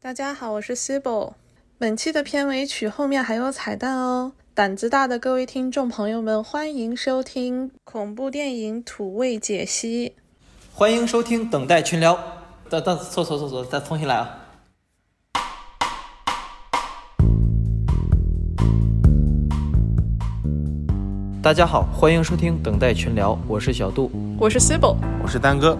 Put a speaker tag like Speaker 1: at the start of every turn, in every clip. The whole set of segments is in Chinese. Speaker 1: 大家好，我是 Sibyl。本期的片尾曲后面还有彩蛋哦！胆子大的各位听众朋友们，欢迎收听恐怖电影土味解析。
Speaker 2: 欢迎收听等待群聊。等等，错错错错，再重新来啊！大家好，欢迎收听等待群聊，我是小杜。
Speaker 1: 我是 Sibyl。
Speaker 3: 我是丹哥，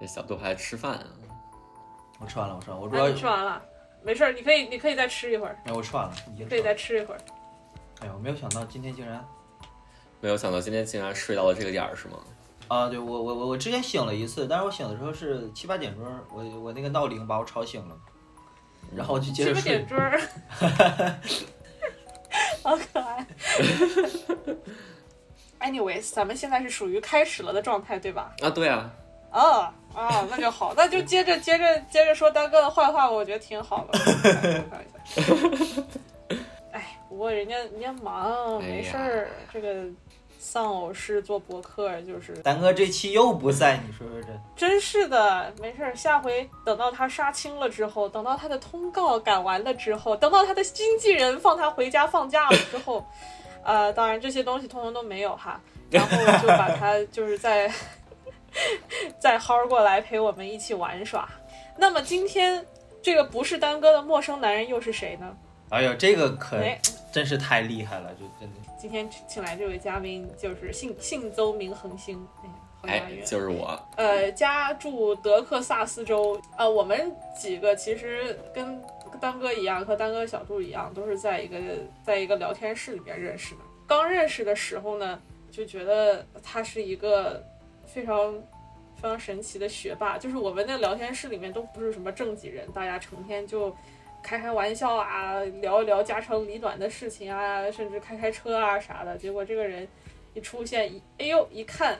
Speaker 4: 这小杜还吃饭啊，
Speaker 2: 我吃完了，我吃完了，我主
Speaker 5: 啊，
Speaker 2: 要
Speaker 5: 你吃完了，没事儿，你可以，你可以再吃一会儿，
Speaker 2: 哎，我吃完了，已经
Speaker 5: 可
Speaker 2: 吃
Speaker 5: 以
Speaker 2: 完了。
Speaker 5: 再吃一会儿。
Speaker 2: 哎呀，我没有想到今天竟然
Speaker 4: 没有想到今天竟然睡到了这个点儿，是吗？
Speaker 2: 啊，对我我我我之前醒了一次，但是我醒的时候是七八点钟，我我那个闹铃把我吵醒了，然后我就接
Speaker 5: 吃
Speaker 2: 着
Speaker 5: 个
Speaker 2: 睡
Speaker 5: 点。缀儿， 好可爱。Anyways，咱们现在是属于开始了的状态，对吧？
Speaker 4: 啊，对啊，
Speaker 5: 啊啊，那就好，那就接着接着接着说丹哥的坏话，我觉得挺好的。 开玩笑哎，不过人家人家忙，没事
Speaker 4: 哎
Speaker 5: 儿
Speaker 4: 呀。
Speaker 5: 这个丧偶式做博客就是
Speaker 2: 丹哥这期又不在，你说说这
Speaker 5: 真是的，没事儿，下回等到他杀青了之后，等到他的通告赶完了之后，等到他的经纪人放他回家放假了之后，呃，当然这些东西通通都没有哈，然后就把 他就是再再薅过来陪我们一起玩耍。那么今天这个不是丹哥的陌生男人又是谁呢？
Speaker 2: 哎呦，这个可
Speaker 5: 哎
Speaker 2: 真是太厉害了，就真的。
Speaker 5: 今天请来这位嘉宾就是姓姓邹名恒星，哎呀，好押
Speaker 4: 哎
Speaker 5: 韵，。
Speaker 4: 就是我，
Speaker 5: 呃，家住德克萨斯州。呃，我们几个其实跟跟丹哥一样，和丹哥小杜一样，都是在一个在一个聊天室里边认识的。刚认识的时候呢，就觉得他是一个非常非常神奇的学霸。就是我们那聊天室里面都不是什么正经人，大家成天就开开玩笑啊，聊一聊家长里短的事情啊，甚至开开车啊啥的。结果这个人一出现，一哎呦一看，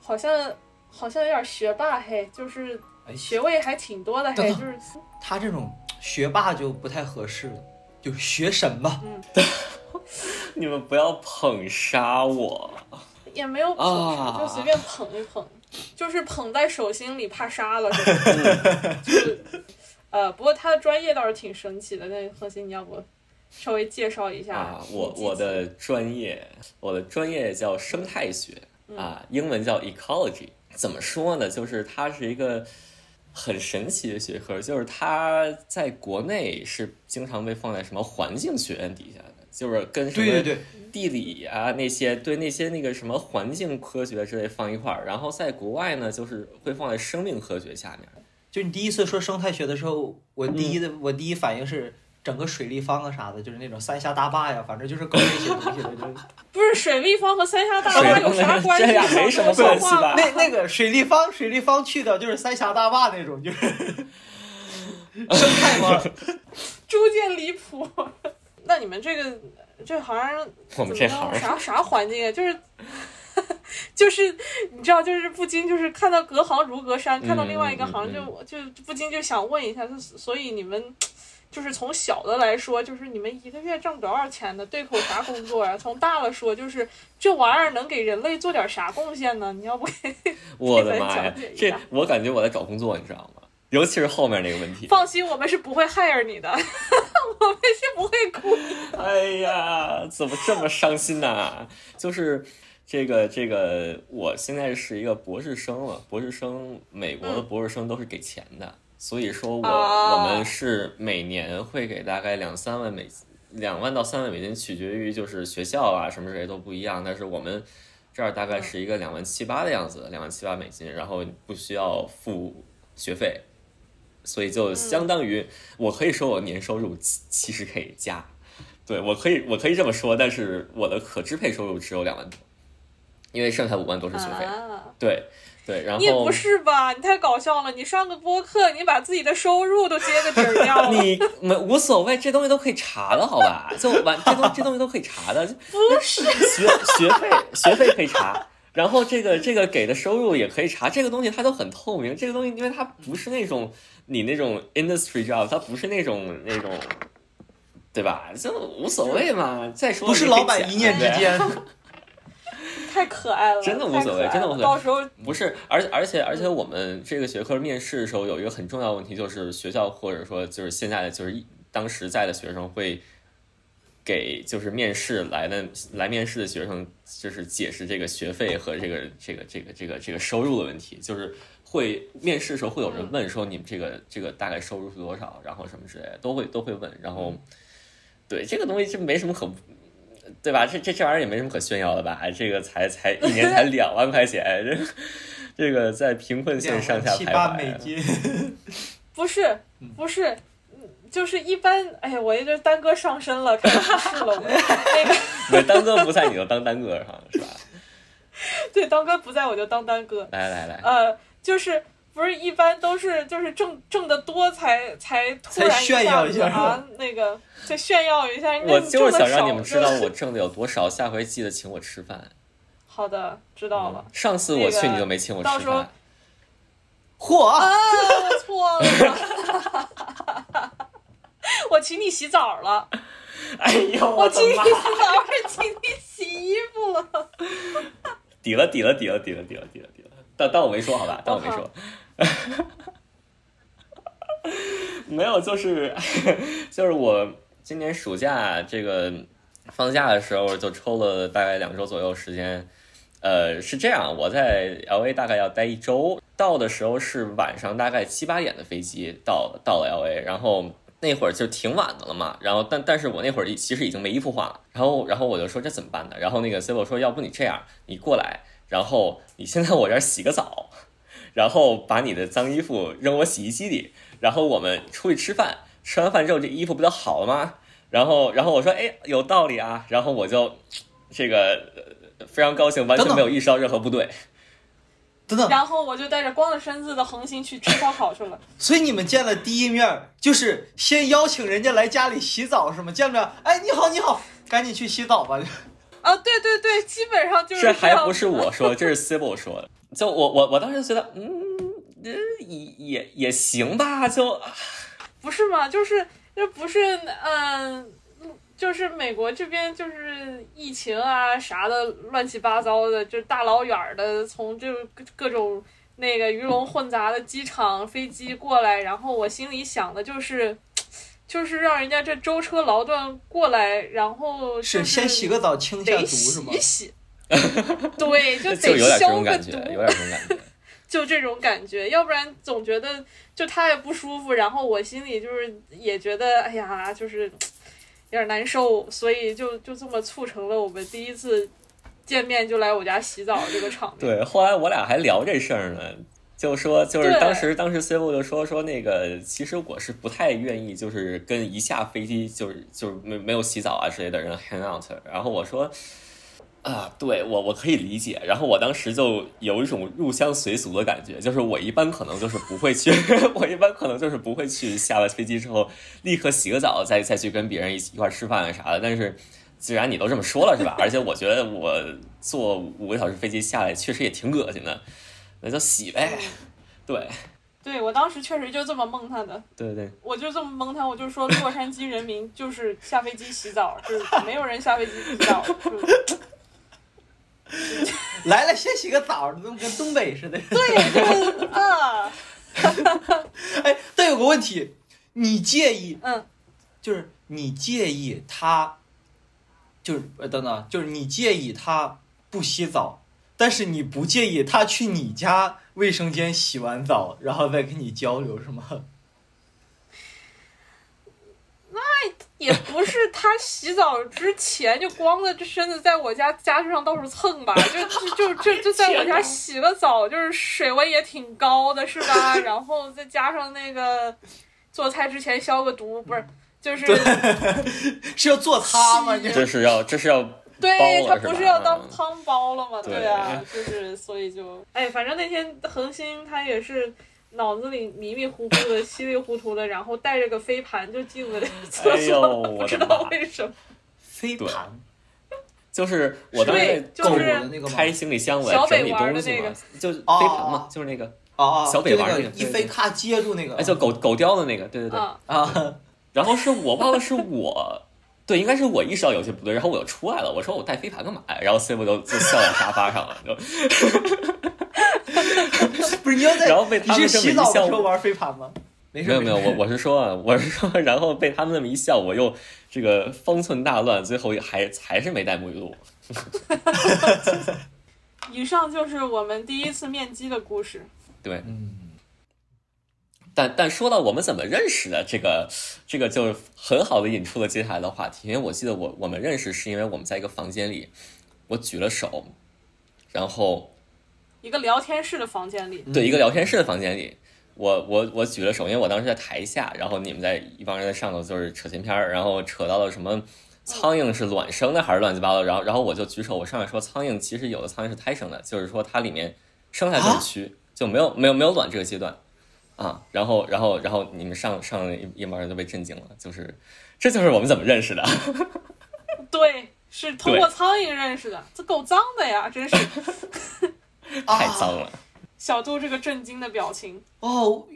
Speaker 5: 好像好像有点学霸嘿，就是
Speaker 2: 哎，
Speaker 5: 学位还挺多的嘿，
Speaker 2: 等等
Speaker 5: 就是
Speaker 2: 他这种学霸就不太合适了，就学神吧。
Speaker 4: 你们不要捧杀我，
Speaker 5: 也没有捧
Speaker 4: 啊
Speaker 5: 啥，就随便捧一 捧，就是捧在手心里怕杀了似的。就是呃，不过他的专业倒是挺神奇的。那核心你要不稍微介绍一下
Speaker 4: 啊，
Speaker 5: 你
Speaker 4: 我
Speaker 5: 自己
Speaker 4: 我的专业，我的专业叫生态学啊，英文叫 ecology。怎么说呢？就是它是一个很神奇的学科，就是它在国内是经常被放在什么环境学院底下的，就是跟什么
Speaker 2: 对对对，
Speaker 4: 地理啊那些，对那些那个什么环境科学之类放一块儿，然后在国外呢，就是会放在生命科学下面。
Speaker 2: 就你第一次说生态学的时候，我第一的、我第一反应是整个水立方啊啥的，就是那种三峡大坝呀，反正就是搞这些东西的。就是
Speaker 5: 不是水立方和三峡大坝有啥关系？
Speaker 4: 这俩没什么关系 吧？
Speaker 2: 那 那个水立方，水立方去掉就是三峡大坝那种，就是生态吗？
Speaker 5: 逐渐离谱。 那你们这个这行
Speaker 4: 我们这行
Speaker 5: 怎么着啥啥环境啊？就是 就是你知道，就是不禁就是看到隔行如隔山，
Speaker 4: 嗯
Speaker 5: 看到另外一个行
Speaker 4: 嗯
Speaker 5: 就、就不禁就想问一下，就所以你们。就是从小的来说，就是你们一个月挣多少钱呢？对口啥工作啊？从大了说，就是这玩意儿能给人类做点啥贡献呢？你 要不
Speaker 4: 我的妈呀
Speaker 5: 这个了，解一
Speaker 4: 这
Speaker 5: 下
Speaker 4: 我感觉我在找工作，你知道吗？尤其是后面那个问题。
Speaker 5: 放心，我们是不会 hire 你的， 我们是不会雇你
Speaker 4: 哎呀，怎么这么伤心呐、就是这个这个，我现在是一个博士生了，博士生美国的博士生都是给钱的，所以说我、
Speaker 5: 啊
Speaker 4: 我们是每年会给大概两三万美两万到三万美金，取决于就是学校啊什么之类都不一样，但是我们。这儿大概是一个两万七八的样子，两万七八美金，然后不需要付学费，所以
Speaker 5: 嗯
Speaker 4: 就相当于我可以说我年收入七七十 K 加，对我可以我可以这么说，但是我的可支配收入只有两万多，因为剩下五万多是学费。
Speaker 5: 啊。
Speaker 4: 对对，然
Speaker 5: 你也
Speaker 4: 后
Speaker 5: 不是吧？你太搞笑了！你上个播客，你把自己的收入都揭个底儿 掉了。
Speaker 4: 你没无所谓，这东西都可以查的好吧？就完这东这东西都可以查的，就
Speaker 5: 不是，
Speaker 4: 学学费学费可以查，然后这个这个给的收入也可以查，这个东西它都很透明。这个东西因为它不是那种你那种 industry job，它不是那种那种，对吧？就无所谓嘛。再说
Speaker 2: 不是
Speaker 4: 你可以
Speaker 2: 老板
Speaker 4: 减
Speaker 2: 一念之
Speaker 4: 对
Speaker 2: 间，
Speaker 5: 太可爱了，
Speaker 4: 真的无所谓
Speaker 5: 太可爱了
Speaker 4: 真的无所谓
Speaker 5: 到时候
Speaker 4: 不是，而而且而且我们这个学科面试的时候有一个很重要的问题，就是学校或者说就是现在的就是一当时在的学生会给就是面试来的来面试的学生就是解释这个学费和这个这个这个这个这个收入的问题，就是会面试的时候会有人问说你们这个这个大概收入是多少，然后什么之类的都会都会问，然后对这个东西就没什么可对吧？这这这玩意儿也没什么可炫耀的吧？这个才才一年才两万块钱，这这个在贫困线 上下
Speaker 2: 七
Speaker 4: 徘
Speaker 2: 八美
Speaker 4: 徊。
Speaker 2: 金，
Speaker 5: 不是不是，嗯就是一般，哎呀，我这丹哥上身了，开始试了 我。那个
Speaker 4: 不是单哥不在，你就当单哥哈，是吧？
Speaker 5: 对，当哥不在，我就当丹哥。
Speaker 4: 来来来，
Speaker 5: 呃，就是不是一般都是就是挣挣得多才才突
Speaker 2: 才
Speaker 5: 然
Speaker 2: 炫耀一
Speaker 5: 子
Speaker 2: 下是吧
Speaker 5: 啊，那个再炫耀一下。那
Speaker 4: 我
Speaker 5: 哎你
Speaker 4: 就
Speaker 5: 挣
Speaker 4: 是
Speaker 5: 得
Speaker 4: 想让
Speaker 5: 少
Speaker 4: 你们知道
Speaker 5: 就是
Speaker 4: 我挣的有多少，下回记得请我吃饭。
Speaker 5: 好的，知道了。
Speaker 4: 上次我去
Speaker 5: 那个
Speaker 4: 你都没请我
Speaker 5: 到
Speaker 4: 吃
Speaker 5: 时候
Speaker 4: 饭，嗯
Speaker 2: 嚯！
Speaker 5: 啊，我错了。 我请你洗澡了，
Speaker 2: 哎呦，
Speaker 5: 我
Speaker 2: 我的
Speaker 5: 请你洗
Speaker 2: 妈！
Speaker 5: 澡，还请你洗衣服了。
Speaker 4: 抵了抵了抵了抵了抵了抵了抵了，当当我没说好吧，当我没说。 没有，就是 就是我今年暑假这个放假的时候，就抽了大概两周左右时间。呃，是这样，我在 L A 大概要待一周，到的时候是晚上大概七八点的飞机到到了 L A，然后那会儿就挺晚的了嘛，然后但但是我那会儿其实已经没衣服换了，然后然后我就说这怎么办呢？然后那个 Cibo 说，要不你这样，你过来，然后你先在我这儿洗个澡，然后把你的脏衣服扔我洗衣机里，然后我们出去吃饭，吃完饭之后这衣服不就好了吗？然后，然后我说，哎，有道理啊。然后我就这个呃非常高兴，完全
Speaker 2: 等等
Speaker 4: 没有意识到任何不对。
Speaker 2: 等 等，
Speaker 5: 然后我就带着光着身子的恒星去吃烧烤去了。
Speaker 2: 所以你们见了第一面就是先邀请人家来家里洗澡是吗？见着，哎，你好，你好，赶紧去洗澡吧。
Speaker 5: 啊，对对对，基本上就 是
Speaker 4: 这
Speaker 5: 这
Speaker 4: 还
Speaker 5: 样
Speaker 4: 不是我说，这是 Cibo 说的。就我我我当时觉得，嗯，呃也也也行吧，就
Speaker 5: 不是嘛？就是这不是嗯。就是美国这边就是疫情啊啥的乱七八糟的，就大老远儿的从就各各种那个鱼龙混杂的机场飞机过来，然后我心里想的就是，就是让人家这舟车劳顿过来，然后就是
Speaker 2: 先洗个澡清一下
Speaker 5: 得
Speaker 2: 毒
Speaker 5: 洗
Speaker 2: 是吗
Speaker 5: 一？洗，对，就
Speaker 4: 就
Speaker 5: 得
Speaker 4: 有点这
Speaker 5: 消
Speaker 4: 种
Speaker 5: 个
Speaker 4: 感觉，
Speaker 5: 毒，
Speaker 4: 有点这种感觉。
Speaker 5: 就这种感觉，要不然总觉得就他也不舒服，然后我心里就是也觉得哎呀，就是嘖有点难受，所以就就这么促成了我们第一次见面就来我家洗澡这个场面。
Speaker 4: 对，后来我俩还聊这事儿呢，就说就是
Speaker 5: 对
Speaker 4: 当时当时 C O 就说说那个，其实我是不太愿意就是跟一下飞机就是就是没没有洗澡啊之类的人 hang out，然后我说。啊，对我我可以理解。然后我当时就有一种入乡随俗的感觉，就是我一般可能就是不会去， 我一般可能就是不会去下了飞机之后立刻洗个澡再再去跟别人一起一块儿吃饭啊啥的。但是既然你都这么说了是吧？而且我觉得我坐五个小时飞机下来确实也挺恶心的，那就洗呗。对
Speaker 5: 对我当时确实就这么蒙他的，
Speaker 4: 对对，
Speaker 5: 我就这么蒙他，我就说洛杉矶人民就是下飞机洗澡，就是没有人下飞机洗澡，就是
Speaker 2: 来了，先洗个澡，怎么跟东北似的？
Speaker 5: 对，就是啊，
Speaker 2: 哎，但有个问题，你介意？
Speaker 5: 嗯，
Speaker 2: 就是你介意他，就是呃等等，就是你介意他不洗澡，但是你不介意他去你家卫生间洗完澡，然后再跟你交流是吗？
Speaker 5: 也不是他洗澡之前就光着这身子在我家家具上到处蹭吧，就就就就就在我家洗个澡，就是水温也挺高的，是吧？然后再加上那个做菜之前消个毒，不是。就是
Speaker 2: 是要做他吗？你
Speaker 4: 这是 要这是要哎
Speaker 5: 对
Speaker 4: 包
Speaker 5: 他
Speaker 4: 了是吧
Speaker 5: 不是要当
Speaker 4: 嗯
Speaker 5: 汤包了吗？
Speaker 4: 对
Speaker 5: 对啊，就是所以就哎，反正那天恒星他也是脑子里迷迷糊糊的、稀里糊涂的，然后带着个飞盘就进了厕
Speaker 4: 哎呦
Speaker 5: 所了，
Speaker 4: 我
Speaker 5: 不
Speaker 4: 的
Speaker 5: 知道
Speaker 4: 妈
Speaker 5: 为什么。
Speaker 2: 飞盘，
Speaker 4: 就是我当时
Speaker 5: 对
Speaker 4: 在
Speaker 5: 就
Speaker 4: 购
Speaker 2: 狗
Speaker 5: 是
Speaker 4: 物
Speaker 2: 的那个吗？
Speaker 4: 开行李箱，我在
Speaker 5: 小北
Speaker 4: 整理
Speaker 5: 玩
Speaker 4: 东
Speaker 5: 的
Speaker 4: 西
Speaker 5: 那
Speaker 4: 嘛
Speaker 5: 个，
Speaker 4: 就是飞
Speaker 2: 哦
Speaker 4: 盘
Speaker 2: 哦
Speaker 4: 嘛，就是那个，
Speaker 2: 哦哦，
Speaker 4: 小北
Speaker 2: 就那
Speaker 4: 玩
Speaker 2: 个
Speaker 4: 那个哎
Speaker 2: 一飞咔接住那个，哦
Speaker 5: 嗯
Speaker 4: 哎，叫狗狗叼的那个，对对对。
Speaker 5: 啊，
Speaker 2: 啊，
Speaker 4: 然后是我忘了是我对，应该是我意识到有些不对，然后我又出来了，我说我带飞盘干嘛呀？然后 C 不就就笑在沙发上了，就
Speaker 2: 不是你要在，
Speaker 4: 然后被
Speaker 2: 你
Speaker 4: 他们
Speaker 2: 是
Speaker 4: 这么
Speaker 2: 洗
Speaker 4: 一
Speaker 2: 澡的
Speaker 4: 笑
Speaker 2: 时候玩飞盘吗？没事
Speaker 4: 没有没有，我我是说啊，我是说，然后被他们那么一笑，我又这个方寸大乱，最后还还是没带沐浴露。
Speaker 5: 以上就是我们第一次面基的故事。
Speaker 4: 对，
Speaker 2: 嗯，
Speaker 4: 但但说到我们怎么认识的，这个这个就很好的引出了接下来的话题，因为我记得我我们认识是因为我们在一个房间里，我举了手，然后
Speaker 5: 一个聊天室的房间里，
Speaker 4: 对一
Speaker 2: 嗯
Speaker 4: 个聊天室的房间里，我我我举了手，因为我当时在台下，然后你们在一帮人在上头就是扯闲篇儿，然后扯到了什么苍蝇是卵生的还是乱七八糟，然后然后我就举手，我上来说苍蝇其实有的苍蝇是胎生的，就是说它里面生下就
Speaker 2: 啊
Speaker 4: 是蛆，就没有没有没有卵这个阶段啊，然后然后然后你们上上一一帮人都被震惊了，就是这就是我们怎么认
Speaker 2: 啊
Speaker 4: 识的，
Speaker 5: 对，是通过
Speaker 4: 对
Speaker 5: 苍蝇认识的，这够脏的呀！真是
Speaker 4: 太
Speaker 2: 啊
Speaker 4: 脏了，
Speaker 5: 小杜这个震惊的表情，
Speaker 2: 哦，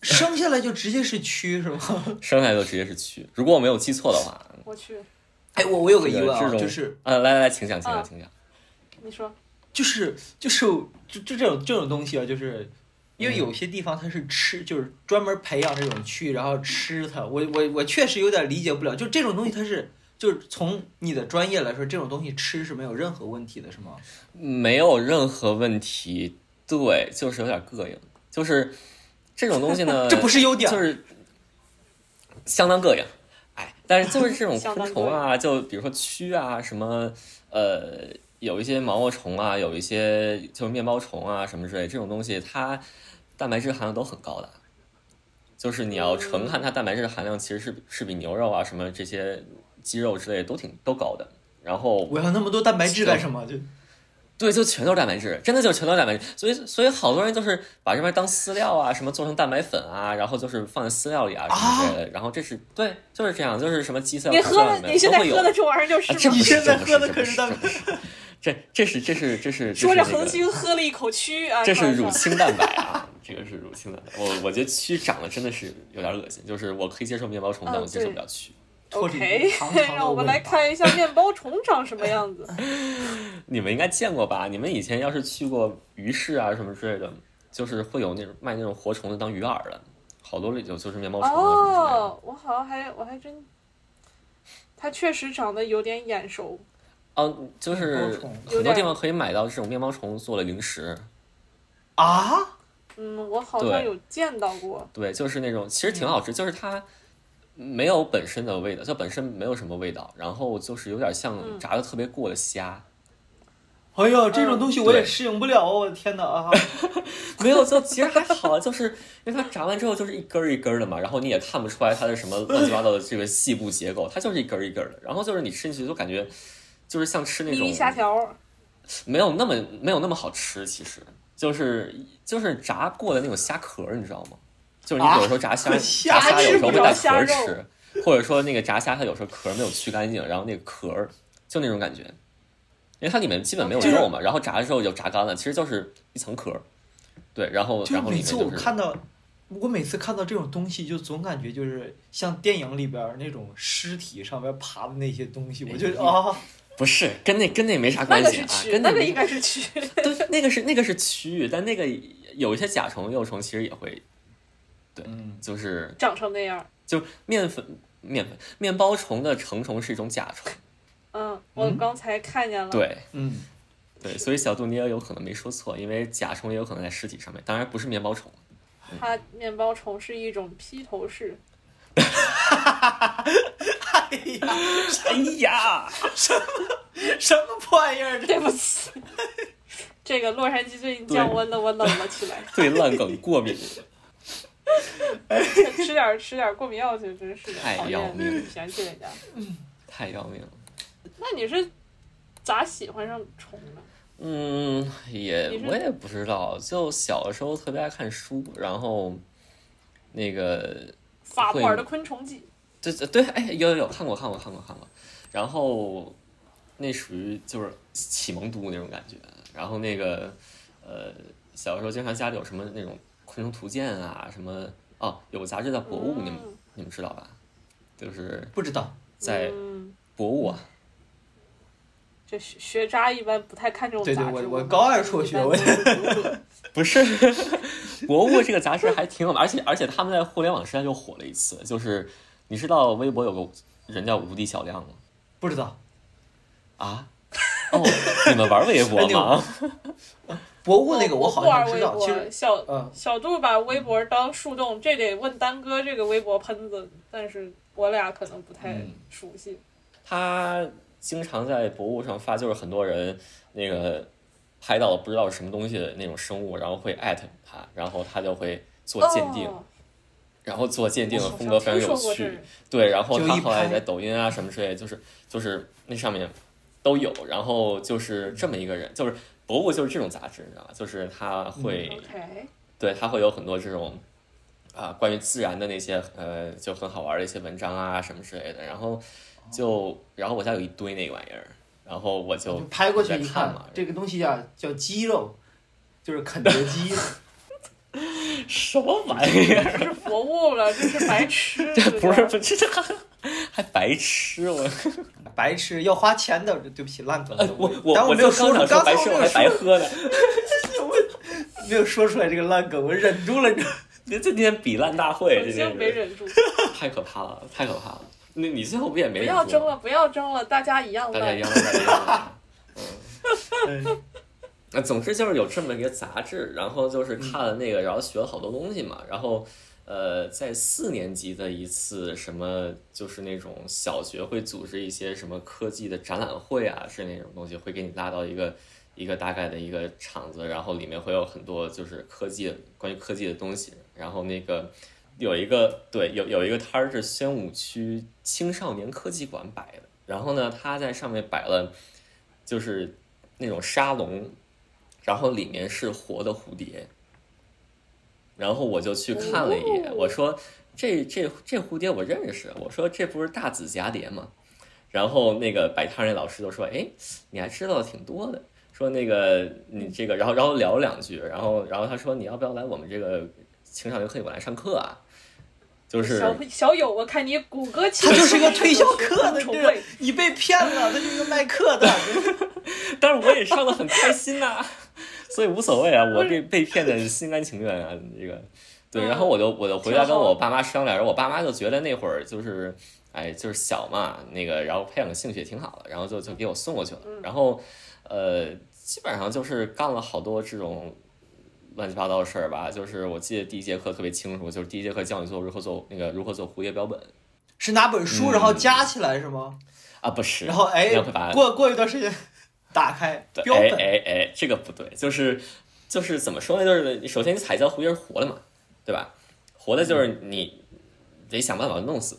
Speaker 2: 生下来就直接是蛆是吗？
Speaker 4: 生下来就直接是蛆，如果我没有记错的话，
Speaker 5: 我去，
Speaker 2: 哎，我我有个
Speaker 4: 这
Speaker 2: 疑
Speaker 4: 个
Speaker 2: 问
Speaker 4: 这
Speaker 2: 啊，
Speaker 4: 种
Speaker 2: 就是
Speaker 4: 啊，来来来，请讲，请讲，
Speaker 5: 嗯
Speaker 4: 请讲，
Speaker 5: 你说
Speaker 2: 就是就是就就这种这种东西啊，就是因
Speaker 4: 嗯
Speaker 2: 为有些地方它是吃，就是专门培养这种蛆，然后吃它。我我我确实有点理解不了，就这种东西它是。就是从你的专业来说，这种东西吃是没有任何问题的，是吗？
Speaker 4: 没有任何问题，对，就是有点膈应，就是这种东西 呢，
Speaker 2: 这不是优点
Speaker 4: 呃 就，是相当膈应。哎，但是就是这种
Speaker 5: 相
Speaker 4: 昆
Speaker 5: 当
Speaker 4: 虫啊，就比如说蛆啊，什么呃，有一些毛毛虫啊，有一些就是面包虫啊什么之类，这种东西它蛋白质含量都很高的。就是你
Speaker 2: 嗯
Speaker 4: 要纯看它蛋白质含量，其实是比是比牛肉啊什么这些鸡肉之类都挺都高的。然后
Speaker 2: 我要那么多蛋白质干什么？就
Speaker 4: 对，就全都是蛋白质，真的就是全都是蛋白质。所以，所以好多人就是把这玩意儿当饲料啊，什么做成蛋白粉啊，然后就是放在饲料里啊什么之类的。然后这是对，就是这样，就是什么鸡饲
Speaker 5: 你
Speaker 4: 料、
Speaker 5: 喝
Speaker 4: 喝
Speaker 5: 的，
Speaker 4: 里
Speaker 5: 你
Speaker 4: 面
Speaker 5: 现
Speaker 4: 都
Speaker 5: 在
Speaker 4: 会有。
Speaker 5: 喝
Speaker 4: 啊
Speaker 5: 的这玩意儿就是
Speaker 4: 这
Speaker 5: 吗
Speaker 4: 不？是
Speaker 2: 你现在
Speaker 4: 这不
Speaker 2: 喝的
Speaker 4: 这
Speaker 2: 可
Speaker 4: 不
Speaker 2: 是
Speaker 4: 是
Speaker 2: 蛋白
Speaker 4: 这不是这这是这是这是这是
Speaker 5: 说着
Speaker 4: 这是那
Speaker 5: 恒
Speaker 4: 个
Speaker 5: 星喝了一口蛆啊，
Speaker 4: 这是
Speaker 5: 开玩笑
Speaker 4: 乳清蛋白啊，这个是乳清蛋白。我我觉得蛆长得真的是有点恶心，就是我可以接受面包虫，但
Speaker 5: 嗯
Speaker 4: 我接受
Speaker 5: 对
Speaker 4: 不了蛆。
Speaker 2: 脱离
Speaker 5: OK，
Speaker 2: 长长的
Speaker 5: 让我们
Speaker 2: 尾
Speaker 5: 来
Speaker 2: 巴
Speaker 5: 看一下面包虫长什么样子。
Speaker 4: 你们应该见过吧？你们以前要是去过鱼市啊什么之类的，就是会有那种卖那种活虫的当鱼饵的，好多里头就是 面包虫啊什么之类的。
Speaker 5: 哦，我好像还我还真，它确实长得有点眼熟。
Speaker 4: 哦，就是
Speaker 2: 面包虫
Speaker 4: 很多地方可以买到这种面包虫做的零食，
Speaker 2: 啊，
Speaker 5: 嗯，我好像
Speaker 4: 对
Speaker 5: 有见到过。
Speaker 4: 对，就是那种其实挺好吃，就是它没有本身的味道，就本身没有什么味道，然后就是有点像
Speaker 5: 嗯
Speaker 4: 炸的特别过的虾，
Speaker 2: 哎呀，这种
Speaker 5: 嗯
Speaker 2: 东西我也
Speaker 4: 对
Speaker 2: 适应不了，我的天哪啊！
Speaker 4: 没有，就其实还好，就是因为它炸完之后就是一根儿一根儿的嘛，然后你也看不出来它是什么乱七八糟的这个细部结构，它就是一根儿一根儿的，然后就是你吃进去就感觉就是像吃那
Speaker 5: 咪
Speaker 4: 种
Speaker 5: 咪虾条，
Speaker 4: 没有那么没有那么好吃，其实就是就是炸过的那种虾壳儿，你知道吗？就是你
Speaker 2: 啊
Speaker 4: 有时候炸 虾，
Speaker 2: 虾
Speaker 4: 炸虾有时候会带壳儿
Speaker 5: 吃不着
Speaker 4: 吃，或者说那个炸虾它有时候壳儿没有去干净，然后那个壳儿就那种感觉，因为它里面基本没有肉嘛，然后炸的时候就炸干了，其实就是一层壳儿。对，然后
Speaker 2: 就是
Speaker 4: 然后里
Speaker 2: 每
Speaker 4: 面
Speaker 2: 次
Speaker 4: 就
Speaker 2: 我
Speaker 4: 是
Speaker 2: 看到，我每次看到这种东西，就总感觉就是像电影里边儿那种尸体上边爬的那些东西，我就啊，
Speaker 4: 不是跟那跟那没啥
Speaker 5: 那
Speaker 4: 关
Speaker 5: 个
Speaker 4: 系
Speaker 5: 是
Speaker 4: 啊，
Speaker 5: 蛆，
Speaker 4: 跟
Speaker 5: 那个
Speaker 4: 没
Speaker 5: 应该是蛆。
Speaker 4: 对那个是那个是蛆，但那个有一些甲虫幼虫其实也会
Speaker 2: 嗯，
Speaker 4: 就是
Speaker 5: 长成那样。
Speaker 4: 就是面粉、面粉、面包虫的成虫是一种甲 虫，
Speaker 5: 嗯，我
Speaker 2: 嗯
Speaker 5: 刚才看见了。，
Speaker 4: 对
Speaker 2: 嗯，
Speaker 4: 对，所以小杜你也有可能没说错，因为甲虫也有可能在尸体上面，当然不是面包虫。
Speaker 5: 它面包虫是一种披头士。
Speaker 2: 哎呀，
Speaker 4: 哎呀，
Speaker 2: 什么破玩意儿？这
Speaker 5: 对不起， 这个洛杉矶最近降温了，我冷了起来，
Speaker 4: 对烂梗过敏，
Speaker 5: 吃点吃点过敏药去，真是的，
Speaker 4: 太
Speaker 5: 讨
Speaker 4: 要命
Speaker 5: 厌，嫌弃人家。
Speaker 4: 太要命了。
Speaker 5: 那你是咋喜欢上虫的？
Speaker 4: 嗯，也
Speaker 5: 你是
Speaker 4: 我也不知道，就小的时候特别爱看书，然后那个
Speaker 5: 法布尔的昆虫记，
Speaker 4: 对对对，哎，有有有看过看过看过看过，然后那属于就是启蒙读物那种感觉，然后那个呃，小时候经常家里有什么那种昆虫图鉴啊，什么哦，有个杂志叫《博物》，你们
Speaker 5: 嗯
Speaker 4: 你们知道吧？就是
Speaker 2: 不知道，
Speaker 4: 在
Speaker 5: 嗯
Speaker 4: 博物啊，
Speaker 5: 就学学渣一般不太看这种
Speaker 2: 对对
Speaker 5: 杂志
Speaker 2: 我我高二辍学我
Speaker 5: 一般都是读 者
Speaker 4: 不是 博物这个杂志还挺有，而且而且他们在互联网时代就火了一次，就是你知道微博有个人叫无敌小亮吗？
Speaker 2: 不知道
Speaker 4: 啊？哦，你们玩微博
Speaker 2: 哎那
Speaker 4: 吗？
Speaker 2: 博物那个我好
Speaker 5: 不玩
Speaker 2: 像知
Speaker 5: 微
Speaker 2: 道，其
Speaker 5: 博，
Speaker 2: 实
Speaker 5: 小
Speaker 2: 嗯
Speaker 5: 小杜把微博当树洞，这得问丹哥这个微博喷子，但是我俩可能不太
Speaker 2: 嗯
Speaker 5: 熟悉。
Speaker 4: 他经常在博物上发，就是很多人那个拍到了不知道是什么东西的那种生物，然后会艾特他，然后他就会做鉴定，
Speaker 5: 哦
Speaker 4: 然后做鉴定的
Speaker 5: 我好
Speaker 4: 风格非
Speaker 5: 像
Speaker 4: 常
Speaker 5: 听说
Speaker 4: 有
Speaker 5: 过这
Speaker 4: 趣
Speaker 5: 人。
Speaker 4: 对，然后
Speaker 2: 就
Speaker 4: 他
Speaker 2: 一
Speaker 4: 后来
Speaker 2: 拍
Speaker 4: 在抖音啊什么之类，就是就是那上面都有。然后就是这么一个人，就是博物就是这种杂志，你知道吗？就是他会、
Speaker 5: 嗯 OK，
Speaker 4: 对，它会有很多这种啊关于自然的那些呃就很好玩的一些文章啊什么之类的，然后就然后我家有一堆那个玩意儿，然后我就
Speaker 2: 哦就拍过去
Speaker 4: 在
Speaker 2: 一
Speaker 4: 看
Speaker 2: 哦看
Speaker 4: 嘛，，
Speaker 2: 这个东西啊叫鸡肉，就是肯德基，
Speaker 4: 什么玩意
Speaker 2: 啊
Speaker 4: 儿？
Speaker 5: 这是博物了，这是白痴，
Speaker 4: 这
Speaker 5: 对
Speaker 4: 不是
Speaker 5: 吧
Speaker 4: 不是这还还白痴 我
Speaker 2: 哦白吃要花钱的，对不起烂梗
Speaker 4: 哎。我我
Speaker 2: 但
Speaker 4: 我
Speaker 2: 没
Speaker 4: 就
Speaker 2: 有
Speaker 4: 刚
Speaker 2: 说出
Speaker 4: 想
Speaker 2: 刚才
Speaker 4: 说白痴
Speaker 2: 呃我
Speaker 4: 我
Speaker 2: 没有
Speaker 4: 还白
Speaker 2: 说
Speaker 4: 喝呢，
Speaker 2: 没有说出来这个烂梗，我忍住了。你知道吗
Speaker 4: 这今天比烂大
Speaker 5: 我
Speaker 4: 会，
Speaker 5: 已
Speaker 4: 这
Speaker 5: 经
Speaker 4: 真
Speaker 5: 没
Speaker 4: 是
Speaker 5: 忍住，
Speaker 4: 太可怕了，太可怕了。那你最后不也没忍
Speaker 5: 不要
Speaker 4: 住
Speaker 5: 争
Speaker 4: 吗
Speaker 5: 了，不要争了，大家一样
Speaker 4: 大家一
Speaker 5: 烂。
Speaker 4: 样，大家一样。
Speaker 2: 嗯
Speaker 4: 啊，总之就是有这么一个杂志，然后就是看了那个，然后学了好多东西嘛。然后，呃，在四年级的一次什么，就是那种小学会组织一些什么科技的展览会啊，是那种东西，会给你拉到一个一个大概的一个场子，然后里面会有很多就是科技关于科技的东西。然后那个有一个对有有一个摊儿是宣武区青少年科技馆摆的，然后呢，他在上面摆了就是那种沙龙。然后里面是活的蝴蝶，然后我就去看了一眼，
Speaker 5: 哦
Speaker 4: 我说这这这蝴蝶我认识，我说这不是大紫蛱蝶吗？然后那个摆摊儿那老师就说，哎，你还知道挺多的，说那个你这个，然后然后聊了两句，然后然后他说你要不要来我们这个青少年科技馆来上课啊？就是
Speaker 5: 小小友，我看你骨骼奇
Speaker 2: 他
Speaker 5: 奇，
Speaker 2: 就是一个推销课的，
Speaker 5: 重
Speaker 2: 这
Speaker 5: 位
Speaker 2: 个。 你被骗了，他就是一个 卖课的。
Speaker 4: 但是我也上的很开心呐、 所以无所 谓啊，我被被骗的心甘情愿啊，这个对。然后我就我就回家跟我爸妈商量，然后我爸妈就觉得那会儿就是哎就是小嘛，那个然后培养个兴趣也挺好的，然后就就给我送过去了。然后呃，基本上就是干了好多这种。乱七八糟的事儿吧，就是我记得第一节课特别清楚，就是第一节课教你做如何做那个如何做蝴蝶标本
Speaker 2: 是拿本书
Speaker 4: 嗯
Speaker 2: 然后加起来是吗？
Speaker 4: 啊，不是，
Speaker 2: 然后哎
Speaker 4: 要不把，
Speaker 2: 过过一段时间打开
Speaker 4: 对
Speaker 2: 标
Speaker 4: 哎
Speaker 2: 本，
Speaker 4: 哎哎，这个不对，就是就是怎么说呢？就是你首先你彩椒蝴蝶是活的嘛，对吧？活的就是
Speaker 5: 嗯
Speaker 4: 你得想办法弄死。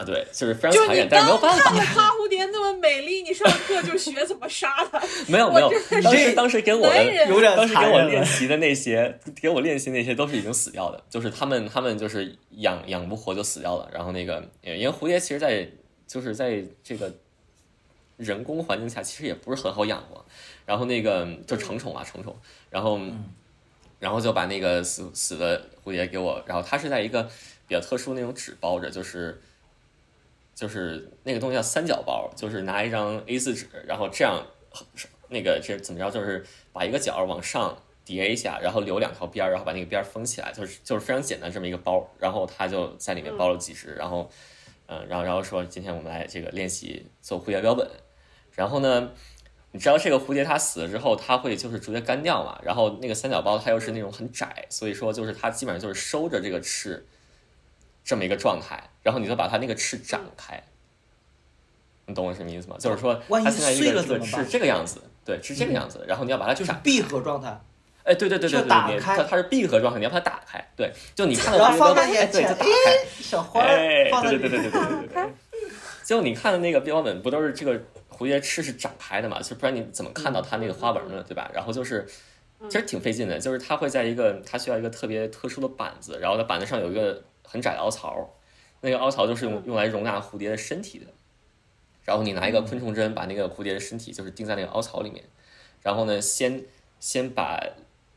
Speaker 4: 啊，对，就是非
Speaker 5: 就
Speaker 4: 常残
Speaker 5: 你
Speaker 4: 忍，但
Speaker 5: 刚
Speaker 4: 是没有办
Speaker 5: 看
Speaker 4: 法，
Speaker 5: 了花蝴蝶那么美丽，你上课就学怎么杀它，
Speaker 4: 没有
Speaker 5: 我
Speaker 4: 没有
Speaker 5: 真的。
Speaker 4: 当
Speaker 2: 是
Speaker 4: 时当时给我
Speaker 5: 男
Speaker 4: 的，
Speaker 5: 人
Speaker 2: 有点
Speaker 4: 当时给
Speaker 2: 残
Speaker 4: 我
Speaker 2: 忍
Speaker 4: 练
Speaker 2: 了。
Speaker 4: 习的那些，给我练习那些都是已经死掉的，就是他们他们就是养养不活就死掉了。然后那个，因为蝴蝶其实在就是在这个人工环境下，其实也不是很好养活。然后那个就成虫啊，成虫，然后然后就把那个死死的蝴蝶给我，然后它是在一个比较特殊那种纸包着，就是。就是那个东西叫三角包，就是拿一张 A 4纸，然后这样那个这怎么着，就是把一个角儿往上叠一下，然后留两条边儿，然后把那个边儿封起来，就是就是非常简单这么一个包儿。然后他就在里面包了几只，然后嗯、呃然后然后说今天我们来这个练习做蝴蝶标本。然后呢，你知道这个蝴蝶它死了之后，它会就是直接干掉嘛。然后那个三角包它又是那种很窄，所以说就是它基本上就是收着这个翅这么一个状态，然后你就把它那个翅展开。你懂我什么意思吗？就是说，
Speaker 2: 万一
Speaker 4: 它现在
Speaker 2: 碎
Speaker 4: 这
Speaker 2: 了
Speaker 4: 个这
Speaker 2: 怎
Speaker 4: 个
Speaker 2: 么
Speaker 4: 是
Speaker 2: 办
Speaker 4: 这个样子，对，是这个样子。然后你要把它
Speaker 2: 就是
Speaker 4: 展
Speaker 2: 闭合状态，
Speaker 4: 哎，对对对对
Speaker 2: 就
Speaker 4: 对，
Speaker 2: 打
Speaker 4: 你
Speaker 2: 开
Speaker 4: 它它是闭合状态，你要把它打开，对，就你看到
Speaker 2: 然后
Speaker 4: 这
Speaker 2: 放
Speaker 4: 个标
Speaker 2: 在
Speaker 4: 本，哎
Speaker 2: 眼
Speaker 4: 对，就
Speaker 2: 前，
Speaker 4: 打
Speaker 2: 哎
Speaker 4: 开，，
Speaker 2: 小花
Speaker 4: 哎
Speaker 2: 儿，放在
Speaker 4: 对
Speaker 2: 里
Speaker 4: 对对对对
Speaker 2: 面。
Speaker 4: 对对对。就你看的那个标本，不都是这个蝴蝶翅是展开的嘛？就不然你怎么看到它那个花纹呢？对吧？然后就是，其实挺费劲的，就是它会在一个它需要一个特别特殊的板子，然后它板子上有一个很窄的凹槽，那个凹槽就是用用来容纳蝴蝶的身体的。然后你拿一个昆虫针把那个蝴蝶的身体就是钉在那个凹槽里面，然后呢，先先把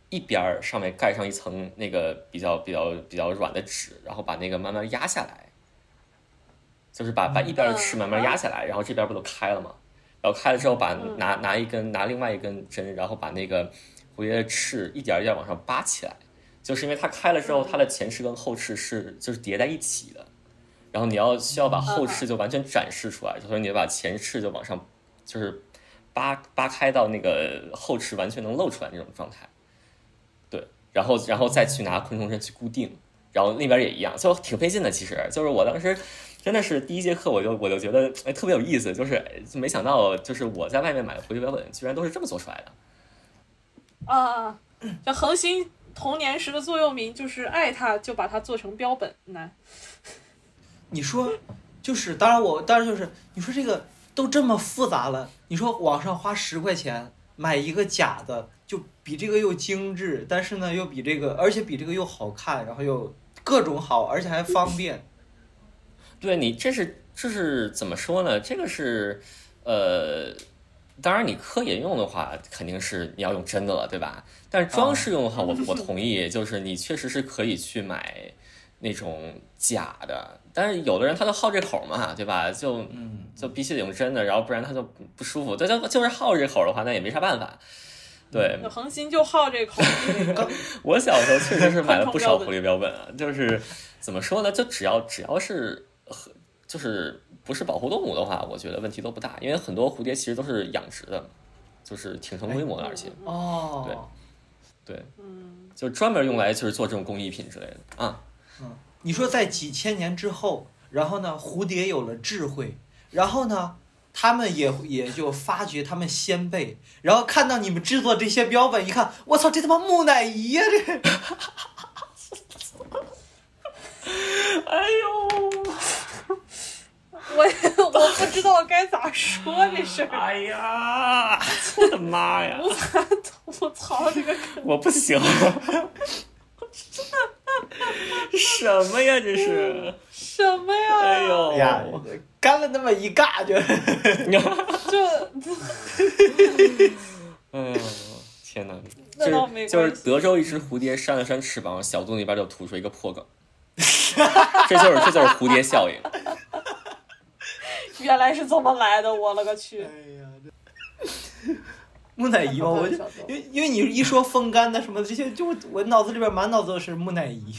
Speaker 4: 一边儿上面盖上一层那个比较比较比较软的纸，然后把那个慢慢压下来，就是把把一边的翅慢慢压下来，然后这边不都开了吗？然后开了之后把拿拿一根拿另外一根针，然后把那个蝴蝶的翅一点一点往上扒起来，就是因为它开了之后，它的前翅跟后翅是就是叠在一起的，然后你要需要把后翅就完全展示出来，所以你要把前翅就往上就是扒扒开到那个后翅完全能露出来那种状态，对，然后然后再去拿昆虫针去固定，然后那边也一样，就挺费劲的。其实就是我当时真的是第一节课我就我就觉得哎特别有意思，就是哎没想到就是我在外面买的蝴蝶标本居然都是这么做出来的。
Speaker 5: 啊，这恒星童年时的座右铭就是爱它就把它做成标本，难。
Speaker 2: 你说，就是当然我当然就是你说这个都这么复杂了，你说网上花十块钱买一个假的，就比这个又精致，但是呢又比这个，而且比这个又好看，然后又各种好，而且还方便。
Speaker 4: 对你这是这是怎么说呢？这个是呃，当然你科研用的话肯定是你要用真的了，对吧？但是装饰用的话，我我同意，就是你确实是可以去买那种假的，但是有的人他就好这口嘛，对吧？就
Speaker 2: 嗯，
Speaker 4: 就必须得用真的，然后不然他就不不舒服。但他就是好这口的话，那也没啥办法。对
Speaker 5: 那恒星就好这口，
Speaker 4: 我小时候确实是买了不少蝴蝶标本啊，就是怎么说呢？就只要只要是和就是不是保护动物的话，我觉得问题都不大，因为很多蝴蝶其实都是养殖的，就是挺成规模的，而且
Speaker 2: 哦，
Speaker 4: 对对，
Speaker 5: 嗯，
Speaker 4: 就专门用来就是做这种工艺品之类的啊。
Speaker 2: 你说在几千年之后，然后呢，蝴蝶有了智慧，然后呢，他们也也就发掘他们先辈，然后看到你们制作这些标本，一看，我操，这他妈木乃伊呀、这
Speaker 4: 哎呦，
Speaker 5: 我我不知道该咋说这事儿，
Speaker 4: 哎呀，我的妈呀，
Speaker 5: 无法吐槽这个
Speaker 4: 我不行， 什么呀这是？
Speaker 5: 什么呀，
Speaker 4: 哎呦
Speaker 2: 哎呀，干了那么一尬就，
Speaker 5: 这
Speaker 4: 哎呦，天哪！
Speaker 5: 那倒
Speaker 4: 就
Speaker 5: 没
Speaker 4: 是就
Speaker 5: 关
Speaker 4: 是
Speaker 5: 系。
Speaker 4: 德州一只蝴蝶扇了扇翅膀，小洞里边就吐出一个破梗， 这就是这就是蝴蝶效应。
Speaker 5: 原来是这么来的，我了个去！
Speaker 2: 木乃 伊吗？我就因为因为你一说风干的什么的这些，就我脑子里边满脑子都是木乃伊。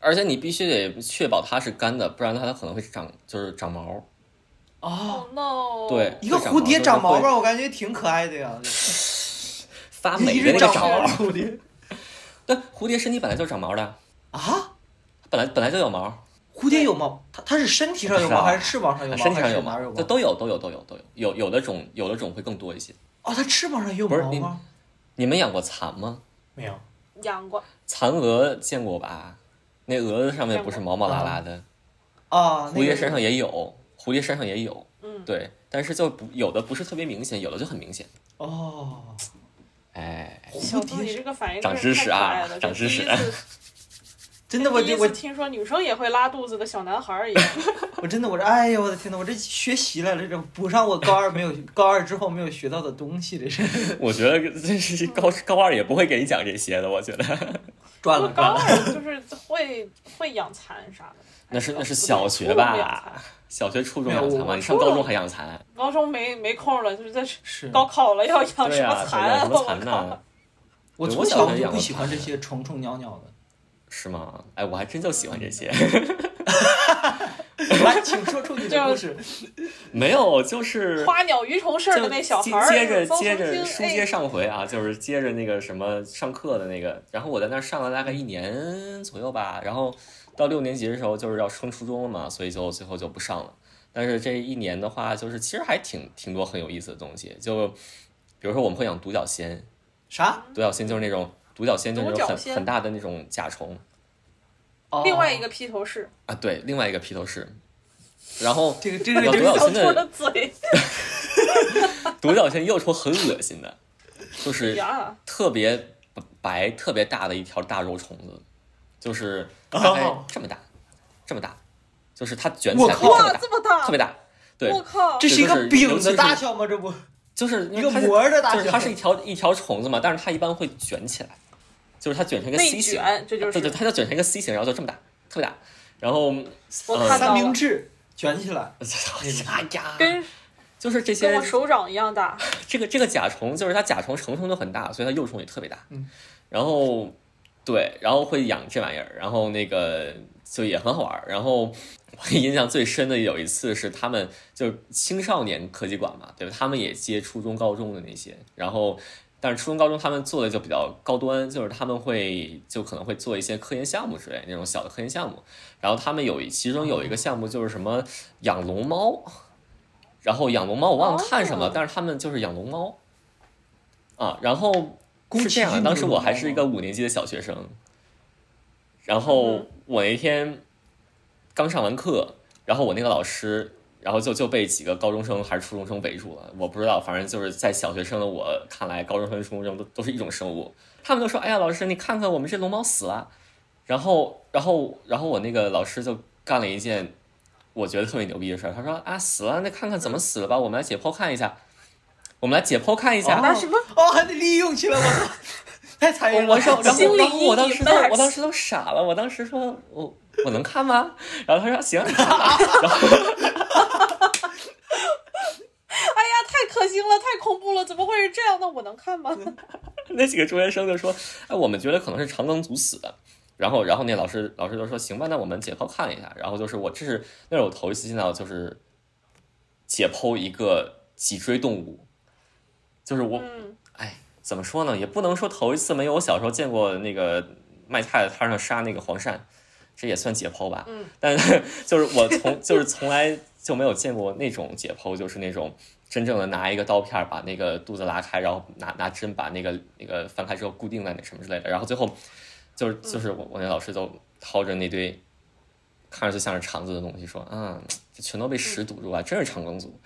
Speaker 4: 而且你必须得确保它是干的，不然它可能会长就是长毛。
Speaker 2: 哦，
Speaker 5: Oh no！
Speaker 4: 对，
Speaker 2: 一个蝴蝶
Speaker 4: 会
Speaker 2: 长毛
Speaker 4: 会
Speaker 2: 吧，我感觉挺可爱的呀，
Speaker 4: 发
Speaker 2: 一
Speaker 4: 霉的
Speaker 2: 只
Speaker 4: 那个
Speaker 2: 长
Speaker 4: 长
Speaker 2: 毛
Speaker 4: 毛
Speaker 2: 的。蝴蝶
Speaker 4: 对，蝴蝶身体本来就长毛的，
Speaker 2: 啊。
Speaker 4: 它本来本来就有毛，
Speaker 2: 蝴蝶有毛，它它是身体上有
Speaker 4: 不知道
Speaker 2: 毛，还是翅膀上有毛，
Speaker 4: 身体上
Speaker 2: 还是哪
Speaker 4: 嗯毛
Speaker 2: 儿有，
Speaker 4: 这都有都有都有都有，有有的种有的种会更多一些。
Speaker 2: 哦，它翅膀上也有
Speaker 4: 不是
Speaker 2: 毛
Speaker 4: 你
Speaker 2: 吗？
Speaker 4: 你们养过蚕吗？
Speaker 2: 没有。
Speaker 5: 养过，
Speaker 4: 蚕蛾见过吧？那蛾子上面不是毛毛拉拉的，
Speaker 2: 啊，
Speaker 4: 蝴蝶身上
Speaker 2: 也
Speaker 4: 也有，蝴蝶身上也有。
Speaker 5: 嗯，
Speaker 4: 对，但是就不有的不是特别明显，有的就很明显。
Speaker 2: 哦，
Speaker 4: 哎，
Speaker 5: 小
Speaker 2: 蝴
Speaker 5: 杜，你
Speaker 2: 蝶
Speaker 5: 这
Speaker 2: 是
Speaker 5: 个反应
Speaker 4: 长
Speaker 5: 真
Speaker 4: 知
Speaker 5: 是
Speaker 4: 识
Speaker 5: 太可
Speaker 4: 啊
Speaker 5: 爱了，
Speaker 4: 长知识
Speaker 5: 这第一次
Speaker 2: 真的，我
Speaker 5: 第一
Speaker 2: 这
Speaker 5: 次
Speaker 2: 我
Speaker 5: 听说女生也会拉肚子的小男孩儿一样，
Speaker 2: 我真的我这，哎呦我的天呐，我这学习来了，这补上我高二没有高二之后没有学到的东西，这是
Speaker 4: 我觉得这是高高二也不会给你讲这些的，我觉得
Speaker 2: 赚
Speaker 5: 我
Speaker 2: 了赚
Speaker 5: 高
Speaker 2: 了。
Speaker 5: 二就是会会养蚕啥的。
Speaker 4: 那是
Speaker 5: 哎
Speaker 4: 那是
Speaker 5: 初
Speaker 4: 小
Speaker 5: 中
Speaker 4: 学
Speaker 5: 初中
Speaker 4: 吧
Speaker 5: 没养蚕
Speaker 4: 小学、初
Speaker 2: 没
Speaker 4: 中
Speaker 2: 有
Speaker 5: 哎
Speaker 4: 养蚕
Speaker 2: 我
Speaker 4: 嘛，你上
Speaker 5: 初
Speaker 4: 高中
Speaker 5: 中
Speaker 4: 还养蚕，
Speaker 5: 高中没没空了，就是在
Speaker 2: 是，
Speaker 5: 高考了要养
Speaker 4: 对
Speaker 5: 什
Speaker 4: 呀、
Speaker 5: 么
Speaker 4: 啊，
Speaker 5: 蚕
Speaker 4: 养
Speaker 5: 啊
Speaker 4: 什么蚕呢？
Speaker 2: 我
Speaker 4: 对
Speaker 2: 从
Speaker 4: 我小
Speaker 2: 小
Speaker 4: 时候
Speaker 2: 就
Speaker 4: 养
Speaker 2: 不
Speaker 4: 过
Speaker 2: 喜欢
Speaker 4: 蚕
Speaker 2: 这些虫虫鸟鸟 的。
Speaker 4: 是吗？哎，我还真就喜欢这些，
Speaker 2: 来，请说出你的故事。
Speaker 4: 没有，就
Speaker 5: 我靠
Speaker 4: 是
Speaker 5: 花鸟鱼虫事儿的那小
Speaker 4: 接
Speaker 5: 孩儿，
Speaker 4: 接着
Speaker 5: 曾
Speaker 4: 接
Speaker 5: 经
Speaker 4: 着书接
Speaker 5: 哎
Speaker 4: 上回啊，就是接着那个什么上课的那个，然后我在那儿上了大概一年左右吧，然后到六年级的时候就是要升初中了嘛，所以就最后就不上了。但是这一年的话，就是其实还挺挺多很有意思的东西，就比如说我们会养独角仙，
Speaker 2: 啥？
Speaker 4: 独角仙就是那种独角仙就是那种
Speaker 5: 独角
Speaker 4: 很
Speaker 5: 仙
Speaker 4: 很大的那种甲虫
Speaker 2: 哦
Speaker 5: 另外一个披头士，
Speaker 4: 啊，对，另外一个披头士。然后
Speaker 2: 这个这
Speaker 4: 养
Speaker 2: 是
Speaker 4: 独角
Speaker 5: 小
Speaker 4: 仙
Speaker 5: 兔
Speaker 4: 的
Speaker 5: 的嘴
Speaker 4: 独角仙幼虫很恶心的，就是
Speaker 5: 呀，
Speaker 4: 特别白、特别大的一条大肉虫子，就是大概
Speaker 2: 哦
Speaker 4: 这么大，这么大，就是它卷起
Speaker 2: 我
Speaker 4: 来
Speaker 2: 靠
Speaker 4: 特
Speaker 5: 哇
Speaker 4: 别，大，
Speaker 5: 这么大
Speaker 4: 特，别大。对，
Speaker 5: 我靠
Speaker 2: 这，是一个
Speaker 4: 这就是
Speaker 2: 饼的大小吗？这不
Speaker 4: 就是
Speaker 2: 一
Speaker 4: 因
Speaker 2: 个
Speaker 4: 为它
Speaker 2: 膜儿的大
Speaker 4: 就
Speaker 2: 小。
Speaker 4: 是它是一条一条虫子嘛，但是它一般会卷起来，就是它卷成一个
Speaker 5: 内
Speaker 4: C 型，
Speaker 5: 卷，这就
Speaker 4: 对对，
Speaker 5: 是
Speaker 4: 它就卷成一个 C 型，然后就这么大，特别大。然后呃
Speaker 5: 我看
Speaker 2: 三
Speaker 5: 到
Speaker 2: 明
Speaker 5: 了，
Speaker 2: 治，卷起来。
Speaker 4: 哎呀，
Speaker 5: 跟
Speaker 4: 就是这些
Speaker 5: 跟我手掌一 样大，
Speaker 4: 这个这个甲虫，就是它甲虫成虫都很大，所以它幼虫也特别大。
Speaker 2: 嗯，
Speaker 4: 然后对，然后会养这玩意儿，然后那个就也很好玩儿。然后我印象最深的有一次是他们就是青少年科技馆嘛，对吧？他们也接初中、高中的那些，然后。但是初中、高中他们做的就比较高端，就是他们会就可能会做一些科研项目之类那种小的科研项目，然后他们有一其中有一个项目就是什么养龙猫，然后养龙猫我忘了看什么，
Speaker 5: 哦
Speaker 4: 但是他们就是养龙猫，啊，然后
Speaker 2: 宫
Speaker 4: 是
Speaker 2: 崎
Speaker 4: 这样的，
Speaker 2: 骏
Speaker 4: 当
Speaker 2: 的
Speaker 4: 时
Speaker 2: 龙
Speaker 4: 我
Speaker 2: 猫
Speaker 4: 还是一
Speaker 2: 吗
Speaker 4: 个五年级的小学生，然后
Speaker 5: 嗯
Speaker 4: 我那天刚上完课，然后我那个老师，然后就就被几个高中生还是初中生围住了，我不知道，反正就是在小学生的我看来，高中生、初中生都都是一种生物。他们都说：“哎呀，老师，你看看我们这龙猫死了。”然后，然后，然后我那个老师就干了一件我觉得特别牛逼的事儿，他说：“啊，死了，那看看怎么死了吧，我们来解剖看一下，我们来解剖看一下。
Speaker 2: 哦
Speaker 5: 拿啊什么
Speaker 2: 哦，还得利用起来，我操， 太残忍了！
Speaker 4: 哎哦我 我说，然
Speaker 5: 心
Speaker 4: 后
Speaker 5: 理
Speaker 4: 然后我当时都
Speaker 5: 阴影 max
Speaker 4: 我当时都傻了，我当时说我我能看吗？然后他说行， 你看吧。然后
Speaker 5: 太可行了，太恐怖了，怎么会是这样？那我能 看吗？
Speaker 4: 嗯那几个中学生就说，哎，我们觉得可能是肠梗阻死的。然后然后那老师老师就说行吧，那我们解剖看一下。然后就是我这是那是我头一次见到就是解剖一个脊椎动物，就是我
Speaker 5: 嗯，
Speaker 4: 哎怎么说呢，也不能说头一次没有，我小时候见过那个卖菜的摊上杀那个黄鳝。这也算解剖吧，
Speaker 5: 嗯，
Speaker 4: 但是就是我从就是从来就没有见过那种解剖，就是那种真正的拿一个刀片儿把那个肚子拉开，然后拿拿针把那个那个翻开之后固定在那什么之类的，然后最后就是就是我我那老师就掏着那堆看着就像是肠子的东西说，嗯，这全都被屎堵住啊，真是肠梗阻。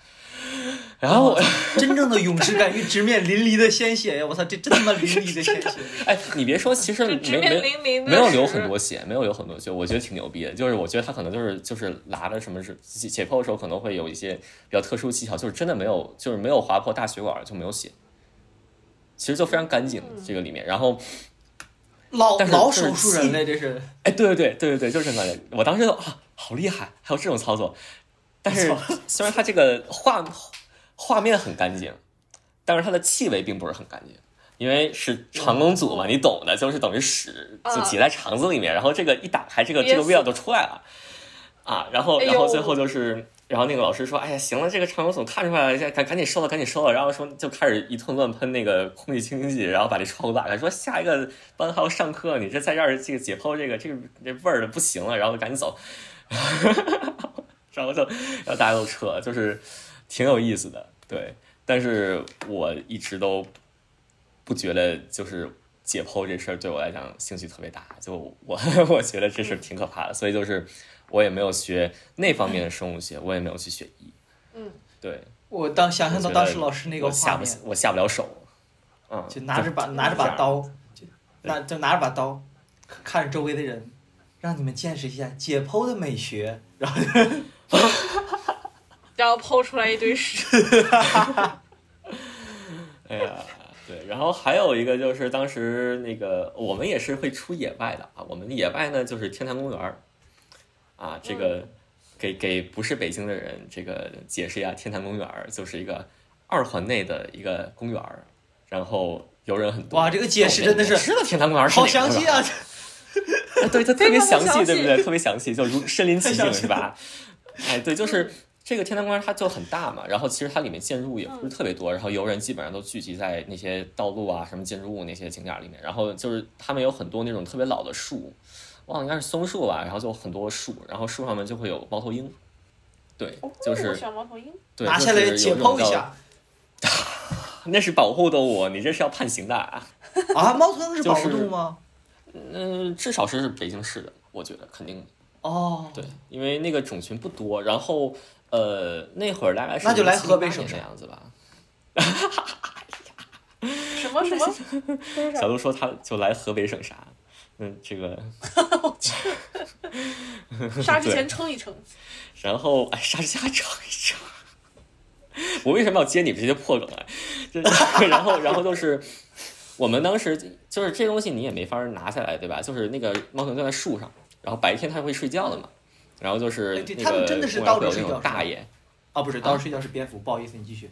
Speaker 4: 然
Speaker 5: 哦
Speaker 4: 后
Speaker 2: 啊真正的勇士敢于直面淋漓的鲜血呀！我操，这真他妈淋漓 的鲜血！
Speaker 4: 哎，你别说，其实
Speaker 5: 就
Speaker 4: 没
Speaker 5: 直
Speaker 4: 没
Speaker 5: 面淋漓的
Speaker 4: 没有
Speaker 5: 屎
Speaker 4: 流很多血，没有流很多血，我觉得挺牛逼的。就是我觉得他可能就是就是拿了什么是解解剖的时候，可能会有一些比较特殊技巧，就是真的没有，就是没有划破大血管就没有血，其实就非常干净这个里面。然后，
Speaker 2: 老
Speaker 4: 但是
Speaker 2: 老
Speaker 4: 就是
Speaker 2: 手术人类，这是
Speaker 4: 哎，对对对对对对，就是这么感觉。我当时就啊，好厉害，还有这种操作。但是
Speaker 2: 我
Speaker 4: 虽然它这个画画面很干净，但是它的气味并不是很干净，因为是肠梗阻嘛，你懂的，就是等于屎
Speaker 5: 嗯啊
Speaker 4: 就挤在肠子里面，然后这个一打开，这个
Speaker 5: 憋
Speaker 4: 这
Speaker 5: 死
Speaker 4: 个味道就出来了啊。然后
Speaker 5: 哎呦
Speaker 4: 然后最后就是，然后那个老师说：“哎呀，行了，这个肠梗阻看出来了，赶赶赶紧收了，赶紧收了。”然后说就开始一通乱喷那个空气清新剂，然后把这窗户打开，说下一个班还要上课，你这在这儿这个解剖这个这个这味儿的不行了，然后赶紧走。 然后就，然后大家都撤，就是挺有意思的，对。但是我一直都不觉得，就是解剖这事儿对我来讲兴趣特别大，就我 我觉得这事儿挺可怕的，所以就是我也没有学那方面的生物学，我也没有去学医，
Speaker 5: 嗯，
Speaker 4: 对。
Speaker 2: 我当想象
Speaker 4: 我
Speaker 2: 到
Speaker 4: 觉
Speaker 2: 当
Speaker 4: 得
Speaker 2: 时老师那
Speaker 4: 我
Speaker 2: 个
Speaker 4: 下
Speaker 2: 画
Speaker 4: 不
Speaker 2: 面，
Speaker 4: 我下不了手，嗯，
Speaker 2: 就拿着把拿着
Speaker 4: 这
Speaker 2: 把
Speaker 4: 样
Speaker 2: 刀，就拿就拿着把刀，看着周围的人，让你们见识一下解剖的美学。然后
Speaker 5: 然后剖出来一 堆屎，
Speaker 4: 哎呀，对，然后还有一个就是当时那个我们也是会出野外的啊，我们野外呢就是天坛公园儿，啊，这个给给不是北京的人这个解释一下，天坛公园儿就是一个二环内的一个公园儿，然后游人很多。
Speaker 2: 哇，这个解释真的
Speaker 4: 我
Speaker 2: 是
Speaker 4: 知道天坛公园儿是
Speaker 2: 好
Speaker 4: 哪个
Speaker 2: 详细
Speaker 4: 了
Speaker 2: 啊！
Speaker 4: 啊 对，它特别
Speaker 5: 非
Speaker 4: 详
Speaker 5: 常地
Speaker 4: 细，
Speaker 5: 详
Speaker 4: 对不
Speaker 5: 细
Speaker 4: 对？特别详细，就如身临其
Speaker 2: 太详
Speaker 4: 境，
Speaker 2: 细
Speaker 4: 是吧？哎，对，就是这个天坛公园，它就很大嘛，然后其实它里面建筑物也不是特别多，然后游人基本上都聚集在那些道路啊、什么建筑物那些景点儿里面，然后就是他们有很多那种特别老的树，忘了应该是松树吧，然后就有很多树，然后树上面就会有猫头鹰，对，
Speaker 5: 哦
Speaker 4: 就是
Speaker 5: 小猫头鹰，
Speaker 4: 对，
Speaker 2: 拿
Speaker 4: 就
Speaker 2: 下来
Speaker 4: 是
Speaker 2: 解
Speaker 4: 有一种
Speaker 2: 剖一
Speaker 4: 叫，
Speaker 2: 下
Speaker 4: 那是保护动物，你这是要判刑的啊。
Speaker 2: 啊！猫头鹰是
Speaker 4: 就
Speaker 2: 保护
Speaker 4: 是
Speaker 2: 动物吗？
Speaker 4: 嗯，至少是北京市的，我觉得肯定
Speaker 2: 哦，
Speaker 4: 对，因为那个种群不多，然后呃，那会儿大概是
Speaker 2: 那就来
Speaker 4: 07
Speaker 2: 河北
Speaker 4: 08
Speaker 2: 省
Speaker 4: 年
Speaker 2: 市
Speaker 4: 的样子吧。
Speaker 5: 什么什么， 多
Speaker 4: 小
Speaker 5: 少？
Speaker 4: 鹿说他就来河北省啥？嗯，这个，
Speaker 5: 杀之前称一称，
Speaker 4: 然后哎，沙之家尝一尝。我为什么要接你们这些破梗啊？这 然后然后就是我们当时就是这东西你也没法拿下来，对吧？就是那个猫头鹰在树上，然后白天它会睡觉的嘛，然后就是
Speaker 2: 哎对
Speaker 4: 那
Speaker 2: 他们
Speaker 4: 个
Speaker 2: 真的是
Speaker 4: 公园
Speaker 2: 倒
Speaker 4: 会
Speaker 2: 着
Speaker 4: 有
Speaker 2: 睡
Speaker 4: 那
Speaker 2: 觉
Speaker 4: 种
Speaker 2: 是吧
Speaker 4: 大爷，
Speaker 2: 啊，不是，当时睡觉是蝙蝠，不好意思，你继续。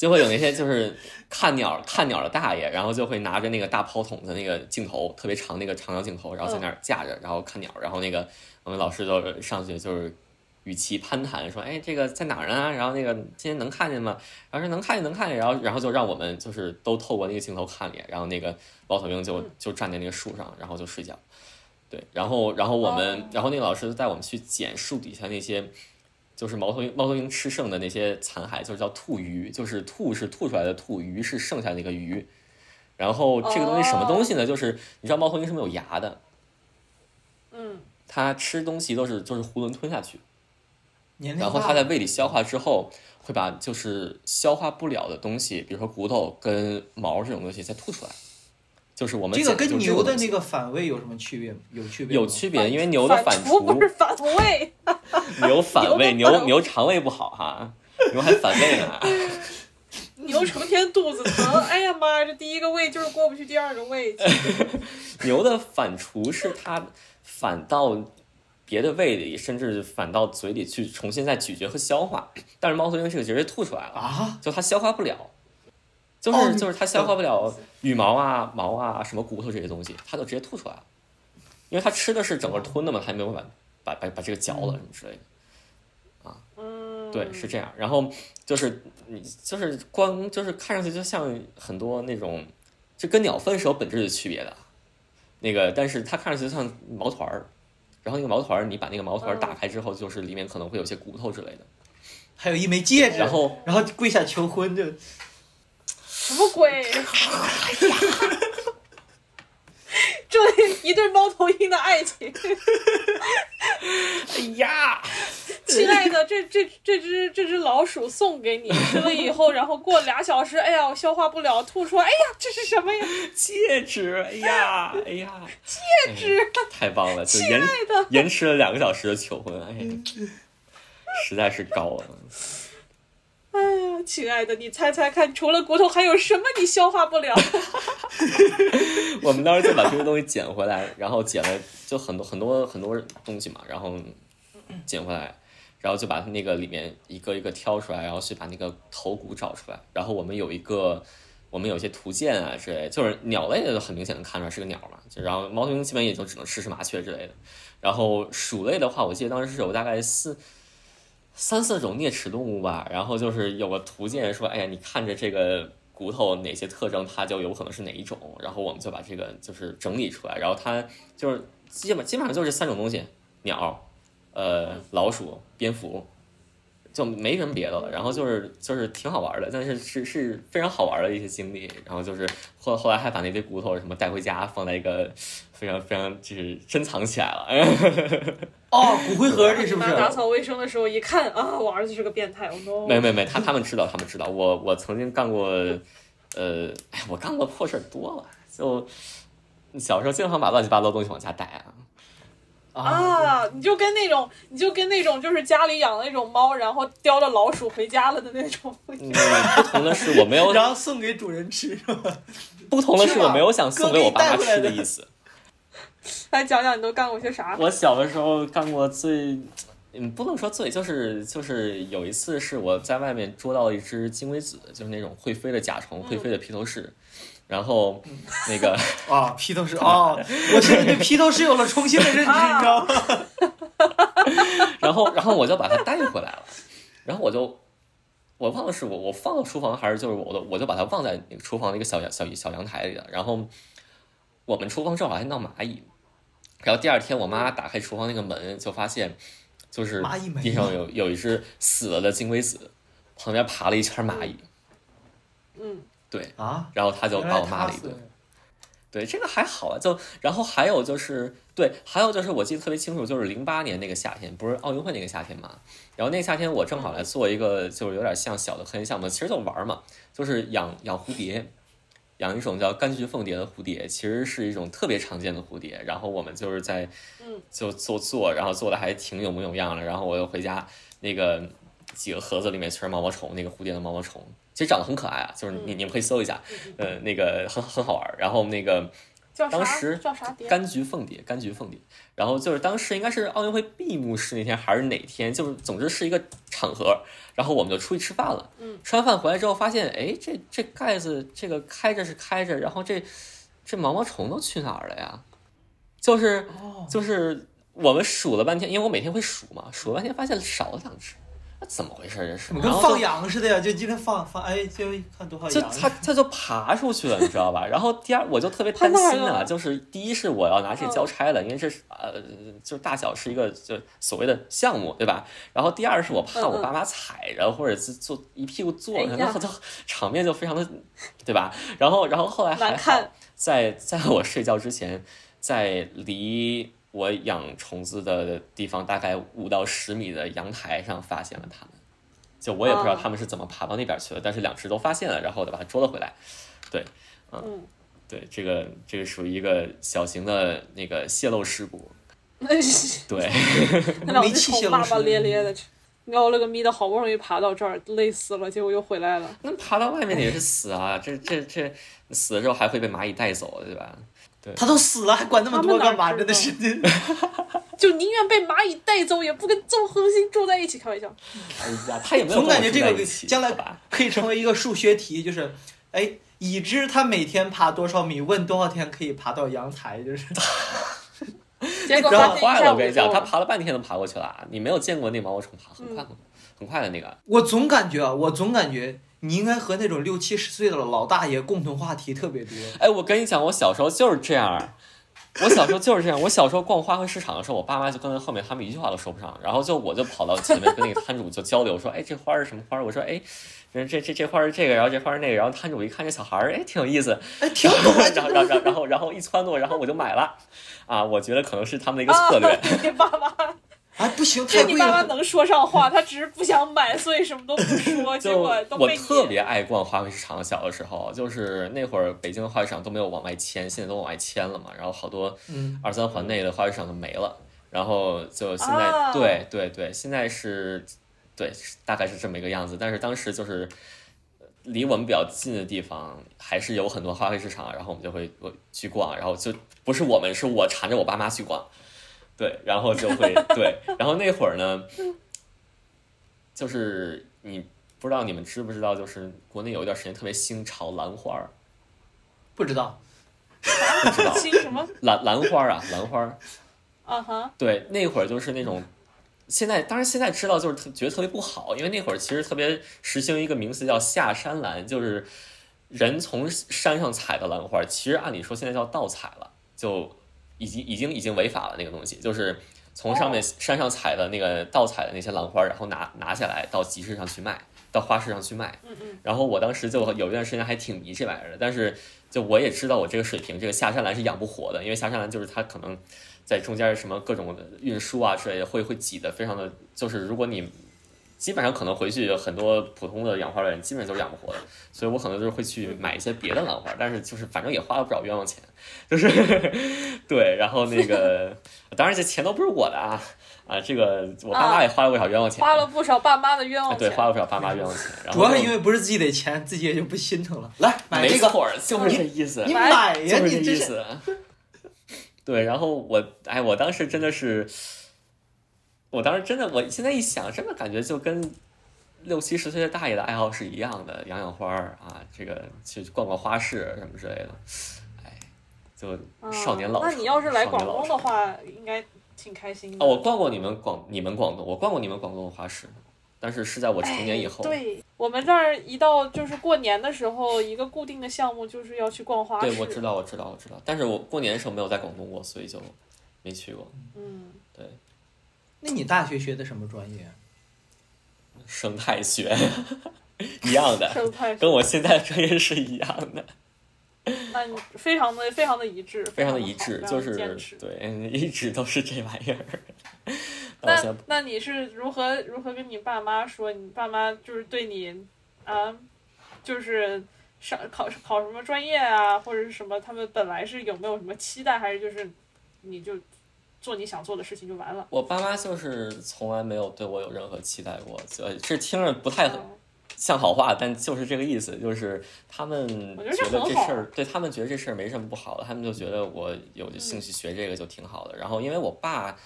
Speaker 4: 就会有那些就是看鸟看鸟的大爷，然后就会拿着那个大炮筒的那个镜头，特别长那个长焦镜头，然后在那儿架着，然后看鸟，然后那个我们老师就上去就是与其攀谈说，哎，这个在哪儿啊？然后那个今天能看见吗？然后说能看见能看见，然后然后就让我们就是都透过那个镜头看脸，然后那个老头鹰就就站在那个树上，然后就睡觉。对，然后然后我们、
Speaker 5: 哦
Speaker 4: 然后那个老师就带我们去捡树底下那些。就是猫头鹰，猫头鹰吃剩的那些残骸，就是叫兔鱼，就是兔是吐出来的兔，鱼是剩下那个鱼。然后这个东西什么东西呢？就是你知道猫头鹰是没有牙的，
Speaker 5: 嗯，
Speaker 4: 它吃东西都是就是囫囵吞下去，
Speaker 2: 年龄
Speaker 4: 然
Speaker 2: 大
Speaker 4: 后它在胃里消化之后，会把就是消化不了的东西，比如说骨头跟毛这种东西再吐出来。就是我们
Speaker 2: 这个
Speaker 4: 捡
Speaker 2: 跟
Speaker 4: 就是
Speaker 2: 牛的
Speaker 4: 东西
Speaker 2: 那个反胃有什么区别吗？有区别吗
Speaker 4: 有区别，因为 牛的
Speaker 5: 反
Speaker 4: 反刍
Speaker 5: 不是反哎胃，
Speaker 4: 牛反胃，
Speaker 5: 牛的反
Speaker 4: 牛牛肠胃不好哈，牛还反胃呢。
Speaker 5: 牛成天肚子疼，哎呀妈呀，这第一个胃就是过不去第二个 胃，
Speaker 4: 牛的反刍是它反到别的胃里，甚至反到嘴里去重新再咀嚼和消化。但是猫头鹰是直接吐出来了，
Speaker 2: 啊，
Speaker 4: 就它消化不了，就是、
Speaker 2: 哦
Speaker 4: 就是它消化不了羽毛啊、毛啊、什么骨头这些东西，它就直接吐出来了，因为它吃的是整个吞的嘛，它也没有办法把把把这个嚼了什么之类的。
Speaker 5: 嗯，
Speaker 4: 对，是这样。然后就是你就是光就是看上去就像很多那种，就跟鸟粪是有本质的区别的。那个，但是它看上去就像毛团儿，然后那个毛团儿，你把那个毛团儿打开之后，就是里面可能会有些骨头之类的。
Speaker 2: 还有一枚戒指，
Speaker 4: 然后
Speaker 2: 然后跪下求婚，这
Speaker 5: 什么鬼？哎这一对猫头鹰的爱情，
Speaker 4: 哎呀，
Speaker 5: 亲爱的，这这这只这只老鼠送给你，吃了以后，然后过俩小时，哎呀，我消化不了，吐出来，哎呀，这是什么呀？
Speaker 4: 戒指，哎 呀，哎呀，戒
Speaker 5: 指
Speaker 4: 太棒了！就延
Speaker 5: 的
Speaker 4: 延迟了两个小时的求婚，哎呀，实在是高了。
Speaker 5: 哎呀，亲爱的，你猜猜看，除了骨头还有什么你消化不了？
Speaker 4: 我们当时就把这些东西捡回来，然后捡了就很多很多很多东西嘛，然后捡回来，然后就把那个里面一个一个挑出来，然后去把那个头骨找出来。然后我们有一个，我们有一些图鉴啊之类，就是鸟类的很明显能看出来是个鸟嘛。就然后猫头鹰基本也就只能吃吃麻雀之类的。然后鼠类的话，我记得当时是有大概四。三四种啮齿动物吧，然后就是有个图鉴说，哎呀，你看着这个骨头哪些特征，它就有可能是哪一种，然后我们就把这个就是整理出来，然后它就是基本基本上就是三种东西，鸟，呃，老鼠、蝙蝠，就没什么别的了。然后就是就是挺好玩的，但是是是非常好玩的一些经历。然后就是后后来还把那堆骨头什么带回家，放在一个非常非常就是珍藏起来了。
Speaker 2: 哦，骨灰盒这是不是
Speaker 5: 妈？打扫卫生的时候一看啊，我儿子是个变态，oh no！
Speaker 4: 没没没，他他们知道，他们知道。我我曾经干过，呃，哎，我干过破事儿多了，就小时候经常把乱七八糟东西往家带啊。
Speaker 2: 啊，
Speaker 5: 啊，你就跟那种，你就跟那种，就是家里养的那种猫，然后叼着老鼠回家了的那种。
Speaker 4: 嗯，不同的是我没有，
Speaker 2: 然后送给主人 吃，是吧？
Speaker 4: 不同的是我没有想送给我爸
Speaker 2: 哥
Speaker 4: 妈
Speaker 2: 给你带回来
Speaker 4: 吃
Speaker 2: 的
Speaker 4: 的意思。
Speaker 5: 来讲讲你都干过些啥？
Speaker 4: 我小的时候干过最，嗯，不能说最，就是就是有一次是我在外面捉到一只金龟子，就是那种会飞的甲虫，会
Speaker 2: 嗯
Speaker 4: 飞的披头士，然后那个。
Speaker 2: 啊，披头士啊，我现在对披头士有了重新的认知，你
Speaker 5: 啊
Speaker 2: 知道吗？
Speaker 4: 然后然后我就把它带回来了，然后我就我忘了是我我放到厨房还是就是我的我就把它放在那个厨房的一个小阳小小阳台里的，然后我们厨房正好还闹蚂蚁，然后第二天我妈打开厨房那个门就发现就是
Speaker 2: 蚂蚁没
Speaker 4: 地上有有一只死了的金龟子，旁边爬了一圈蚂蚁，
Speaker 5: 嗯，
Speaker 4: 对，
Speaker 2: 啊，哎
Speaker 4: 然后她就
Speaker 2: 哦原
Speaker 4: 把
Speaker 2: 来
Speaker 4: 我骂
Speaker 2: 他
Speaker 4: 了一
Speaker 2: 死
Speaker 4: 顿
Speaker 2: 了。。
Speaker 4: 对，这个还好啊。就然后还有就是，对，还有就是我记得特别清楚，就是零八年那个夏天，不是奥运会那个夏天嘛。然后那个夏天我正好来做一个，就是有点像小的科研项目，其实就玩儿嘛，就是养养蝴蝶，养一种叫柑橘凤蝶的蝴蝶，其实是一种特别常见的蝴蝶。然后我们就是在
Speaker 5: 嗯，
Speaker 4: 就做做，然后做的还挺有模有样的。然后我又回家那个几个盒子里面全是毛毛虫，那个蝴蝶的毛毛虫，其实长得很可爱啊，就是你你们可以搜一下，呃，那个很很好玩儿。然后那个
Speaker 5: 叫
Speaker 4: 当
Speaker 5: 啥
Speaker 4: 时
Speaker 5: 叫啥碟？
Speaker 4: 柑橘凤蝶，柑橘凤蝶。然后就是当时应该是奥运会闭幕式那天还是哪天，就是总之是一个场合。然后我们就出去吃饭了。
Speaker 5: 嗯，
Speaker 4: 吃完饭回来之后发现，哎，这这盖子这个开着是开着，然后这这毛毛虫都去哪儿了呀？就是
Speaker 2: 哦，
Speaker 4: 就是我们数了半天，因为我每天会数嘛，数了半天发现少了两只，那怎么回事儿这是？
Speaker 2: 怎么
Speaker 4: 然
Speaker 2: 跟
Speaker 4: 后就
Speaker 2: 放羊似的呀？就今天放放，哎，今天看多少
Speaker 4: 就
Speaker 2: 羊？
Speaker 4: 它它就爬出去了，你知道吧？然后第二，我就特别担
Speaker 5: 它哪儿
Speaker 4: 心
Speaker 5: 了嗯
Speaker 4: 啊，就是第一是我要拿这交差了，因为这是呃，就是大小是一个就所谓的项目，对吧？然后第二是我怕
Speaker 5: 嗯嗯
Speaker 4: 我爸妈踩着，或者是坐一屁股坐
Speaker 5: 哎
Speaker 4: 着，
Speaker 5: 呀
Speaker 4: 然后就 场面就非常的，对吧？然后然后后来还
Speaker 5: 难
Speaker 4: 好
Speaker 5: 看，
Speaker 4: 在在我睡觉之前，在离我养虫子的地方大概五到十米的阳台上发现了它们。就我也不知道
Speaker 5: 哦
Speaker 4: 它们是怎么爬到那边去的，但是两只都发现了，然后我就把它捉了回来。
Speaker 5: 嗯，
Speaker 4: 对，这个这个属于一个小型的那个泄漏事故。 对，
Speaker 5: 嗯 那两
Speaker 2: 没
Speaker 5: 只
Speaker 2: 器
Speaker 5: 虫
Speaker 2: 械
Speaker 5: 骂
Speaker 2: 了是
Speaker 5: 骂
Speaker 2: 吗
Speaker 5: 咧咧的，喵了个咪的，好不容易爬到这儿，累死了，结果又回来了。
Speaker 4: 那爬到外面的也是死啊，这这这死的时候还会被蚂蚁带走，对吧？
Speaker 2: 它都死了，还管那么多干嘛？
Speaker 5: 他们
Speaker 2: 真的
Speaker 5: 哪知
Speaker 2: 是，
Speaker 5: 就宁愿被蚂蚁带走，也不跟邹恒星住在一起。开玩笑，
Speaker 4: 哎呀，它也没有
Speaker 2: 总
Speaker 4: 跟我
Speaker 2: 感觉
Speaker 4: 住
Speaker 2: 这
Speaker 4: 在
Speaker 2: 个
Speaker 4: 一起
Speaker 2: 将来
Speaker 4: 好吧，
Speaker 2: 可以成为一个数学题，就是，哎，已知它每天爬多少米？问多少天可以爬到阳台？就是
Speaker 5: 结果
Speaker 2: 然
Speaker 5: 发
Speaker 2: 后
Speaker 5: 现
Speaker 4: 坏了，
Speaker 5: 一下
Speaker 4: 我
Speaker 5: 午
Speaker 4: 跟你
Speaker 5: 就
Speaker 4: 讲，它爬了半天都爬过去了啊。你没有见过那毛毛虫爬很
Speaker 2: 嗯
Speaker 4: 快很很快的那个，
Speaker 2: 我总感觉啊，我总感觉你应该和那种六七十岁的老大爷共同话题特别多。
Speaker 4: 哎，我跟你讲，我小时候就是这样儿，我小时候就是这样。我小时候逛花卉市场的时候，我爸妈就跟在后面，他们一句话都说不上，然后就我就跑到前面跟那个摊主就交流，说，哎，这花儿是什么花儿？我说，哎，这这这这花儿是这个，然后这花儿是那个，然后摊主一看这小孩儿，哎，挺有意思，
Speaker 2: 哎，挺懂啊，
Speaker 4: 然后然后然后然后然后一撺掇，然后我就买了，啊，我觉得可能是他们的一个策略。
Speaker 5: 啊， 你爸 妈，
Speaker 2: 哎，不行，太
Speaker 5: 就你
Speaker 2: 贵
Speaker 5: 爸妈
Speaker 2: 了。
Speaker 5: 能说上话，他只是不想买，所以什么都不说， 结
Speaker 4: 就
Speaker 5: 果都
Speaker 4: 我
Speaker 5: 被你
Speaker 4: 特别爱逛花卉市场，小的时候就是那会儿北京的花卉市场都没有往外迁，现在都往外迁了嘛，然后好多
Speaker 2: 嗯，
Speaker 4: 二三环内的花卉市场就没了。然后就现在，
Speaker 5: 啊
Speaker 4: 对对对，现在是，对，是大概是这么一个样子。但是当时就是呃离我们比较近的地方，还是有很多花卉市场，然后我们就会会去逛，然后就不是我们，是我缠着我爸妈去逛，对，然后就会对，然后那会儿呢，就是你不知道你们知不知道，就是国内有一段时间特别兴炒兰花儿，
Speaker 2: 不知道。
Speaker 4: 不 知道
Speaker 5: 亲什么
Speaker 4: 兰兰花儿啊，兰花儿。
Speaker 5: 啊哈，
Speaker 4: 对，那会儿就是那种，现在当然现在知道就是特觉得特别不好，因为那会儿其实特别实行一个名词叫下山兰，就是人从山上采的兰花，其实按理说现在叫盗采了，就已经已经已经违法了那个东西，就是从上面山上采的那个盗采的那些兰花，然后拿拿下来到集市上去卖，到花市上去卖。
Speaker 5: 嗯嗯，
Speaker 4: 然后我当时就有一段时间还挺迷这玩意儿的，但是就我也知道我这个水平，这个下山兰是养不活的，因为下山兰就是它可能在中间什么各种的运输啊之类的，会会挤得非常的，就是如果你基本上可能回去很多普通的养花的人基本上都是养不活的，所以我可能就是会去买一些别的兰花，但是就是反正也花了不少冤枉钱，就是 对，然后那 个当然这钱都不是我的啊啊，这个我爸妈也花了不少冤枉钱，
Speaker 5: 花了不少爸妈的冤
Speaker 4: 啊
Speaker 5: 枉
Speaker 4: 对
Speaker 5: 钱。
Speaker 4: 花了不少爸妈冤 枉钱，然后
Speaker 2: 主要是
Speaker 4: 就
Speaker 2: 因为不是自己的钱，自己也就不心疼了。来买这
Speaker 4: 没
Speaker 2: 个，
Speaker 4: 错儿，就是这意思，
Speaker 2: 你买
Speaker 4: 就
Speaker 2: 呀，
Speaker 4: 是
Speaker 2: 你
Speaker 4: 这
Speaker 2: 真
Speaker 4: 意
Speaker 2: 是。
Speaker 4: 思。对，然后我，哎，我当时真的是，我当时真的，我现在一想，真的感觉就跟六七十岁的大爷的爱好是一样的，养养花儿啊，这个去逛逛花市什么之类的，哎，就
Speaker 5: 啊
Speaker 4: 少年老
Speaker 5: 那你要是来
Speaker 4: 少年
Speaker 5: 广
Speaker 4: 老
Speaker 5: 东的话，应该挺开心的。
Speaker 4: 哦，我逛过你们广你们广东，我逛过你们广东的花市，但是是在我成年以后。
Speaker 5: 哎对我们这儿一到就是过年的时候，一个固定的项目就是要去逛花市。
Speaker 4: 对，我知道，我知道，我知道，但是我过年的时候没有在广东过，所以就没去过
Speaker 5: 嗯，
Speaker 2: 那你大学学的什么专业啊？
Speaker 4: 生态学， 一样的。
Speaker 5: 生态
Speaker 4: 跟我现在的专业是一样的，
Speaker 5: 那你非常的非常的一致，
Speaker 4: 非常的
Speaker 5: 的
Speaker 4: 一
Speaker 5: 哦好
Speaker 4: 致
Speaker 5: 非，常
Speaker 4: 就
Speaker 5: 地
Speaker 4: 是
Speaker 5: 坚持。
Speaker 4: 对， 一直都是这玩意儿。那我
Speaker 5: 那
Speaker 4: 现在
Speaker 5: 那你是如何如何跟你爸妈说？你爸妈就是对你啊，就是上考考什么专业啊，或者是什么？他们本来是有没有什么期待，还是就是你就做你想做的事情就完了？
Speaker 4: 我爸妈就是从来没有对我有任何期待过，就这听着不太
Speaker 5: 嗯
Speaker 4: 像好话，但就是这个意思，就是他们
Speaker 5: 我觉得这
Speaker 4: 觉得
Speaker 5: 很
Speaker 4: 这
Speaker 5: 好
Speaker 4: 事儿，对他们觉得这事儿没什么不好的，他们就觉得我有
Speaker 5: 嗯
Speaker 4: 兴趣学这个就挺好的。然后因为我爸，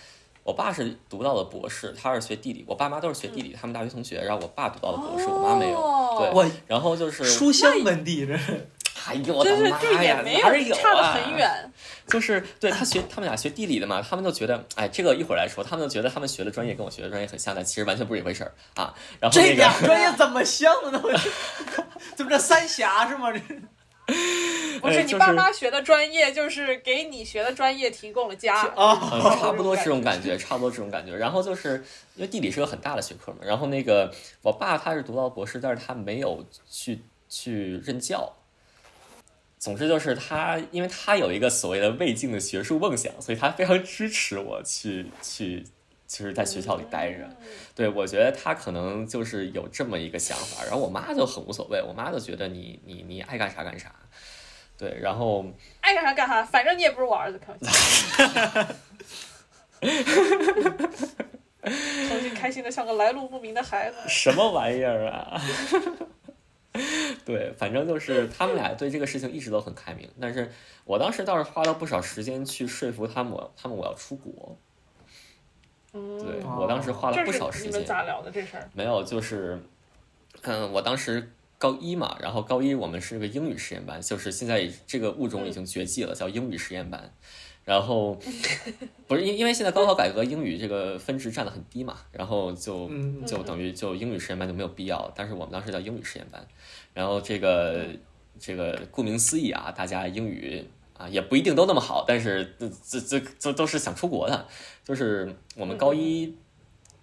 Speaker 4: 我爸是读到了博士，他是学地理，我爸妈都是学地理，他们大学同学，然后我爸读到了博士，我妈没有。
Speaker 5: 嗯哦
Speaker 4: 对
Speaker 2: 哇，
Speaker 4: 然后就是，
Speaker 2: 书香门第，这是
Speaker 4: 哎呦我的
Speaker 5: 就是就
Speaker 4: 妈
Speaker 5: 也
Speaker 4: 呀，
Speaker 5: 没
Speaker 4: 哪儿有
Speaker 5: 差得
Speaker 4: 啊？
Speaker 5: 很远，
Speaker 4: 就是对他学，他们俩学地理的嘛，他们就觉得，哎，这个一会儿来说，他们就觉得他们学的专业跟我学的专业很像，但其实完全不是一回事儿啊。然后
Speaker 2: 这
Speaker 4: 那个
Speaker 2: 俩专业怎么像呢？我这 怎么这三峡是吗？这
Speaker 5: 不是
Speaker 4: 哎
Speaker 5: 你
Speaker 4: 就是
Speaker 5: 爸妈学的专业，就是给你学的专业提供了家。
Speaker 2: 啊，
Speaker 4: 嗯，差不多这种感觉，差不多这种感觉。然后就是因为地理是个很大的学科嘛，然后那个我爸他是读到博士，但是他没有去去任教。总之就是他，因为他有一个所谓的未尽的学术梦想，所以他非常支持我去 去，就是在学校里待
Speaker 5: 嗯
Speaker 4: 着。对，我觉得他可能就是有这么一个想法，然后我妈就很无所谓，我妈就觉得你你你爱干啥干啥，对，然后
Speaker 5: 爱干啥干啥，反正你也不是我儿子，开玩笑。 重新开心的像个来路不明的孩子。
Speaker 4: 什么玩意儿啊？ 对，反正就是他们俩对这个事情一直都很开明，但是我当时倒是花了不少时间去说服他们我，他们我要出国，对
Speaker 5: 嗯，
Speaker 4: 我当时花了不少
Speaker 5: 这是
Speaker 4: 时
Speaker 5: 你
Speaker 4: 间
Speaker 5: 们。咋聊的这事儿？
Speaker 4: 没有，就是，嗯，我当时高一嘛，然后高一我们是个英语实验班，就是现在已这个物种已经绝迹了，叫英语实验班。然后不是因因为现在高考改革，英语这个分值占的很低嘛，然后就
Speaker 2: 嗯
Speaker 4: 就等于就英语实验班就没有必要，但是我们当时叫英语实验班，然后这个这个顾名思义啊，大家英语啊也不一定都那么好，但是这这这这都是想出国的，就是我们高一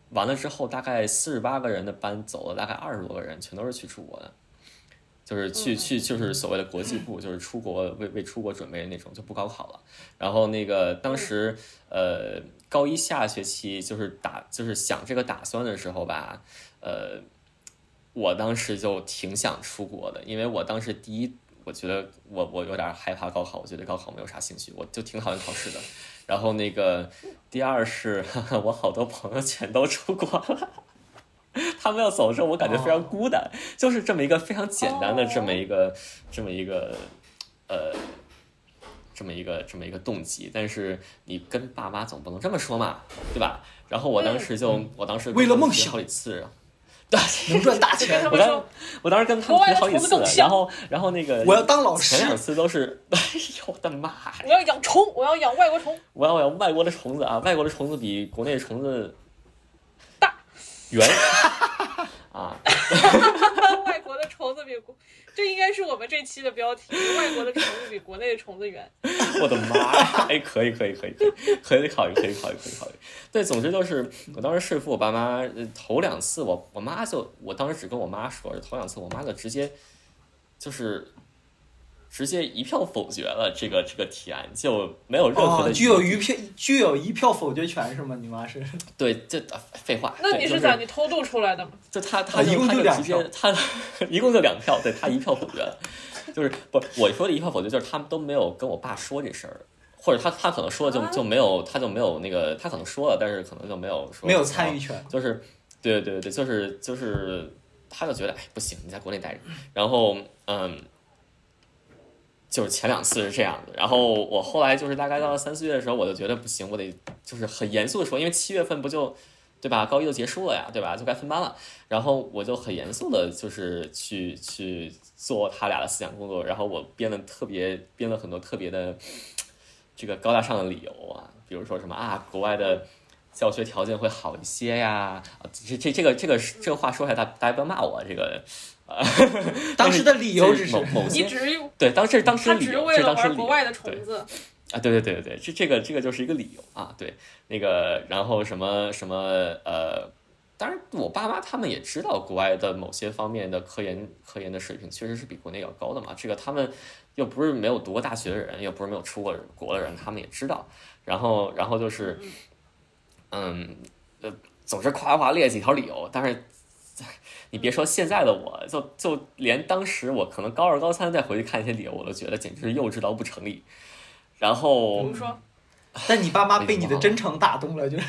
Speaker 4: 完了之后，大概四十八个人的班走了大概二十多个人，全都是去出国的。就是去去就是所谓的国际部，就是出国为为出国准备的那种，就不高考了。然后那个当时呃高一下学期就是打就是想这个打算的时候吧，呃，我当时就挺想出国的，因为我当时第一，我觉得我我有点害怕高考，我觉得高考没有啥兴趣，我就挺讨厌考试的。然后那个第二是，哈哈，我好多朋友全都出国了。他们要走的时候，我感觉非常孤单，就是这么一个非常简单的这么一个、这么一个呃这么一个这么一个动机，但是你跟爸妈总不能这么说嘛，对吧？然后我当时就、
Speaker 5: 嗯
Speaker 4: 我当时
Speaker 2: 为了
Speaker 4: 跟他们
Speaker 2: 梦
Speaker 4: 提
Speaker 2: 想
Speaker 4: 好几次，啊 对，
Speaker 2: 能赚大
Speaker 5: 就跟 他
Speaker 2: 钱，
Speaker 5: 们说，
Speaker 4: 我当时跟他们提好几
Speaker 5: 国外的虫子更
Speaker 4: 次，
Speaker 5: 香
Speaker 4: 然后然后那个
Speaker 2: 我要当老师
Speaker 4: 前两次都是， 哎呦我的妈呀！
Speaker 5: 我要养虫，我要养外国虫。
Speaker 4: 我要我要外国的虫子啊，外国的虫子比国内的虫子
Speaker 5: 大
Speaker 4: 圆 啊，
Speaker 5: 外国的虫子比国，这应该是我们这期的标题。外国的虫子比国内的虫 子圆。
Speaker 4: 我的妈呀！哎，可以可以可以可以可以考虑可以考虑可以考虑。对，总之就是我当时说服我爸妈，呃头两次我我妈就我当时只跟我妈说，头两次我妈就直接就是。直接一票否决了这个这个提案，就没有任何
Speaker 2: 哦
Speaker 4: 的，
Speaker 2: 具有一票具有一票否决权是吗？你妈是
Speaker 4: 对，这呃废话。
Speaker 5: 那
Speaker 4: 对
Speaker 5: 你
Speaker 4: 就是
Speaker 5: 咋？你偷渡出来的吗？
Speaker 4: 就他
Speaker 2: 啊
Speaker 4: 他
Speaker 2: 一共
Speaker 4: 他
Speaker 2: 就
Speaker 4: 就
Speaker 2: 两
Speaker 4: 直
Speaker 2: 票
Speaker 4: 接他 一共就两票，对他一票否决了， 就是不我说的一票否决就是他们都没有跟我爸说这事儿，或者他他可能说了就就没有他就没有那个他可能说了，但是可能就没有说
Speaker 2: 没有参与
Speaker 4: 啊
Speaker 2: 权，
Speaker 4: 就是对对对，就是就是他就觉得哎不行，你在国内待着，然后嗯。就是前两次是这样的，然后我后来就是大概到了三四月的时候，我就觉得不行，我得就是很严肃的说，因为七月份不就对吧？高一就结束了呀，对吧？就该分班了。然后我就很严肃的，就是去去做他俩的思想工作。然后我编了特别编了很多特别的这个高大上的理由啊，比如说什么啊，国外的教学条件会好一些呀。啊这这这个这个是这个话说出来，大大家不要骂我这个。啊，
Speaker 2: 当时的理由只
Speaker 4: 这
Speaker 2: 是
Speaker 4: 某某
Speaker 5: 你
Speaker 4: 些
Speaker 5: 只是
Speaker 4: 对，当这是当时
Speaker 5: 他
Speaker 4: 的理
Speaker 5: 只是
Speaker 4: 由，
Speaker 5: 为
Speaker 4: 这是
Speaker 5: 了
Speaker 4: 当时的
Speaker 5: 玩
Speaker 4: 理由
Speaker 5: 国外的虫
Speaker 4: 对
Speaker 5: 子。
Speaker 4: 啊，对对对对对，这这个这个就是一个理由啊，对，那个然后什么什么呃，当然我爸妈他们也知道国外的某些方面的科研科研的水平确实是比国内要高的嘛，这个他们又不是没有读过大学的人，又不是没有出过国的人，他们也知道。然后然后就是，嗯呃，总之夸夸列几条理由，但是。你别说现在的我，就就连当时我可能高二、高三再回去看一些理由，我都觉得简直是幼稚到不成立。然后
Speaker 5: 比如说，
Speaker 4: 嗯
Speaker 2: 但你爸妈被你的真诚打动了， 就是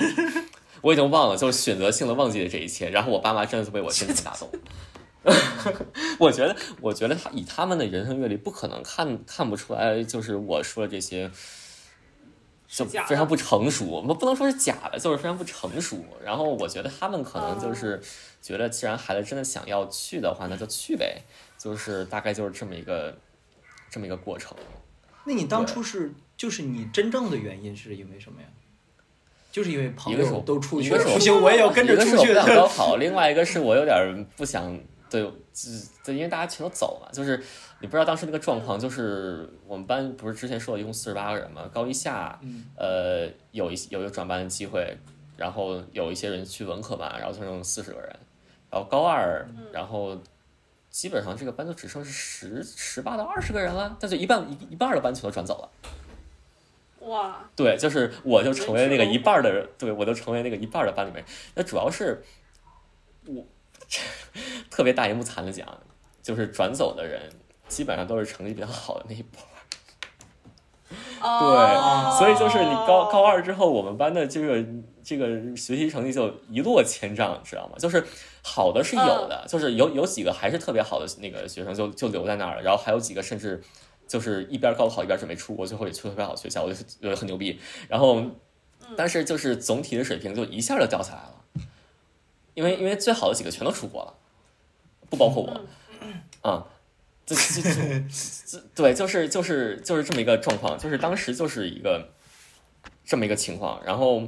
Speaker 4: 我已经忘了，就是选择性的忘记了这一切。然后我爸妈真的是被我真诚打动， 我觉得，我觉得他以他们的人生阅历，不可能看看不出来，就是我说的这些，就是
Speaker 5: 假的
Speaker 4: 非常不成熟。我们不能说是假的，就是非常不成熟。然后我觉得他们可能
Speaker 5: 嗯
Speaker 4: 就是觉得，既然孩子真的想要去的话，那就去呗。就是大概就是这么一个这么一个过程。
Speaker 2: 那你当初是就是你真正的原因是因为什么呀？就是因为朋
Speaker 4: 一个是
Speaker 2: 友
Speaker 4: 我
Speaker 2: 都出
Speaker 4: 一
Speaker 2: 去
Speaker 4: 个
Speaker 2: 了，
Speaker 4: 是我
Speaker 2: 不行，我也要跟着
Speaker 4: 一个是
Speaker 2: 出
Speaker 4: 我
Speaker 2: 去
Speaker 4: 不 想高
Speaker 2: 的。
Speaker 4: 考，另外一个是我有点儿不想对，就对，因为大家全都走嘛，就是你不知道当时那个状况，就是我们班不是之前说了一共四十八个人嘛，高一下
Speaker 2: 嗯，
Speaker 4: 呃有一有一个转班的机会，然后有一些人去文科班，然后就剩四十个人，然后高二，然后。基本上这个班就只剩十十八到二十个人了，但就一半一一半儿的班全都转走了。
Speaker 5: 哇，
Speaker 4: 对，就是我就成为那个
Speaker 5: 人
Speaker 4: 一
Speaker 5: 数
Speaker 4: 半儿的人，对我就成为那个一半儿的班里面。那主要是我 特别大言不惭的讲，就是转走的人基本上都是成绩比较好的那一波。
Speaker 5: 哦
Speaker 4: 所以就是你高高二之后，我们班的这个这个学习成绩就一落千丈，知道吗？就是好的是有的，就是有有几个还是特别好的那个学生就就留在那儿了，然后还有几个甚至就是一边高考一边准备出国，最后也去了特别好的学校，我就觉得很牛逼。然后，但是就是总体的水平就一下就掉下来了，因为因为最好的几个全都出国了，不包括我， 啊、这这这这对，就是就是就是这么一个状况，就是当时就是一个这么一个情况。然后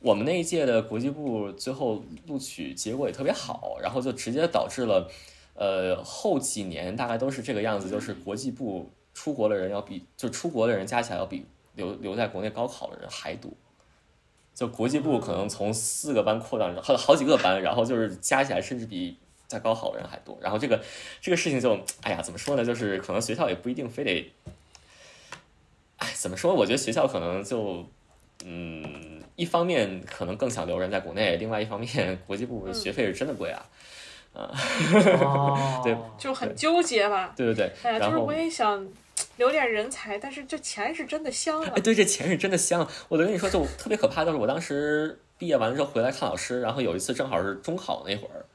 Speaker 4: 我们那一届的国际部最后录取结果也特别好，然后就直接导致了，呃，后几年大概都是这个样子，就是国际部出国的人要比就出国的人加起来要比留留在国内高考的人还多。就国际部可能从四个班扩展好好几个班，然后就是加起来甚至比在高考的人还多。然后这个这个事情就，哎呀，怎么说呢？就是可能学校也不一定非得，哎，怎么说？我觉得学校可能就，嗯，一方面可能更想留人在国内，另外一方面国际
Speaker 5: 嗯
Speaker 4: 部学费是真的贵啊。
Speaker 2: 哦
Speaker 4: 对
Speaker 5: 就很纠结吧。
Speaker 4: 对对对，
Speaker 5: 哎呀，就
Speaker 4: 然
Speaker 5: 是
Speaker 4: 后
Speaker 5: 我也想留点人才，但是这钱是真的香啊
Speaker 4: 哎，。对，这钱是真的香。我跟你说，就特别可怕，就是我当时毕业完之后回来看老师，然后有一次正好是中考那会儿，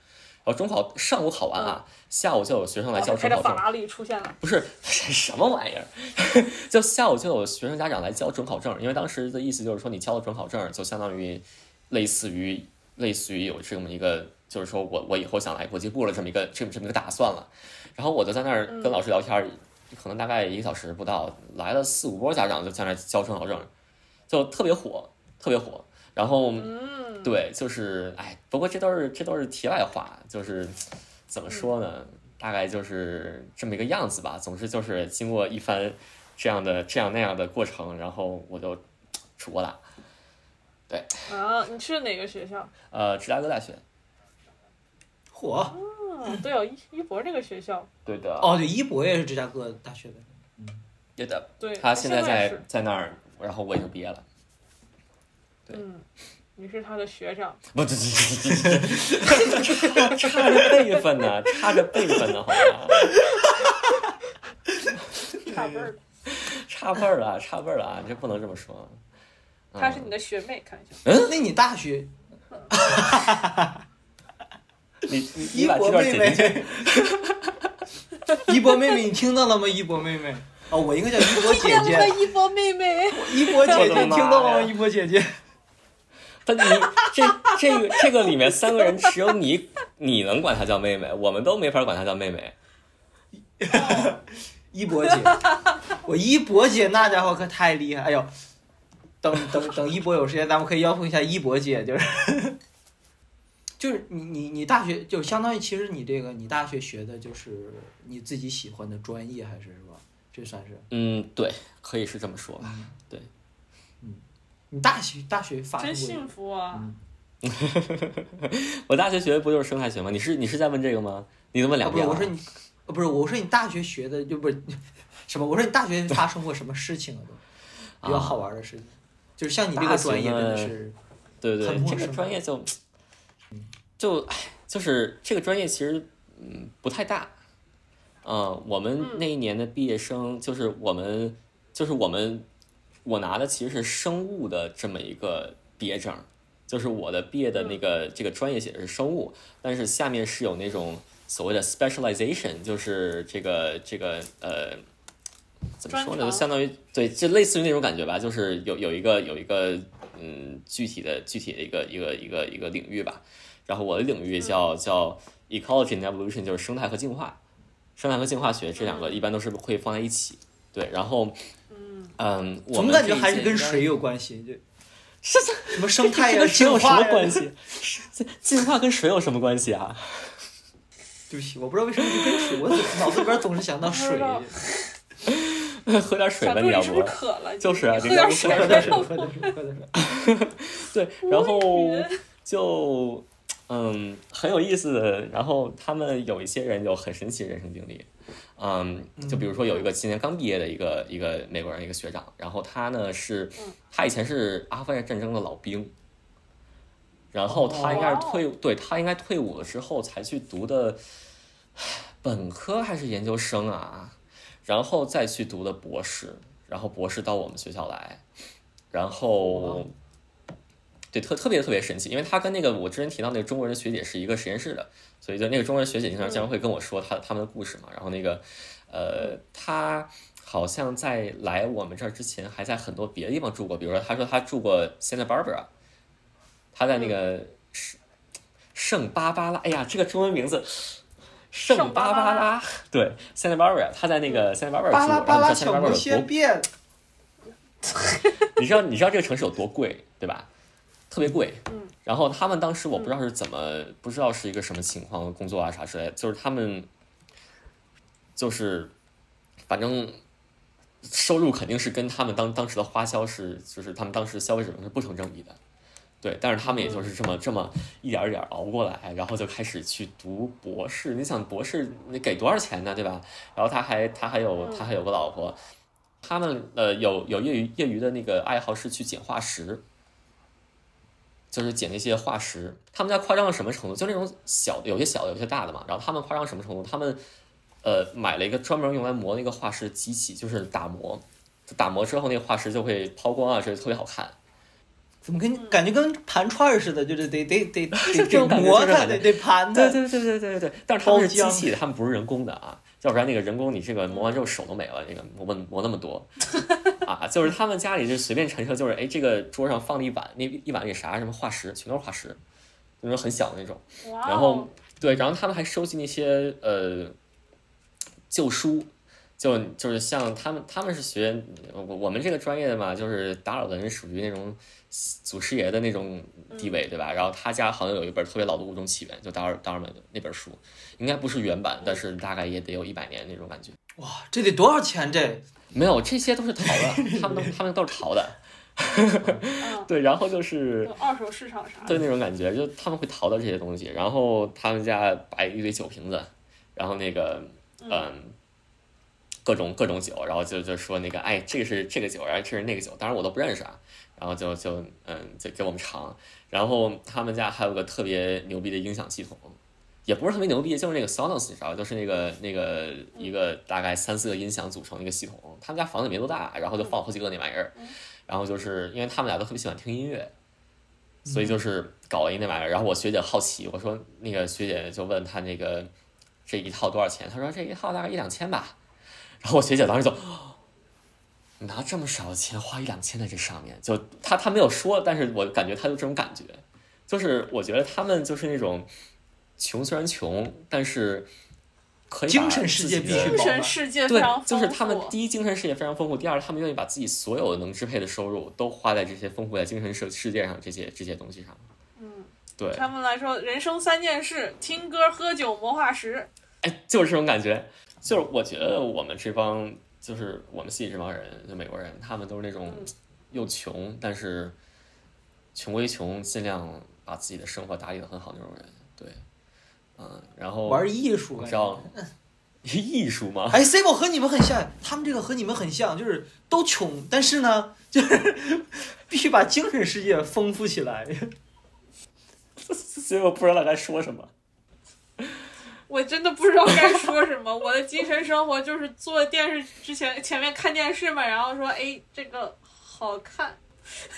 Speaker 4: 然后中考上午考完啊，下午就有学生来
Speaker 5: 嗯哦
Speaker 4: 交
Speaker 5: 开
Speaker 4: 中
Speaker 5: 着
Speaker 4: 考
Speaker 5: 法
Speaker 4: 证，
Speaker 5: 拉利出现了，
Speaker 4: 不是 什么玩意儿， 就下午就有学生家长来交准考证，因为当时的意思就是说，你交了准考证，就相当于类似于类似于有这么一个，就是说我我以后想来国际部了这么一个这么这么一个打算了。然后我就在那儿跟老师聊天儿，可能大概一个小时不到，来了四五波家长就在那儿交准考证，就特别火，特别火。然后，对，就是哎，不过这都是这都是题外话，就是怎么说呢，大概就是这么一个样子吧。总之就是经过一番这样的这样那样的过程，然后我就出国了，
Speaker 5: 啊，你去哪个学校？
Speaker 4: 呃，芝加哥大学。
Speaker 2: 火
Speaker 5: 嗯，对哦，一一博这个学校，
Speaker 4: 对的，
Speaker 2: 哦，对，一博也是芝加哥大学的。
Speaker 4: 对的。
Speaker 5: 对，
Speaker 4: 他现在
Speaker 5: 在
Speaker 4: 在
Speaker 5: 是，
Speaker 4: 在那儿，然后我已经毕业了。
Speaker 5: 嗯，你是他的学长，
Speaker 4: 不，这这这这差着辈分呢，差着辈分呢，好吧，
Speaker 5: 差辈儿，
Speaker 4: 差辈儿了，差辈儿了，你这不能这么说。嗯
Speaker 5: 他是你的学妹，看一下。
Speaker 2: 那你大学
Speaker 4: 你你你
Speaker 2: 一
Speaker 4: 把
Speaker 2: 博
Speaker 4: 这段
Speaker 2: 妹
Speaker 4: 剪进去，
Speaker 2: 妹， 一博妹妹，你听到了吗？一博妹妹，哦，我应该叫一博姐
Speaker 5: 见了
Speaker 2: 姐，
Speaker 5: 一博妹妹，
Speaker 2: 一博姐
Speaker 4: 我
Speaker 2: 姐，
Speaker 4: 的
Speaker 2: 听
Speaker 4: 妈
Speaker 2: 到了吗？
Speaker 4: 呀
Speaker 2: 一博姐姐，
Speaker 4: 但你这这个这个里面三个人只有你你能管她叫妹妹，我们都没法管她叫妹妹。
Speaker 2: 一博 姐，我一博姐那家伙可太厉害，哎呦，等等等一博有时间，咱们可以邀请一下一博姐，就是 就是你你你大学就相当于其实你这个你大学学的就是你自己喜欢的专业还是什么？这算是
Speaker 4: 嗯，对，可以是这么说吧。
Speaker 2: 你大学大学发
Speaker 5: 真
Speaker 2: 生过
Speaker 5: 幸福啊！
Speaker 4: 我大学学的不就是生态学吗？你是你是在问这个吗？你能问
Speaker 2: 啊，
Speaker 4: 两
Speaker 2: 不是，
Speaker 4: 遍、啊
Speaker 2: 我说你，啊不是，我说你大学学的就不是什么？我说你大学发生过什么事情啊？都比较好玩的事情，就是像你这个专业真的是，
Speaker 4: 对对
Speaker 2: 很
Speaker 4: 对，
Speaker 2: 陌
Speaker 4: 这个
Speaker 2: 生嗯
Speaker 4: 专业就就唉，就是这个专业其实嗯不太大。呃，我们那一年的毕业生就是我们就是我们我拿的其实是生物的这么一个毕业
Speaker 5: 嗯
Speaker 4: 证，就是我的毕业的那个这个专业写的是生物，但是下面是有那种所谓的 specialization，就是这个这个呃，怎么说呢？
Speaker 5: 专长
Speaker 4: 就相当于对，就类似于那种感觉吧，就是有有一个有一个嗯具体的具体的一个一个一个一个领域吧。然后我的领域
Speaker 5: 嗯
Speaker 4: 叫叫 ecology and evolution，就是生态和进化，生态和进化学这两个一般都是会放在一起。对，然后嗯，我
Speaker 2: 总
Speaker 4: 们
Speaker 2: 感
Speaker 4: 这
Speaker 2: 觉
Speaker 4: 一
Speaker 2: 还是
Speaker 4: 届
Speaker 2: 跟
Speaker 4: 应该
Speaker 2: 水有关系，就是 什么生态
Speaker 4: 这
Speaker 2: 呀、
Speaker 4: 跟水
Speaker 2: 进
Speaker 4: 有什
Speaker 2: 化
Speaker 4: 么
Speaker 2: 呀
Speaker 4: 关？系？进进化跟水有什么关系啊？
Speaker 2: 对不起，我不知道为什么就跟水，我总脑子里边总是想到
Speaker 5: 不
Speaker 2: 水
Speaker 5: 知。道
Speaker 4: 喝点水
Speaker 5: 小
Speaker 4: 吧，
Speaker 5: 杜，
Speaker 4: 你要
Speaker 5: 你是
Speaker 4: 不
Speaker 5: 不是渴了？
Speaker 4: 就是啊这
Speaker 5: 你喝
Speaker 4: 个
Speaker 5: 点
Speaker 4: 我
Speaker 5: 水
Speaker 2: 快
Speaker 4: 喝
Speaker 2: 点水，快点水，
Speaker 4: 点
Speaker 5: 呗。
Speaker 2: 快点水！
Speaker 4: 对， 然后
Speaker 5: 无语
Speaker 4: 就嗯很有意思的。然后他们有一些人有很神奇的人生经历，嗯，就比如说有一个今年刚毕业的一个一个美国人一个学长，然后他呢是他以前是阿富汗战争的老兵。然后他应该是退，对他应该退伍了之后才去读的本科还是研究生啊？然后再去读的博士，然后博士到我们学校来，然后对特特别特别神奇，因为他跟那个我之前提到那个中国人学姐是一个实验室的，所以就那个中国人学姐经常经常会跟我说她他们的故事嘛。然后那个呃，她好像在来我们这儿之前还在很多别的地方住过，比如说她说她住过 Santa Barbara，她在那个圣圣巴巴拉，哎呀，这个中文名字。圣
Speaker 5: 圣巴
Speaker 4: 巴
Speaker 5: 巴
Speaker 4: 巴
Speaker 5: 拉
Speaker 4: 拉，对，Santa Barbara，她在那个 Santa Barbara
Speaker 2: 巴
Speaker 4: 住
Speaker 2: 拉
Speaker 4: 过，
Speaker 2: 巴
Speaker 4: 然后
Speaker 2: 拉
Speaker 4: 你知
Speaker 2: 巧
Speaker 4: 道 Santa
Speaker 2: 魔
Speaker 4: Barbara 有多
Speaker 2: 仙变，
Speaker 4: 你知道你知道这个城市有多贵，对吧？特别贵。
Speaker 5: 嗯。
Speaker 4: 然后他们当时我不知道是怎么，不知道是一个什么情况，工作啊啥之类的，就是他们，就是，反正收入肯定是跟他们当当时的花销是，就是他们当时消费水平是不成正比的。对，但是他们也就是这么这么一点儿一点儿熬过来，然后就开始去读博士。你想博士你给多少钱呢，对吧？然后他还他还有他还有个老婆，他们呃有有业余业余的那个爱好是去捡化石，就是捡那些化石。他们家夸张到什么程度？就那种小的，有些小的，有些大的嘛。然后他们夸张到什么程度？他们呃买了一个专门用来磨那个化石的机器，就是打磨，打磨之后那个化石就会抛光啊，这特别好看。
Speaker 2: 怎么跟感觉跟盘串儿似的，就是得得得得
Speaker 4: 这种
Speaker 2: 得
Speaker 4: 感觉
Speaker 2: 磨
Speaker 4: 这种
Speaker 2: 它，
Speaker 4: 感
Speaker 2: 得
Speaker 4: 觉
Speaker 2: 得盘
Speaker 4: 对
Speaker 2: 它。
Speaker 4: 对对对对对对，但是他们是
Speaker 2: 包
Speaker 4: 机
Speaker 2: 浆
Speaker 4: 器的，他们不是人工的啊，要不然那个人工你这个磨完之后手都没了，那个磨磨磨那么多啊，就是他们家里就随便陈设，就是哎这个桌上放了一碗，那一碗里啥什么化石，全都是化石，那种很小的那种。
Speaker 5: 哇
Speaker 4: 然
Speaker 5: 哦
Speaker 4: 后！对，然后他们还收集那些呃旧书，就就是像他们他们是学我我们这个专业的嘛，就是达尔文属于那种祖师爷的那种地位，对吧？然后他家好像有一本特别老的《物种起源》，就达尔达尔文那本书，应该不是原版，但是大概也得有一百年那种感觉。
Speaker 2: 哇，这得多少钱？这
Speaker 4: 没有，这些都是淘的，他们都他们都是淘的。
Speaker 5: 嗯
Speaker 4: 对，然后就是
Speaker 5: 有二手市场啥
Speaker 4: 对
Speaker 5: 的，
Speaker 4: 那种感觉，就他们会淘到这些东西，然后他们家摆一堆酒瓶子，然后那个嗯、各种各种酒，然后就就说那个哎这个是这个酒，然后这是那个酒，当然我都不认识啊，然后就就嗯就给我们尝，然后他们家还有个特别牛逼的音响系统。也不是特别牛逼，就是那个 Sonos，你知道吧，就是那个那个
Speaker 5: 嗯
Speaker 4: 一个大概三四个音响组成一个系统。他们家房子也没多大，然后就放好几个那玩意儿，然后就是因为他们俩都特别喜欢听音乐，所
Speaker 2: 嗯
Speaker 4: 以就是搞了一那玩意儿。然后我学姐好奇，我说那个学姐就问她那个这一套多少钱，她说这一套大概一两千吧。然后我学姐当时就。拿这么少钱花一两千在这上面，就她她没有说，但是我感觉她就这种感觉，就是我觉得他们就是那种穷虽然穷，但是可以把
Speaker 2: 精神世
Speaker 4: 自
Speaker 2: 界
Speaker 4: 己
Speaker 2: 必
Speaker 4: 的
Speaker 2: 须
Speaker 5: 精神世 界非
Speaker 4: 对
Speaker 5: 常，
Speaker 4: 就
Speaker 5: 丰富。
Speaker 4: 是他们第一精神世界非常丰富，第二他们愿意把自己所有能支配的收入都花在这些丰富在精神世世界上这些这些东西上。
Speaker 5: 嗯，
Speaker 4: 对，
Speaker 5: 他们来说，人生三件事：听歌、喝酒、磨化石。
Speaker 4: 哎，就是这种感觉，就是我觉得我们这帮就是我们系里这帮人，就美国人，他们都是那种
Speaker 5: 嗯
Speaker 4: 又穷，但是穷归穷，尽量把自己的生活打理得很好那种人。对，嗯，然后
Speaker 2: 玩艺术
Speaker 4: 你
Speaker 2: 感
Speaker 4: 知
Speaker 2: 觉。
Speaker 4: 道 艺术吗？
Speaker 2: 哎，Sable 和你们很像，他们这个和你们很像，就是都穷，但是呢，就是必须把精神世界丰富起来。
Speaker 4: 所以我不知道该说什么。
Speaker 5: 我真的不知道该说什么。我的精神生活就是坐电视之前前面看电视嘛，然后说哎这个好看，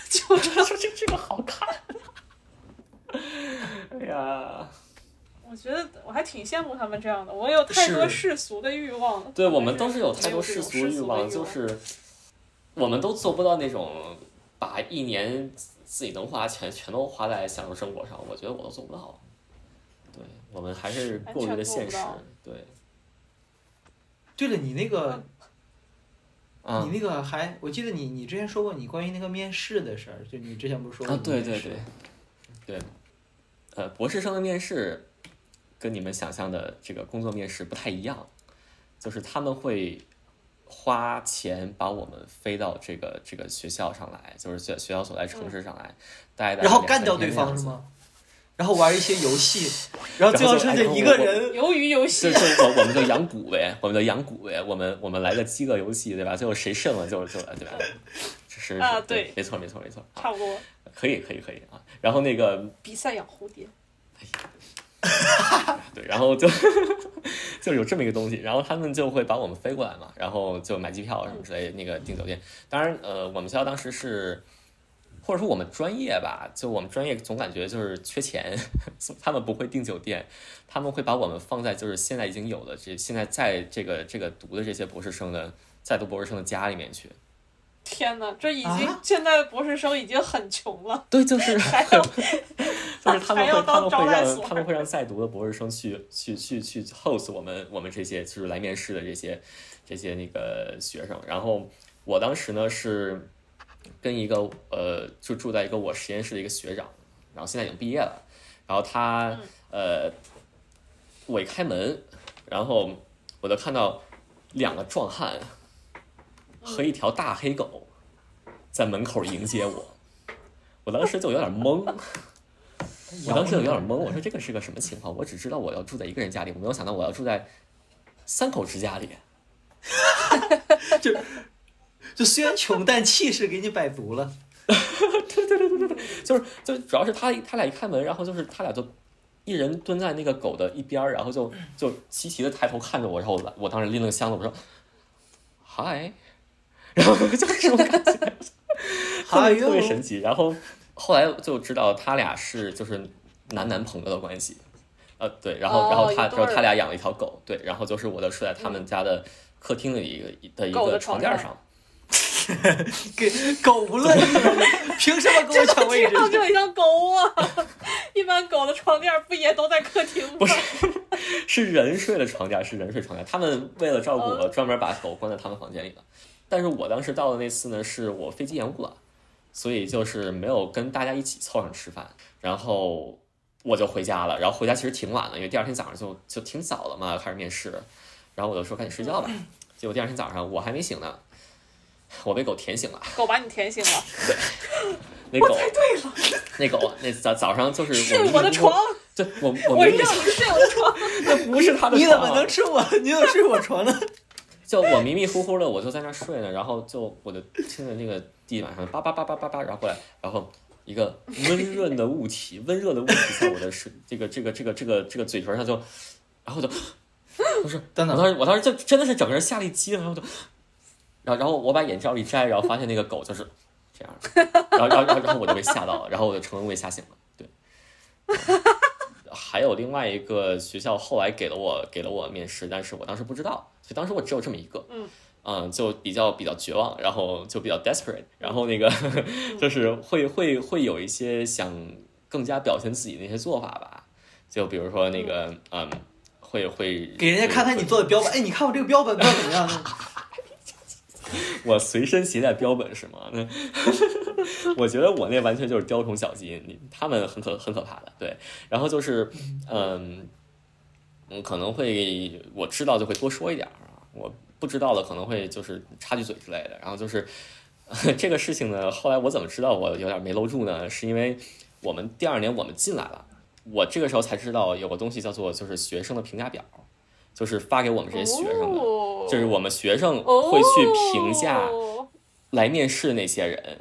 Speaker 5: 就
Speaker 4: 说这这个好看。哎呀，
Speaker 5: 我觉得我还挺羡慕他们这样的，我有太多世俗的欲望了。
Speaker 4: 对
Speaker 5: 但
Speaker 4: 我们
Speaker 5: 是
Speaker 4: 都是有太多
Speaker 5: 没这
Speaker 4: 世
Speaker 5: 种
Speaker 4: 俗
Speaker 5: 俗
Speaker 4: 欲
Speaker 5: 望，
Speaker 4: 望，就是我们都做不到那种把一年自己能花钱全都花在享受生活上，我觉得我都做不到。对我们还是
Speaker 5: 完
Speaker 4: 过于
Speaker 5: 全
Speaker 4: 的
Speaker 5: 做不
Speaker 4: 现实
Speaker 5: 到，
Speaker 4: 对，
Speaker 2: 对了，你那个
Speaker 4: 啊
Speaker 2: 你那个还，我记得你你之前说过你关于那个面试的事儿，就你之前不是说过
Speaker 4: 啊，对
Speaker 2: 你面
Speaker 4: 对
Speaker 2: 试
Speaker 4: 对，对，呃，博士生的面试跟你们想象的这个工作面试不太一样，就是他们会花钱把我们飞到这个这个学校上来，就是学学校所在城市上来待一待，
Speaker 2: 然后
Speaker 4: 两
Speaker 2: 干
Speaker 4: 三
Speaker 2: 掉
Speaker 4: 天
Speaker 2: 对
Speaker 4: 那样
Speaker 2: 方是
Speaker 4: 子？
Speaker 2: 吗？然后玩一些游戏，然后最后
Speaker 4: 然
Speaker 2: 剩
Speaker 4: 后就哎
Speaker 2: 下
Speaker 4: 我
Speaker 2: 一个
Speaker 4: 我
Speaker 2: 人，
Speaker 5: 鱿鱼游
Speaker 4: 就
Speaker 5: 戏
Speaker 4: 就我我们就养蛊呗，我们就养蛊呗，我们我们来个饥饿游戏，对吧？最后谁胜了就就对吧？ 是是
Speaker 5: 啊
Speaker 4: 对
Speaker 5: 对，
Speaker 4: 没错没错没错，啊
Speaker 5: 差不多，
Speaker 4: 可以可以可以啊。然后那个
Speaker 5: 比赛养蝴蝶。
Speaker 4: 对，然后就 就有这么一个东西，然后他们就会把我们飞过来嘛，然后就买机票什么之类，那个订酒店。当然，呃，我们学校当时是，或者说我们专业吧，就我们专业总感觉就是缺钱，所以他们不会订酒店，他们会把我们放在就是现在已经有的这现在在这个这个读的这些博士生的在读博士生的家里面去。
Speaker 5: 天哪，这已经、
Speaker 2: 啊
Speaker 5: 现在的博士生已经很穷了，
Speaker 4: 对，就是
Speaker 5: 还要
Speaker 4: 就是他们
Speaker 5: 还要
Speaker 4: 会他们会
Speaker 5: 当招待
Speaker 4: 让
Speaker 5: 所
Speaker 4: 他们 会让在读的博士生去去去去 host 我们我们这些就是来面试的这些这些那个学生。然后我当时呢是跟一个呃就住在一个我实验室的一个学长，然后现在已经毕业了。然后
Speaker 5: 嗯
Speaker 4: 他呃我一开门，然后我就看到两个壮汉
Speaker 5: 嗯
Speaker 4: 和一条大黑狗在门口迎接我。我当时就有点懵，我当时就有点懵，我说这个是个什么情况？我只知道我要住在一个人家里，我没有想到我要住在三口之家里。
Speaker 2: 就虽然穷，但气势给你摆足 了。
Speaker 4: 就是就主要是他他俩一开门，然后就是他俩就一人蹲在那个狗的一边儿，然后就就齐齐的抬头看着我，然后我我当时拎了个箱子，我说嗨，然后就是 这种感觉，特
Speaker 2: 哎
Speaker 4: 别
Speaker 2: 呦
Speaker 4: 特别神奇。然后后来就知道他俩是就是男男朋友的关系，呃对，然后
Speaker 5: 哦
Speaker 4: 然后他
Speaker 5: 一对
Speaker 4: 然
Speaker 5: 儿
Speaker 4: 后他俩养了一条狗，对，然后就是我的睡在他们家的客厅的一个的一
Speaker 5: 狗
Speaker 4: 个
Speaker 5: 的
Speaker 4: 床
Speaker 5: 床
Speaker 4: 垫
Speaker 5: 上
Speaker 4: 上。
Speaker 2: 给狗无论凭什么跟我抢位
Speaker 5: 听
Speaker 2: 置？
Speaker 5: 上去很像狗窝、 一般狗的床垫不也都在客厅吗？
Speaker 4: 不是是人睡的床垫，是人睡床垫。他们为了照顾我，
Speaker 5: 哦
Speaker 4: 专门把狗关在他们房间里了。但是我当时到的那次呢，是我飞机延误了，所以就是没有跟大家一起凑上吃饭，然后我就回家了。然后回家其实挺晚了，因为第二天早上就就挺早了嘛，开始面试。然后我就说赶紧睡觉吧。结果第二天早上我还没醒呢，我被狗舔醒了。
Speaker 5: 狗把你舔醒了，
Speaker 4: 那狗对了，那狗那早早上就是
Speaker 5: 睡
Speaker 4: 我
Speaker 5: 我的床，，
Speaker 4: 对我我
Speaker 5: 我
Speaker 4: 明
Speaker 5: 让
Speaker 4: 明
Speaker 5: 你睡我 的床。
Speaker 4: 不是他的床，啊
Speaker 2: 你怎么能吃我？你怎么睡我床呢？
Speaker 4: 就我迷迷糊糊的，我就在那儿睡呢，然后就我就听着那个地板上叭叭叭叭叭叭，然后过来，然后一个温润的物体，温热的物体在我的是这个这个这个这个这个嘴唇上就，然后我就，不是，
Speaker 2: 等
Speaker 4: 我当时我当时就真的是整个人吓了一激灵，然后就，然后然后我把眼罩一摘，然后发现那个狗就是这样的，然后然后然后然后我就被吓到了，然后我就成功被吓醒了，对。还有另外一个学校后来给了我给了我面试，但是我当时不知道，所以当时我只有这么一个，
Speaker 5: 嗯
Speaker 4: 嗯，就比较比较绝望，然后就比较 desperate，然后那个 就是会会会有一些想更加表现自己的一些做法吧，就比如说那个嗯，会会
Speaker 2: 给人家看看你做的标本，哎，你看我这个标本做的怎么样？
Speaker 4: 我随身携带标本是吗？那 我觉得我那完全就是雕虫小技，你他们很可很可怕的。对，然后就是，嗯，嗯，可能会我知道就会多说一点儿啊，我不知道的可能会就是插句嘴之类的。然后就是、 这个事情呢，后来我怎么知道我有点没搂住呢？是因为我们第二年我们进来了，我这个时候才知道有个东西叫做就是学生的评价表，就是发给我们这些学生的。
Speaker 5: 哦
Speaker 4: 就是我们学生会去评价
Speaker 5: 哦
Speaker 4: 来面试那些人。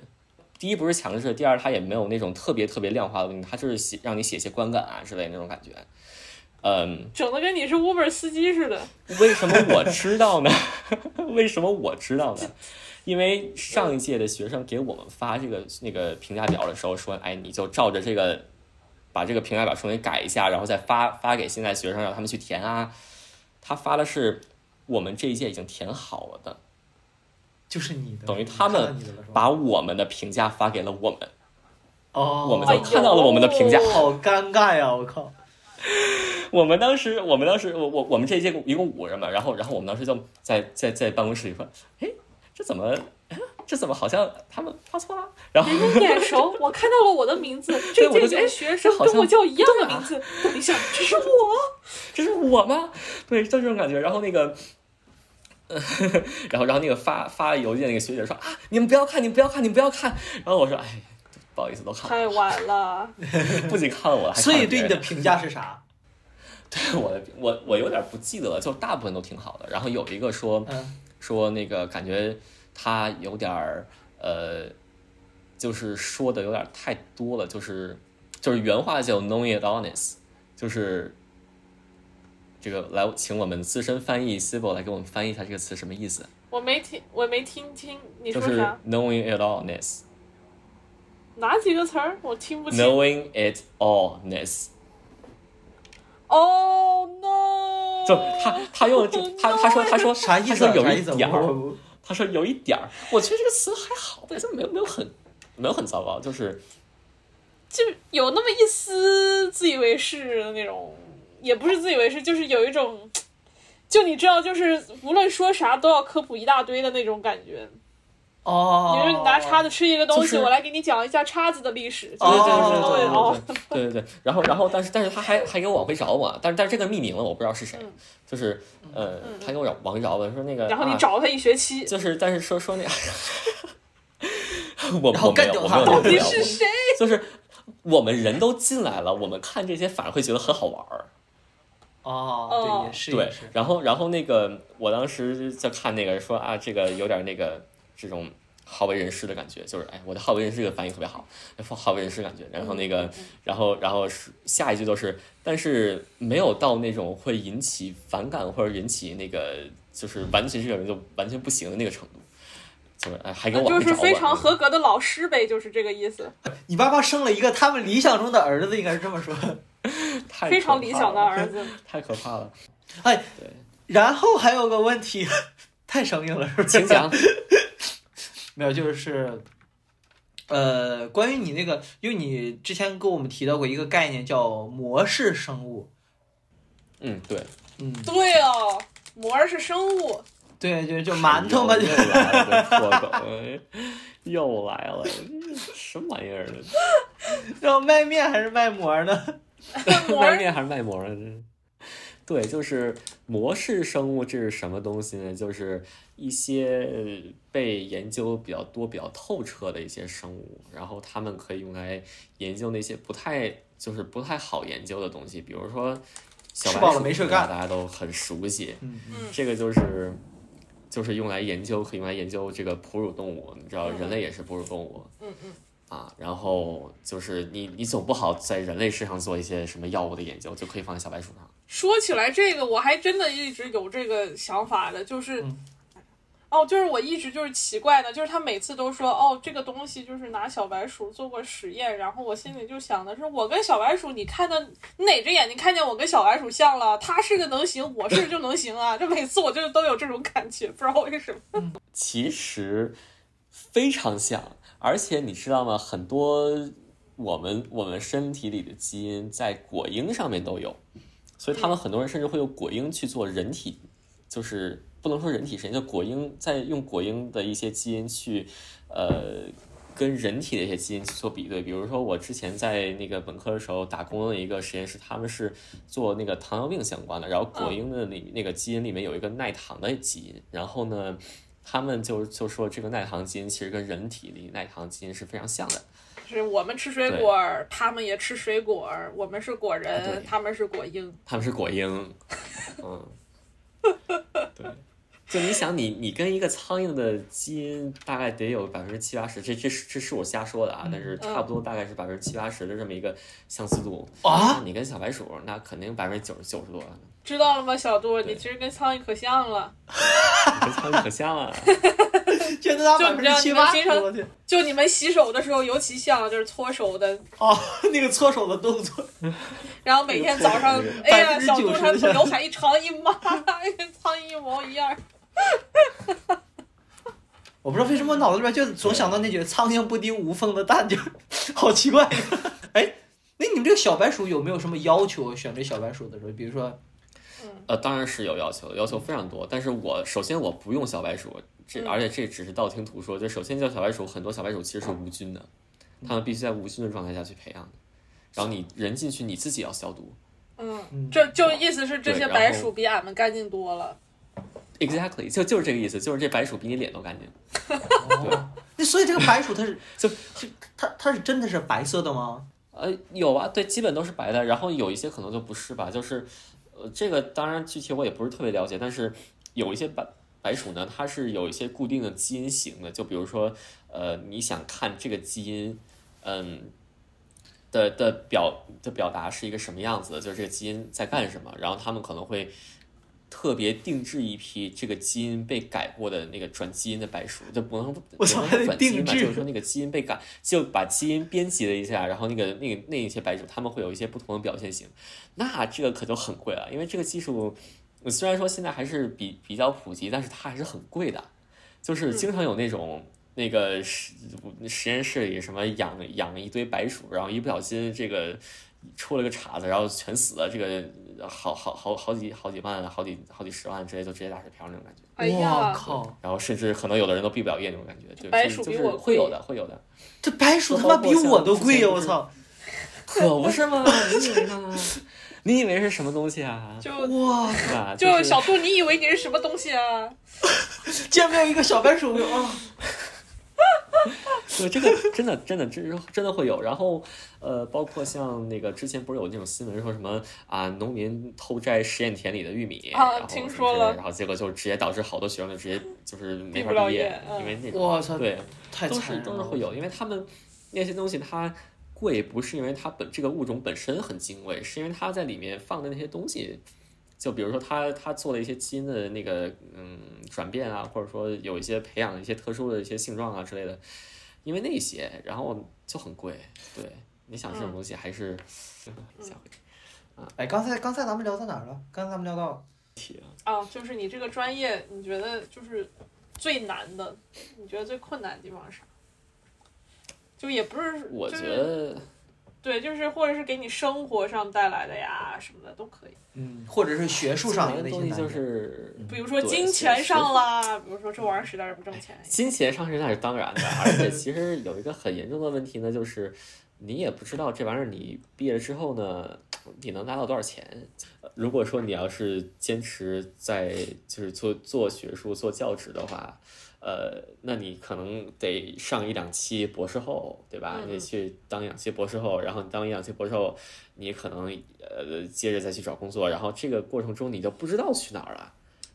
Speaker 4: 第一不是强制，第二他也没有那种特别特别量化的东西，他就是写让你写些观感啊之类的那种感觉。嗯，
Speaker 5: 整的跟你是 Uber 司机似的。
Speaker 4: 为什么我知道呢？ 为什么我知道呢？因为上一届的学生给我们发这个那个评价表的时候说，哎，你就照着这个把这个评价表重新改一下，然后再发发给现在学生，让他们去填啊。他发的是我们这一届已经填好了的，
Speaker 2: 就是你的，
Speaker 4: 等于他们
Speaker 2: 看到你的了是吧
Speaker 4: 把我们的评价发给了我们，
Speaker 2: 哦，
Speaker 4: 我们就看到了我们的评价。
Speaker 2: 好尴尬呀！我靠，
Speaker 4: 我们当时，我们当时，我我我们这一届一共五人嘛，然后然后我们当时就在在在办公室里说，哎，这怎么，哎这怎么好像他们发错了？ 然后
Speaker 5: 人家眼熟，我看到了我的名字，这
Speaker 4: 我就
Speaker 5: 届有
Speaker 4: 觉得
Speaker 5: 个学生
Speaker 4: 这好像
Speaker 5: 跟我叫一样
Speaker 4: 对
Speaker 5: 的
Speaker 4: 啊
Speaker 5: 名字，等 一下，这是我，
Speaker 4: 这是我吗？对，就这种感觉。然后那个， 然后然后那个发发邮件那个学姐说啊，你们不要看，你们不要看，你们不要看。然后我说，哎，不好意思，都看了，
Speaker 5: 太晚了。
Speaker 4: 不仅看了我，还看了
Speaker 2: 所以
Speaker 4: 别
Speaker 2: 对你
Speaker 4: 人
Speaker 2: 的评价是啥？
Speaker 4: 对 我的我我有点不记得了，就大部分都挺好的。然后有一个说，
Speaker 2: 嗯，
Speaker 4: 说那个感觉他有点儿呃，就是说的有点儿太多了，就是就是原话叫 “knowing it honest”，就是这个来，请我们资深翻译 Sibyl 来给我们翻译一下这个词什么意思？
Speaker 5: 我没听，我没听清你
Speaker 4: 就
Speaker 5: 说
Speaker 4: 是
Speaker 5: 啥？
Speaker 4: “knowing it honest”，“knowing
Speaker 5: 哪几个词儿？我听不清。
Speaker 4: it honest”，
Speaker 5: Oh no！Oh
Speaker 4: 就他他用这他他说他说
Speaker 2: 哦啥意思啊？
Speaker 4: 他说有
Speaker 2: 啥
Speaker 4: 一
Speaker 2: 意思啊？
Speaker 4: 点
Speaker 2: 我
Speaker 4: 儿。
Speaker 2: 我
Speaker 4: 他说有一点儿，我觉得这个词还好，就没有没有很没有很糟糕，就是
Speaker 5: 就有那么一丝自以为是的那种，也不是自以为是，就是有一种，就你知道，就是无论说啥都要科普一大堆的那种感觉。
Speaker 2: 哦，
Speaker 5: 你说你拿叉子吃一个东西，
Speaker 4: 哦就是
Speaker 5: 我来给你讲一下叉子的历史。
Speaker 2: 哦
Speaker 5: 哦
Speaker 4: 对对对对对对对对对。然后然后但是但是他还还给我往回找我，但是但是这个匿名了，我不知道是谁
Speaker 5: 嗯，
Speaker 4: 就是呃
Speaker 5: 嗯
Speaker 4: 他给我往回找我说那个，
Speaker 5: 然后你
Speaker 4: 啊
Speaker 5: 找他一学期，
Speaker 4: 就是但是说说那，我
Speaker 2: 然后
Speaker 4: 我没
Speaker 2: 干
Speaker 4: 有
Speaker 2: 掉
Speaker 4: 我
Speaker 2: 他
Speaker 4: 没有
Speaker 5: 到
Speaker 4: 没
Speaker 5: 底
Speaker 4: 有
Speaker 5: 是
Speaker 4: 我
Speaker 5: 谁？
Speaker 4: 就是我们人都进来了，我们看这些反而会觉得很好玩儿。
Speaker 2: 哦，
Speaker 5: 哦
Speaker 2: 对，也是
Speaker 4: 对
Speaker 2: 也是，，
Speaker 4: 然后然后那个我当时在看那个说啊，这个有点那个这种好为人师的感觉，就是哎，我的好为人师这个翻译特别好，好为人师感觉。然后那
Speaker 5: 嗯
Speaker 4: 个，然后然后是下一句都是，但是没有到那种会引起反感或者引起那个就是完全这个人就完全不行的那个程度，就是哎还给
Speaker 5: 那
Speaker 4: 我
Speaker 5: 就
Speaker 4: 往回
Speaker 5: 是
Speaker 4: 找
Speaker 5: 非
Speaker 4: 我
Speaker 5: 常合格的老师呗，就是这个意思。
Speaker 2: 你爸爸生了一个他们理想中的儿子，应该是这么说。
Speaker 4: 太
Speaker 5: 非
Speaker 4: 可
Speaker 5: 常理
Speaker 4: 怕
Speaker 5: 想的
Speaker 4: 了
Speaker 5: 儿子，
Speaker 4: 太可怕了，
Speaker 2: 然后还有个问题，太生硬了，是不是？
Speaker 4: 请讲。
Speaker 2: 没有，就是，呃，关于你那个，因为你之前跟我们提到过一个概念叫模式生物，
Speaker 4: 嗯，对，
Speaker 2: 嗯，
Speaker 5: 对哦，模儿是生物，
Speaker 2: 对，就就馒头嘛，
Speaker 4: 又
Speaker 2: 就
Speaker 4: 又来了这破梗，哎又来了，什么玩意儿呢？
Speaker 2: 要卖面还是卖馍呢？
Speaker 5: 模
Speaker 4: 卖
Speaker 5: 儿
Speaker 4: 面还是卖馍呢？这对，就是模式生物，这是什么东西呢？就是一些呃被研究比较多、比较透彻的一些生物，然后它们可以用来研究那些不太就是不太好研究的东西，比如说小
Speaker 2: 吃
Speaker 4: 白
Speaker 2: 饱了
Speaker 4: 鼠
Speaker 2: 没事
Speaker 4: 可能
Speaker 2: 干
Speaker 4: 大家都很熟悉，
Speaker 2: 嗯，
Speaker 5: 嗯
Speaker 4: 这个就是就是用来研究，可以用来研究这个哺乳动物。你知道，人类也是哺乳动物
Speaker 5: 嗯嗯，
Speaker 4: 啊。然后就是你你总不好在人类身上做一些什么药物的研究，就可以放在小白鼠上。
Speaker 5: 说起来这个，我还真的一直有这个想法的，就是。
Speaker 2: 嗯
Speaker 5: 哦，就是我一直就是奇怪呢，就是他每次都说哦，这个东西就是拿小白鼠做过实验，然后我心里就想的是，我跟小白鼠，你看到你哪只眼睛看见我跟小白鼠像了？它是个能行，我是就能行啊！ 就每次我就都有这种感觉，不知道为什么。
Speaker 4: 其实非常像，而且你知道吗？很多我们我们身体里的基因在果蝇上面都有，所以他们很多人甚至会用果蝇去做人体，就是不能说人体实验，就果蝇在用果蝇的一些基因去，呃。跟人体的一些基因去做比对，比如说我之前在那个本科的时候打工的一个实验室，他们是做那个糖尿病相关的，然后果蝇的那那个基因里面有一个耐糖的基因，然后呢，他们就就说这个耐糖基因其实跟人体里耐糖基因是非常像的。
Speaker 5: 是我们吃水果儿，他们也吃水果儿，我们是果
Speaker 4: 啊
Speaker 5: 仁，
Speaker 4: 对
Speaker 5: 他们是果蝇。
Speaker 4: 他们是果蝇，嗯，对，就你想你你跟一个苍蝇的基因大概得有百分之七八十，这这是这是我瞎说的啊，但是差不多大概是百分之七八十的这么一个相似度
Speaker 2: 啊，
Speaker 4: 那你跟小白鼠那肯定百分之九十九十多了。
Speaker 5: 知道了吗，小杜？
Speaker 4: 对
Speaker 5: 你其实跟苍蝇可像了。
Speaker 4: 你这操你可像了。
Speaker 2: 觉得他
Speaker 5: 就
Speaker 2: 百
Speaker 5: 你
Speaker 2: 分
Speaker 5: 知
Speaker 2: 之
Speaker 5: 道你
Speaker 2: 七
Speaker 5: 们
Speaker 2: 八
Speaker 5: 经
Speaker 2: 十，
Speaker 5: 常
Speaker 2: 我天！
Speaker 5: 就你们洗手的时候尤其像，就是搓手的，
Speaker 2: 哦， 那个搓手的动作，
Speaker 5: 然后每天早上，
Speaker 2: 哎
Speaker 5: 哎
Speaker 2: 呀
Speaker 5: 呀，
Speaker 2: 90%
Speaker 5: 小猪
Speaker 2: 的
Speaker 5: 他
Speaker 2: 像
Speaker 5: 刘海一长一抹， 跟苍蝇一毛一样。
Speaker 2: 我不知道为什么脑子里边就总想到那句“苍蝇不叮无缝的蛋”，就好奇 怪。哎，那你们这个小白鼠有没有什么要求啊？选这小白鼠的时候，比如说，
Speaker 4: 呃，当然是有要求的，要求非常多。但是我首先我不用小白鼠，这
Speaker 5: 嗯
Speaker 4: 而且这只是道听途说。就首先叫小白鼠，很多小白鼠其实是无菌的，它们必须在无菌的状态下去培养的。然后你人进去，你自己要消毒。
Speaker 5: 嗯
Speaker 2: 嗯，
Speaker 5: 就就意思是这
Speaker 4: 对
Speaker 5: 些
Speaker 4: 然
Speaker 5: 白
Speaker 4: 后
Speaker 5: 鼠比俺们干净多了。
Speaker 4: Exactly，就就是这个意思，就是这白鼠比你脸都干净。
Speaker 2: 哦，那所以这个白鼠它是
Speaker 4: 就
Speaker 2: 就它它是真的是白色的吗？
Speaker 4: 呃，有啊，对，基本都是白的，然后有一些可能就不是吧，就是，呃，这个当然具体我也不是特别了解，但是有一些白白鼠呢，它是有一些固定的基因型的，就比如说，呃，你想看这个基因，嗯，的的表的表达是一个什么样子的，就是这个基因在干什么，然后他们可能会特别定制一批这个基因被改过的那个转基因的白鼠，就不能
Speaker 2: 我
Speaker 4: 不
Speaker 2: 操
Speaker 4: 能
Speaker 2: 还得
Speaker 4: 说转基因
Speaker 2: 定
Speaker 4: 吧，
Speaker 2: 制
Speaker 4: 就是说那个基因被改，就把基因编辑了一下，然后那个那个那一些白鼠，他们会有一些不同的表现型，那这个可就很贵了，因为这个技术呃虽然说现在还是比比较普及，但是它还是很贵的，就是
Speaker 5: 嗯
Speaker 4: 经常有那种。那个实实验室里什么养养一堆白鼠，然后一不小心这个出了个岔子，然后全死了，这个好好好好几好几万、好几好几十万，直接就直接打水漂那种感觉。
Speaker 5: 哎
Speaker 2: 我
Speaker 5: 呀，
Speaker 2: 靠，
Speaker 4: 然后甚至可能有的人都毕不了业那种感觉，对，
Speaker 5: 白
Speaker 4: 所
Speaker 5: 鼠
Speaker 4: 以就
Speaker 5: 比
Speaker 4: 是
Speaker 5: 我
Speaker 4: 会有
Speaker 5: 贵
Speaker 4: 的，会 有的，
Speaker 2: 这白鼠他妈比我都贵呀！我操，
Speaker 4: 可不是嘛？你以为呢？ 你以为是什么东西啊？
Speaker 5: 就是
Speaker 2: 哇，
Speaker 4: 是吧？
Speaker 5: 就是小杜，你以为你是什么东西啊？
Speaker 2: 竟然没有一个小白鼠啊！
Speaker 4: 对，这 个真的真的真是真的会有。然后，呃，包括像那个之前不是有那种新闻说什么啊，农民偷摘实验田里的玉米，
Speaker 5: 啊
Speaker 4: 然后
Speaker 5: 听
Speaker 4: 什么
Speaker 5: 说
Speaker 4: 之类的
Speaker 5: 了
Speaker 4: 然后结果就直接导致好多学生就直接就是没
Speaker 5: 毕不
Speaker 4: 法
Speaker 5: 了
Speaker 4: 毕业
Speaker 5: 业，嗯
Speaker 4: 因为那种
Speaker 2: 我操，
Speaker 4: 对
Speaker 2: 太
Speaker 4: 都
Speaker 2: 残
Speaker 4: 是
Speaker 2: 忍
Speaker 4: 都是
Speaker 2: 了！
Speaker 4: 会有，因为他们那些东西它贵，不是因为它本这个物种本身很精贵，是因为它在里面放的那些东西，就比如说它它做了一些基因的那个嗯转变啊，或者说有一些培养的一些特殊的一些性状啊之类的，因为那些然后就很贵，对。你想这
Speaker 5: 嗯
Speaker 4: 种东西还是下回
Speaker 2: 哎，刚才刚才咱们聊到哪儿了？刚才咱们聊到
Speaker 4: 提啊？
Speaker 5: 啊，就是你这个专业，你觉得就是最难的，你觉得最困难的地方是啥？就也不是，
Speaker 4: 我
Speaker 5: 就
Speaker 4: 觉
Speaker 5: 是
Speaker 4: 得
Speaker 5: 对，就是或者是给你生活上带来的呀什么的都可以。
Speaker 2: 嗯，或者是学术上有那
Speaker 4: 的
Speaker 2: 些嗯
Speaker 4: 东西
Speaker 2: 难
Speaker 4: 就
Speaker 2: 点
Speaker 4: 是
Speaker 5: 比如说
Speaker 4: 对
Speaker 5: 金
Speaker 4: 是
Speaker 5: 钱
Speaker 4: 是
Speaker 5: 上啦，比如说这玩意儿实在是不挣钱。
Speaker 4: 金钱上升那是当然的，而且其实有一个很严重的问题呢，就是你也不知道这玩意儿你毕业了之后呢，你能拿到多少钱。呃如果说你要是坚持在就是做做学术做教职的话，呃，那你可能得上一两期博士后，对吧？
Speaker 5: 嗯
Speaker 4: 你去当一两期博士后，然后你当一两期博士后，你可能呃接着再去找工作，然后这个过程中你就不知道去哪儿了。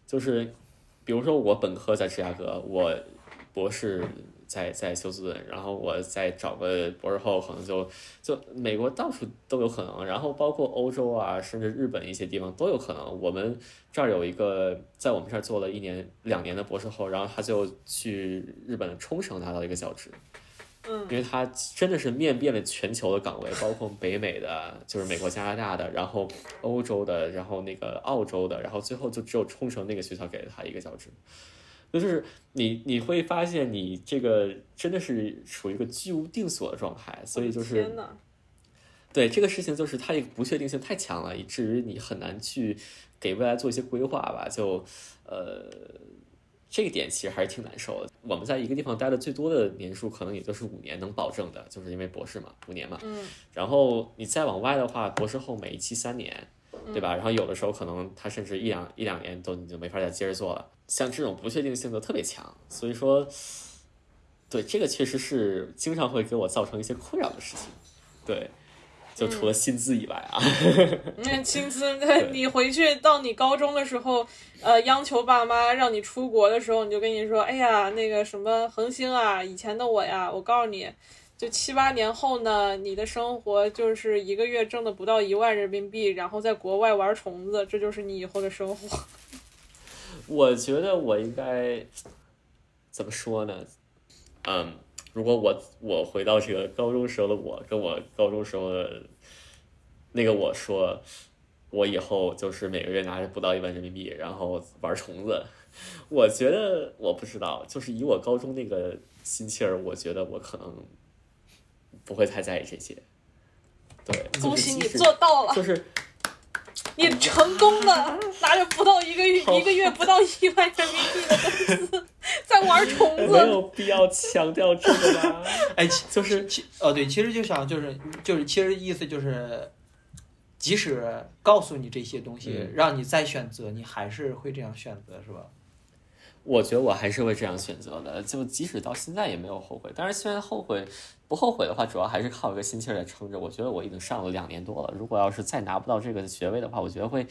Speaker 4: 就是比如说我本科在芝加哥，我博士在在休斯顿，然后我再找个博士后，可能就就美国到处都有可能，然后包括欧洲啊，甚至日本一些地方都有可能。我们这儿有一个在我们这儿做了一年两年的博士后，然后他就去日本的冲绳拿到一个教职，
Speaker 5: 嗯
Speaker 4: 因为他真的是面遍了全球的岗位，包括北美的，就是美国、加拿大的，然后欧洲的，然后那个澳洲的，然后最后就只有冲绳那个学校给了他一个教职。就是你你会发现，你这个真的是处于一个居无定所的状态，所以就是
Speaker 5: 天呐，
Speaker 4: 对这个事情，就是它一个不确定性太强了，以至于你很难去给未来做一些规划吧。就呃，这一点其实还是挺难受的。我们在一个地方待的最多的年数，可能也就是五年能保证的，就是因为博士嘛，五年嘛。
Speaker 5: 嗯。
Speaker 4: 然后你再往外的话，博士后每一期三年，对吧？然后有的时候可能他甚至一两一两年都你就没法再接着做了。像这种不确定性就特别强，所以说，对这个确实是经常会给我造成一些困扰的事情。对，就除了薪资以外啊，
Speaker 5: 那薪资，那你回去到你高中的时候，呃，央求爸妈让你出国的时候，你就跟你说，哎呀，那个什么恒星啊，以前的我呀，我告诉你，就七八年后呢，你的生活就是一个月挣的不到一万人民币，然后在国外玩虫子，这就是你以后的生活。
Speaker 4: 我觉得我应该怎么说呢？嗯，如果我我回到这个高中时候的我，跟我高中时候的那个我说，我以后就是每个月拿着不到一万人民币，然后玩虫子， 我觉得我不知道，就是以我高中那个心气儿，我觉得我可能不会太在意这些。对，就是
Speaker 5: 恭喜你
Speaker 4: 即使
Speaker 5: 做到了，
Speaker 4: 就是
Speaker 5: 你成功的拿着不到一个月一个月不到一万人民币的工资，在玩虫
Speaker 4: 哎没
Speaker 5: 子。
Speaker 4: 有必要强调这个吧。
Speaker 2: 哎，其
Speaker 4: 就是
Speaker 2: 其哦对，其实就想就是就是其实意思就是，即使告诉你这些东西，
Speaker 4: 嗯
Speaker 2: 让你再选择，你还是会这样选择，是吧？
Speaker 4: 我觉得我还是会这样选择的，就即使到现在也没有后悔。当然，虽然后悔不后悔的话，主要还是靠一个心气儿在撑着。我觉得我已经上了两年多了，如果要是再拿不到这个学位的话，我觉得会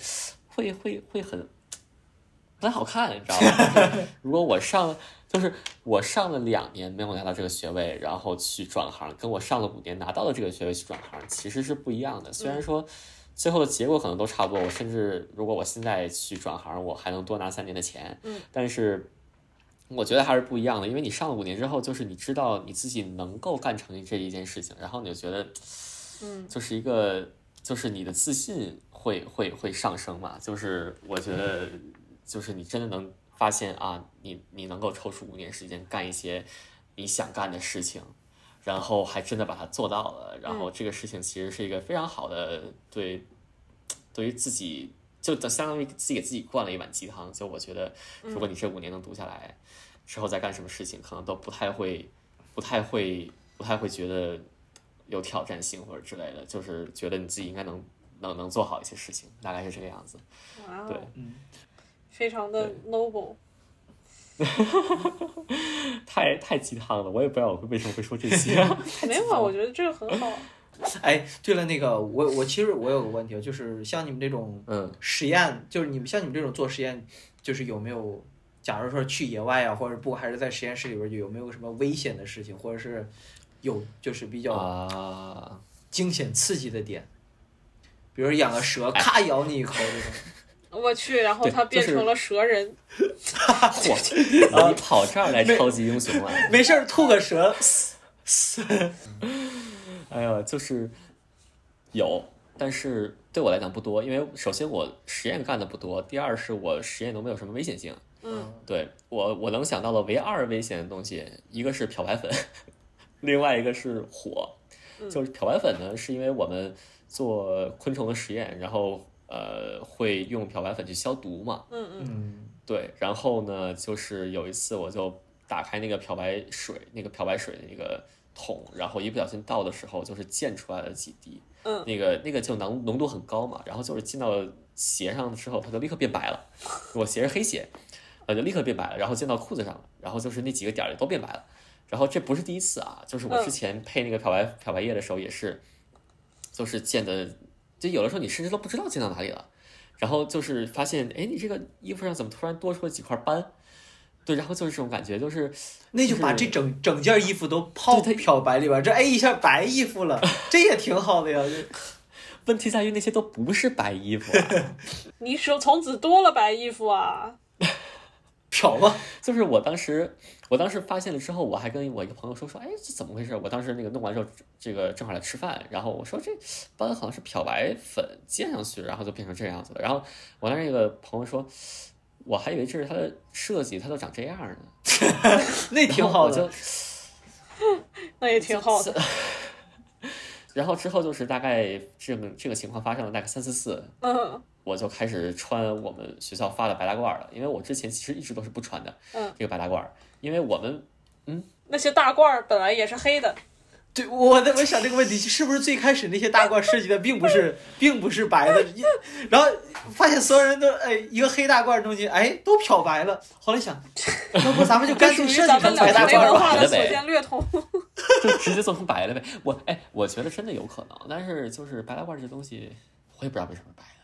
Speaker 4: 会会会很不太好看，你知道吗？ 就是如果我上就是我上了两年没有拿到这个学位，然后去转行，跟我上了五年拿到了这个学位去转行，其实是不一样的。虽然说最后的结果可能都差不多，我甚至如果我现在去转行，我还能多拿三年的钱，
Speaker 5: 嗯
Speaker 4: 但是我觉得还是不一样的，因为你上了五年之后，就是你知道你自己能够干成这一件事情，然后你就觉得
Speaker 5: 嗯，
Speaker 4: 就是一个就是你的自信会会会上升嘛，就是我觉得就是你真的能发现啊，你你能够抽出五年时间干一些你想干的事情。然后还真的把它做到了，然后这个事情其实是一个非常好的对，对于自己就等相当于自己给自己灌了一碗鸡汤。就我觉得，如果你这五年能读下来，之后再干什么事情，可能都不太会，不太会，不太会觉得有挑战性或者之类的，就是觉得你自己应该能能能做好一些事情，大概是这个样子。
Speaker 5: 哇
Speaker 4: 对
Speaker 5: 哦，
Speaker 2: 嗯，
Speaker 5: 非常的 noble。
Speaker 4: 太太鸡汤了，我也不知道我为什么会说这 些。
Speaker 5: 没有啊，我觉得这个很好。
Speaker 2: 哎，对了，那个我我其实我有个问题，啊就是像你们这种
Speaker 4: 嗯，
Speaker 2: 实验，就是你们像你们这种做实验，就是有没有，假如说去野外啊，或者不还是在实验室里边儿，就有没有什么危险的事情，或者是有就是比较
Speaker 4: 啊，
Speaker 2: 惊险刺激的点，比如养个蛇，
Speaker 4: 哎
Speaker 2: 咔咬你一口这种。
Speaker 5: 我去，然后
Speaker 4: 对
Speaker 5: 他变
Speaker 4: 就是
Speaker 5: 成了蛇人，
Speaker 4: 嚯，你跑这儿来超级英雄了。
Speaker 2: 啊没事儿，吐个舌。
Speaker 4: 哎呀，就是有，但是对我来讲不多，因为首先我实验干的不多，第二是我实验都没有什么危险性。
Speaker 5: 嗯，
Speaker 4: 对我，我能想到的唯二危险的东西，一个是漂白粉， 另外一个是火。就是漂白粉呢，是因为我们做昆虫的实验，然后呃会用漂白粉去消毒嘛。
Speaker 5: 嗯嗯
Speaker 2: 嗯
Speaker 4: 对，然后呢，就是有一次我就打开那个漂白水，那个漂白水的那个桶，然后一不小心倒的时候，就是溅出来了几滴，
Speaker 5: 嗯
Speaker 4: 那个那个就浓浓度很高嘛，然后就是进到鞋上之后，它就立刻变白 了，我鞋是黑鞋，呃，就立刻变白了，然后溅到裤子上了，然后就是那几个点儿都变白了，然后这不是第一次啊，就是我之
Speaker 5: 嗯
Speaker 4: 前配那个漂白漂白液的时候也是，就是溅的，就有的时候你甚至都不知道溅到哪里了。然后就是发现，哎，你这个衣服上怎么突然多出了几块斑？对，然后就是这种感觉，就是，
Speaker 2: 那就把
Speaker 4: 就是
Speaker 2: 这整整件衣服都泡
Speaker 4: 对它
Speaker 2: 漂白里边儿，这哎一下白衣服 了，这也挺好的呀。这
Speaker 4: 问题在于那些都不是白衣服、啊，
Speaker 5: 你手从此多了白衣服啊。
Speaker 2: 漂嘛，
Speaker 4: 就是我当时，我当时发现了之后，我还跟我一个朋友说说，哎，这怎么回事？我当时那个弄完之后，这个正好在吃饭，然后我说这斑好像是漂白粉溅上去，然后就变成这样子了。然后我那个朋友说，我还以为这是它的设计，它都长这样呢，
Speaker 2: 那挺好
Speaker 4: 然后我
Speaker 2: 的
Speaker 4: 就。
Speaker 5: 那也挺好的，
Speaker 4: 然后之后就是大概这个这个情况发生了大概三四次，
Speaker 5: 嗯
Speaker 4: 我就开始穿我们学校发的白大褂了，因为我之前其实一直都是不穿的。
Speaker 5: 嗯，
Speaker 4: 这个白大褂，因为我们
Speaker 5: 那些大褂儿本来也是黑的，
Speaker 2: 对，我在我想这个问题，是不是最开始那些大褂设计的并不 是并不是白的，一然后发现所有人都哎一个黑大褂中间哎都漂白了。后来想，要不咱们就
Speaker 5: 这
Speaker 2: 干脆
Speaker 5: 属于
Speaker 2: 设
Speaker 5: 咱
Speaker 2: 计
Speaker 5: 们
Speaker 2: 成
Speaker 5: 两
Speaker 2: 白
Speaker 5: 个
Speaker 2: 大褂
Speaker 5: 没文
Speaker 2: 吧。
Speaker 5: 化的
Speaker 4: 白的呗
Speaker 5: 所见略同。
Speaker 4: 就直接做成白的呗。我哎，我觉得真的有可能，但是就是白大褂这东西，我也不知道为什么是白的，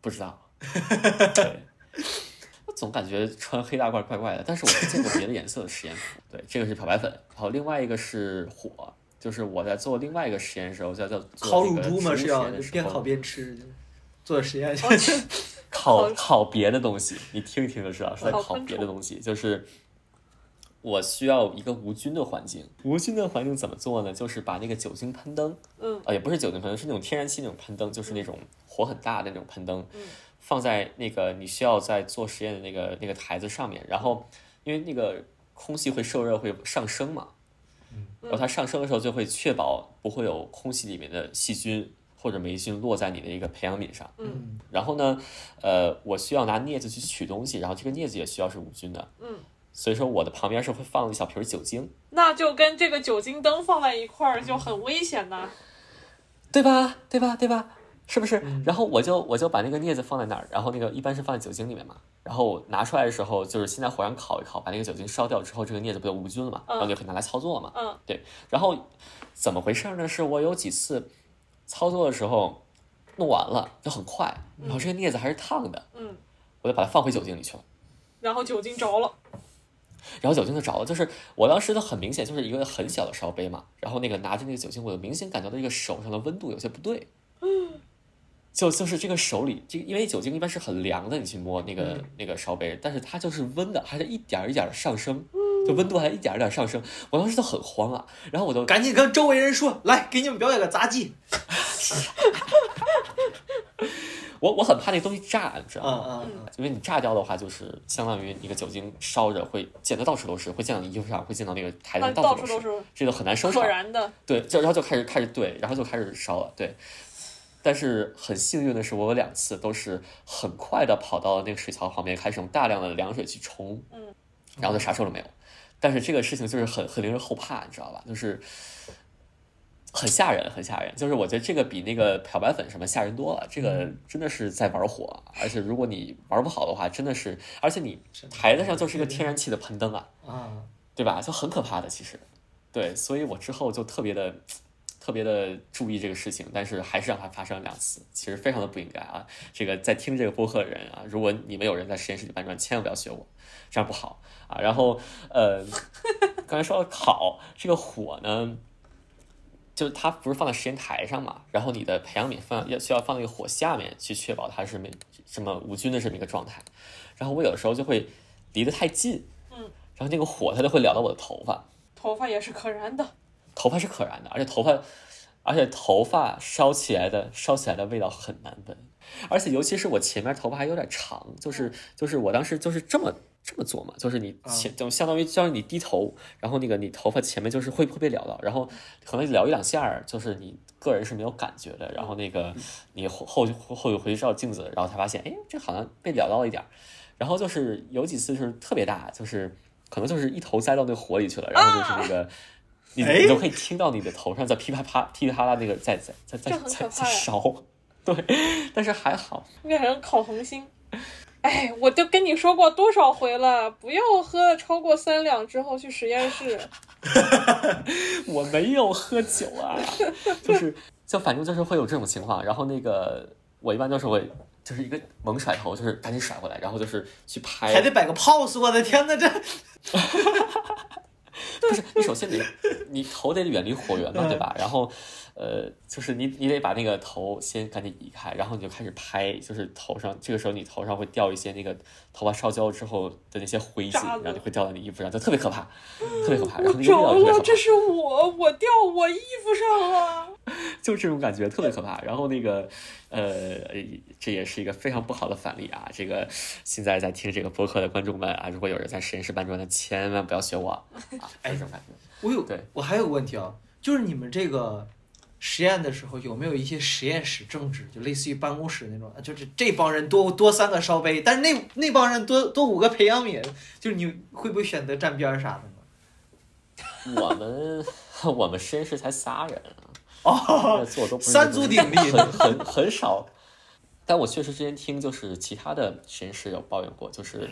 Speaker 4: 不知道。对，我总感觉穿黑大褂怪怪的，但是我没见过别的颜色的实验服。对，这个是漂白粉，然后另外一个是火。就是我在做另外一个实验的时候，在在做
Speaker 2: 烤
Speaker 4: 这
Speaker 2: 乳
Speaker 4: 个
Speaker 2: 猪嘛
Speaker 4: 植
Speaker 2: 是
Speaker 4: 物实
Speaker 2: 要
Speaker 4: 验的时
Speaker 2: 边
Speaker 4: 候哦
Speaker 2: 烤边吃，做实验去。
Speaker 5: 我去，
Speaker 4: 考
Speaker 5: 狂
Speaker 4: 考别的东西，你听一听就知道是在
Speaker 5: 考
Speaker 4: 考
Speaker 5: 昆
Speaker 4: 别的
Speaker 5: 虫
Speaker 4: 东西，就是。我需要一个无菌的环境。无菌的环境怎么做呢？就是把那个酒精喷灯，
Speaker 5: 嗯
Speaker 4: 啊、也不是酒精喷灯，是那种天然气那种喷灯，就是那种火很大的那种喷灯，
Speaker 5: 嗯
Speaker 4: 放在那个你需要在做实验的那个那个台子上面。然后，因为那个空气会受热会上升嘛，然后它上升的时候就会确保不会有空气里面的细菌或者霉菌落在你的一个培养皿上。
Speaker 2: 嗯
Speaker 4: 然后呢，呃，我需要拿镊子去取东西，然后这个镊子也需要是无菌的。
Speaker 5: 嗯，
Speaker 4: 所以说我的旁边是会放一小瓶酒精，
Speaker 5: 那就跟这个酒精灯放在一块儿就很危险呐、
Speaker 4: 对吧？对吧？对吧？是不是？然后我就我就把那个镊子放在那儿，然后那个一般是放在酒精里面嘛。然后我拿出来的时候，就是先在火上烤一烤，把那个酒精烧掉之后，这个镊子不就无菌了嘛？然后就可以拿来操作嘛。
Speaker 5: 嗯，
Speaker 4: 对。然后怎么回事呢？是我有几次操作的时候弄完了就很快，然后这个镊子还是烫的，
Speaker 5: 嗯，
Speaker 4: 我就把它放回酒精里去了。
Speaker 5: 然后酒精着了，
Speaker 4: 然后酒精就着了，就是我当时的很明显就是一个很小的烧杯嘛，然后那个拿着那个酒精，我就明显感觉到这个手上的温度有些不对，就就是这个手里，这个因为酒精一般是很凉的，你去摸那个那个烧杯，但是它就是温的，还是一点儿一点儿的上升，就温度还一点儿一点儿上升，我当时就很慌啊，然后我就
Speaker 2: 赶紧跟周围人说，来给你们表演个杂技。
Speaker 4: 我我很怕那东西炸，你知道
Speaker 2: 嗯
Speaker 4: 吗？
Speaker 2: 嗯
Speaker 4: 因为你炸掉的话，就是相当于一个酒精烧着会溅得到处都是，会溅到你衣服上，会哎溅到那个台
Speaker 5: 那
Speaker 4: 子
Speaker 5: 啊到
Speaker 4: 处
Speaker 5: 处都
Speaker 4: 是，
Speaker 5: 是
Speaker 4: 这个很难收
Speaker 5: 可
Speaker 4: 场。
Speaker 5: 燃的。
Speaker 4: 对，就然后就开始开始对，然后就开始烧了，对。但是很幸运的是，我有两次都是很快的跑到那个水槽旁边，开始用大量的凉水去冲，
Speaker 5: 嗯，
Speaker 4: 然后就啥事儿都没有。但是这个事情就是很很令人后怕，你知道吧？就是很吓人，很吓人。就是我觉得这个比那个漂白粉什么吓人多了。这个真的是在玩火，而且如果你玩不好的话，真的是，而且你台子上就是一个天然气的喷灯啊，
Speaker 2: 嗯啊，
Speaker 4: 对吧？就很可怕的，其实，对，所以我之后就特别的、特别的注意这个事情，但是还是让它发生了两次，其实非常的不应该啊。这个在听这个播客的人啊，如果你们有人在实验室里搬砖，千万不要学我，这样不好啊。然后，呃，刚才说到烤这个火呢，就是它不是放在实验台上嘛，然后你的培养皿放要需要放在一个火下面去确保它是没什么无菌的这么一个状态。然后我有的时候就会离得太近，
Speaker 5: 嗯，
Speaker 4: 然后那个火它就会燎到我的头发，
Speaker 5: 头发也是可燃的，
Speaker 4: 头发是可燃的，而且头发，而且头发烧起来的烧起来的味道很难闻，而且尤其是我前面头发还有点长，就是就是我当时就是这么这么做嘛，就是你前就相当于就让你低头，然后那个你头发前面就是会会被燎到，然后可能燎一两下儿，就是你个人是没有感觉的，然后那个你后后后后回去照镜子，然后才发现，哎，这好像被燎到了一点儿，然后就是有几次就是特别大，就是可能就是一头栽到那个火里去了，然后就是那个。 你
Speaker 2: 哎
Speaker 4: 你都可以听到你的头上在噼啪啪、噼里啪啦那个在在在在
Speaker 5: 这很
Speaker 4: 在
Speaker 5: 可
Speaker 4: 在
Speaker 5: 怕呀
Speaker 4: 烧，对，但是还好，
Speaker 5: 变成烤红心。哎，我就跟你说过多少回了，不要喝超过三两之后去实验室。
Speaker 4: 我没有喝酒 啊，就是就反正就是会有这种情况。然后那个我一般都是会就是一个猛甩头，就是赶紧甩回来，然后就是去拍
Speaker 2: 还，得摆个 pose，我的天呐，这
Speaker 4: 不是你首先你你头得远离火源
Speaker 5: 嗯
Speaker 4: 嘛，对吧？然后呃，就是你你得把那个头先赶紧移开，然后你就开始拍，就是头上这个时候你头上会掉一些那个头发烧焦之后的那些灰烬
Speaker 5: 渣，子
Speaker 4: 然后就会掉到你衣服上，就特别可怕，特别可怕。然
Speaker 5: 我
Speaker 4: 后那个味
Speaker 5: 着
Speaker 4: 道也特别可
Speaker 5: 了，
Speaker 4: 怕。
Speaker 5: 这是我，我掉我衣服上了。
Speaker 4: 就这种感觉特别可怕。然后那个，呃，这也是一个非常不好的反例啊。这个现在在听这个播客的观众们啊，如果有人在实验室搬砖的，千万不要学我啊，
Speaker 5: 哎
Speaker 4: 这种感觉。
Speaker 2: 我有
Speaker 4: 对，
Speaker 2: 我还有个问题啊，就是你们这个实验的时候有没有一些实验室政治，就类似于办公室那种，啊就是这帮人多多三个烧杯，但是那那帮人多多五个培养皿，就是你会不会选择站边儿啥的呢？
Speaker 4: 我们 我们实验室才仨人 啊，
Speaker 2: 哦，
Speaker 4: 那做都不是
Speaker 2: 三足鼎立
Speaker 4: 很很很少。但我确实之前听就是其他的实验室有抱怨过，就是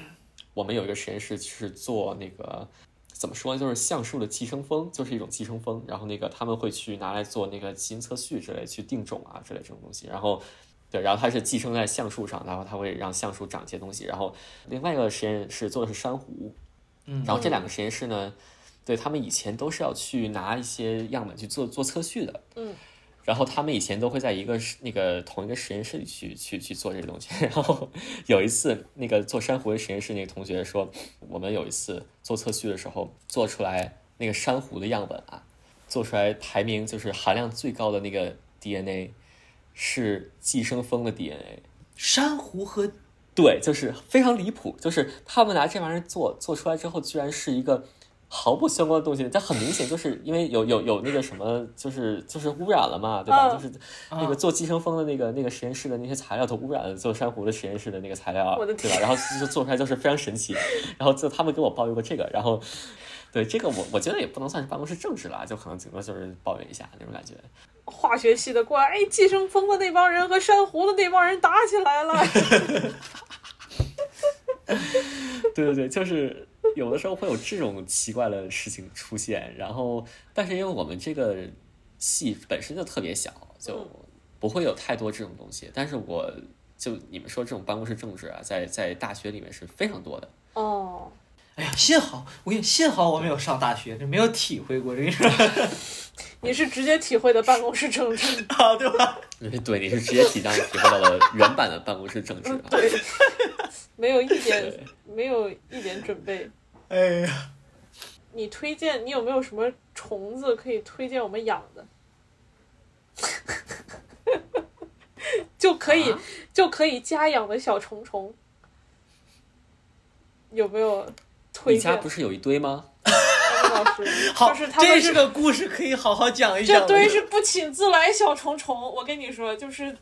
Speaker 4: 我们有一个实验室是做那个怎么说呢，就是橡树的寄生蜂，就是一种寄生蜂，然后那个他们会去拿来做那个基因测序之类，去定种啊之类这种东西，然后。对，然后它是寄生在橡树上，然后它会让橡树长一些东西。然后另外一个实验室做的是珊瑚，
Speaker 2: 嗯
Speaker 4: 然后这两个实验室呢，对他们以前都是要去拿一些样本去做做测序的，
Speaker 5: 嗯，
Speaker 4: 然后他们以前都会在一个实那个同一个实验室里去去去做这个东西。 然后有一次，那个做珊瑚的实验室那个同学说，我们有一次做测序的时候，做出来那个珊瑚的样本啊，做出来排名就是含量最高的那个 DNA 是寄生蜂的 DNA。
Speaker 2: 珊瑚和
Speaker 4: 对，就是非常离谱，就是他们拿这玩意儿做做出来之后，居然是一个毫不相关的东西，但很明显就是因为有有有那个什么，就是就是污染了嘛，对吧？
Speaker 5: 嗯
Speaker 4: 就是那
Speaker 2: 啊
Speaker 4: 个做寄生蜂的那个那个实验室的那些材料都污染了做珊瑚的实验室的那个材料，啊
Speaker 5: 我的
Speaker 4: 对吧？
Speaker 5: 天
Speaker 4: 然后就就做出来就是非常神奇，然后就他们给我抱怨过这个，然后。对这个我我觉得也不能算是办公室政治啦，就可能顶多就是抱怨一下那种感觉。
Speaker 5: 化学系的过来，哎，寄生蜂的那帮人和珊瑚的那帮人打起来了。
Speaker 4: 对对对，就是有的时候会有这种奇怪的事情出现，然后但是因为我们这个戏本身就特别小，
Speaker 5: 嗯
Speaker 4: 就不会有太多这种东西。但是我就你们说这种办公室政治啊，在在大学里面是非常多的。
Speaker 5: 哦，
Speaker 2: 哎呀，幸好我跟你幸好我没有上大学，这没有体会过这个
Speaker 5: 你是直接体会的办公室政治，
Speaker 2: 啊，对吧？
Speaker 4: 对，你是直接体谅体会到了原版的办公室政治啊。
Speaker 5: 对，没有一点，没有一点准备。
Speaker 2: 哎呀，
Speaker 5: 你推荐你有没有什么虫子可以推荐我们养的？ 就可以、
Speaker 4: 啊
Speaker 5: 就可以家养的小虫虫，有没有推
Speaker 4: 你家
Speaker 5: 荐？
Speaker 4: 不 是有一堆吗？
Speaker 5: 安老师，
Speaker 2: 好，
Speaker 5: 就是他
Speaker 2: 这
Speaker 5: 们
Speaker 2: 是个故事，可以好好讲一讲
Speaker 5: 这
Speaker 2: 的。
Speaker 5: 堆是不请自来小虫虫。我跟你说，就是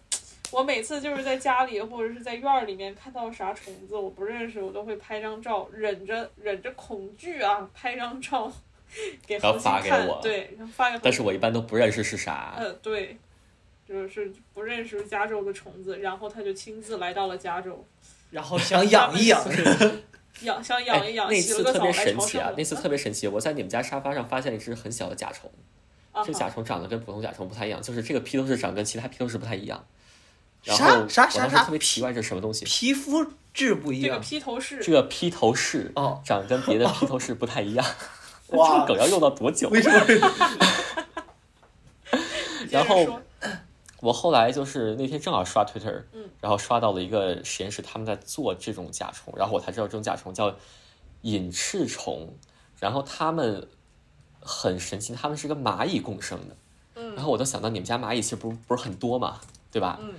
Speaker 5: 我每次就是在家里或者是在院儿里面看到啥虫子我不认识，我都会拍张照，忍着忍着恐惧啊，拍张照给
Speaker 4: 然后
Speaker 5: 恒星
Speaker 4: 发给
Speaker 5: 看
Speaker 4: 我，
Speaker 5: 对，然后发给恒
Speaker 4: 但是我一般都不认识是啥。
Speaker 5: 呃，对，就是不认识加州的虫子，然后他就亲自来到了加州，
Speaker 2: 然后想养一养，
Speaker 5: 养想
Speaker 4: 哎
Speaker 5: 养一养，
Speaker 4: 那
Speaker 5: 洗
Speaker 4: 次
Speaker 5: 了个
Speaker 4: 特
Speaker 5: 澡
Speaker 4: 别
Speaker 5: 来
Speaker 4: 神
Speaker 5: 朝
Speaker 4: 奇
Speaker 5: 圣嗯
Speaker 4: 啊
Speaker 5: 了！
Speaker 4: 那次特别神奇，我在你们家沙发上发现了一只很小的甲虫，
Speaker 5: 啊
Speaker 4: 这个甲虫长得跟普通甲虫不太一样，就是这个披头士长跟其他披头士不太一样。然
Speaker 2: 啥
Speaker 4: 后
Speaker 2: 啥
Speaker 4: 我
Speaker 2: 啥
Speaker 4: 当时
Speaker 2: 啥
Speaker 4: 特别奇怪，这是什么东西？
Speaker 2: 皮肤质不一
Speaker 5: 这个
Speaker 2: 样。
Speaker 5: 披头士
Speaker 4: 这个披头士
Speaker 2: 哦
Speaker 4: 长跟别的披头士不太一样，这
Speaker 2: 哇
Speaker 4: 个，梗要用到多久？
Speaker 2: 为什么？
Speaker 5: 接
Speaker 4: 然
Speaker 5: 着
Speaker 4: 后
Speaker 5: 说
Speaker 4: 我后来就是那天正好刷 Twitter，
Speaker 5: 嗯，
Speaker 4: 然后刷到了一个实验室，他们在做这种甲虫，然后我才知道这种甲虫叫隐翅虫，然后他们很神奇，他们是跟蚂蚁共生的，
Speaker 5: 嗯
Speaker 4: 然后我都想到你们家蚂蚁其实不是不是很多嘛，对吧？
Speaker 5: 嗯，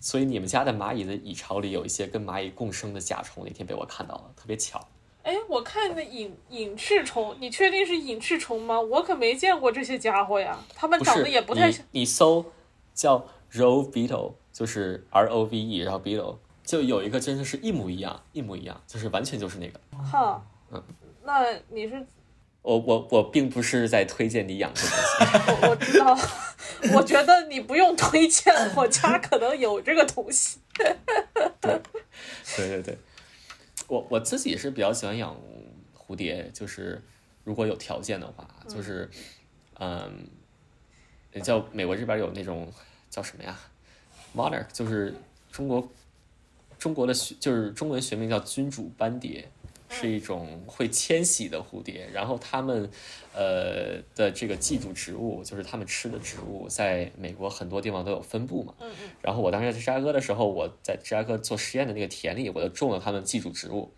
Speaker 4: 所以你们家的蚂蚁的蚁巢里有一些跟蚂蚁共生的甲虫，那天被我看到了，特别巧。
Speaker 5: 哎，我看的隐隐翅虫，你确定是隐翅虫吗？我可没见过这些家伙呀，他们
Speaker 4: 不
Speaker 5: 长
Speaker 4: 是
Speaker 5: 得也不太
Speaker 4: 你
Speaker 5: 像。
Speaker 4: 你搜叫 Rove Beetle，就是 R O V E，然后 Beetle 就有一个真的是一模一样，一模一样，就是完全就是那个。
Speaker 5: 哈。
Speaker 4: 嗯
Speaker 5: 那你是
Speaker 4: 我我我并不是在推荐你养这个东西，
Speaker 5: 我我知道， 我觉得你不用推荐，我家可能有这个东西。
Speaker 4: 对对对，我我自己是比较喜欢养蝴蝶，就是如果有条件的话，就是嗯，呃叫美国这边有那种叫什么呀，monarch，就是中国中国的学就是中文学名叫君主斑蝶。是一种会迁徙的蝴蝶，然后它们，呃的这个寄主植物，就是它们吃的植物，在美国很多地方都有分布嘛。
Speaker 5: 嗯嗯，
Speaker 4: 然后我当时在芝加哥的时候，我在芝加哥做实验的那个田里，我就种了它们寄主植物，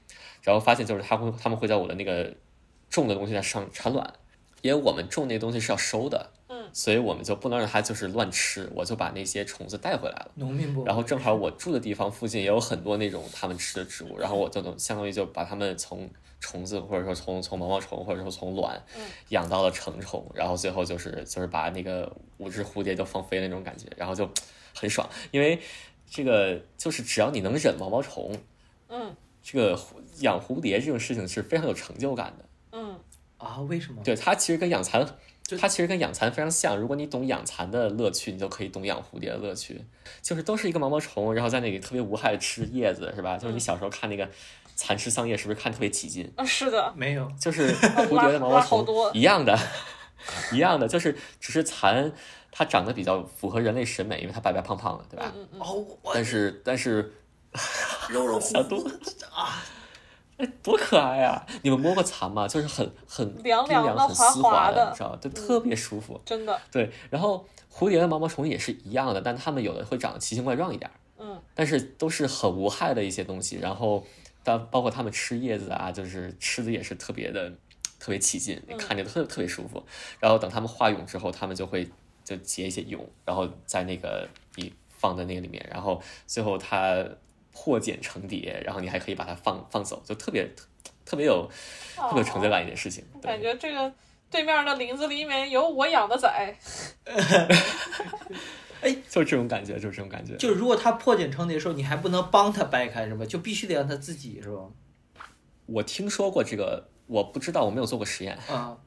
Speaker 4: 然后发现就是它会它们会在我的那个种的东西上上产卵，因为我们种那东西是要收的，
Speaker 5: 嗯，
Speaker 4: 所以我们就不能让它就是乱吃，我就把那些虫子带回来了。
Speaker 2: 农民不？
Speaker 4: 然后正好我住的地方附近也有很多那种它们吃的植物，然后我就能相当于就把它们从虫子或者说从从毛毛虫或者说从卵
Speaker 5: 嗯
Speaker 4: 养到了成虫，然后最后就是就是把那个五只蝴蝶都放飞那种感觉，然后就很爽，因为这个就是只要你能忍毛毛虫，
Speaker 5: 嗯
Speaker 4: 这个蝴养蝴蝶这种事情是非常有成就感的。
Speaker 5: 嗯
Speaker 2: 啊，为什么？
Speaker 4: 对，它其实跟养蚕
Speaker 2: 就，
Speaker 4: 它其实跟养蚕非常像。如果你懂养蚕的乐趣，你就可以懂养蝴蝶的乐趣。就是都是一个毛毛虫，然后在那里特别无害的吃叶子，是吧？就是
Speaker 5: 嗯
Speaker 4: 你小时候看那个《蚕食桑叶》，是不是看特别起劲？
Speaker 5: 啊，是的，
Speaker 2: 没有，
Speaker 4: 就是 蝴蝶的毛毛
Speaker 5: 拉好
Speaker 4: 虫
Speaker 5: 多
Speaker 4: 一样的， 一样的，就是只是蚕它长得比较符合人类审美，因为它白白胖胖的，对吧？
Speaker 5: 嗯嗯嗯，
Speaker 2: 哦，我
Speaker 4: 但是但是
Speaker 2: 肉肉乎
Speaker 4: 小度
Speaker 2: 乎啊，
Speaker 4: 多可爱啊！你们摸过蚕吗？就是很很
Speaker 5: 凉
Speaker 4: 冰
Speaker 5: 凉的
Speaker 4: 很丝
Speaker 5: 滑滑
Speaker 4: 的，
Speaker 5: 的嗯
Speaker 4: 你知道，就特别舒服。
Speaker 5: 真的，
Speaker 4: 对，然后蝴蝶的毛毛虫也是一样的，但它们有的会长得奇形怪状一点儿，
Speaker 5: 嗯，
Speaker 4: 但是都是很无害的一些东西。然后，但包括它们吃叶子啊，就是吃的也是特别的，特别起劲，你
Speaker 5: 嗯
Speaker 4: 看着特特别舒服。然后等它们化蛹之后，它们就会就结一些蛹，然后在那个你放在那个里面，然后最后它破茧成蝶，然后你还可以把它放放走，就特别特特别有特别有成就感一件事情。对
Speaker 5: 哦感觉这个对面的林子里面有我养的崽，
Speaker 4: 就是这种感觉，就是这种感觉。
Speaker 2: 就如果它破茧成蝶的时候，你还不能帮它掰开是吧？就必须得让它自己是吧？
Speaker 4: 我听说过这个，我不知道，我没有做过实验，
Speaker 2: 啊，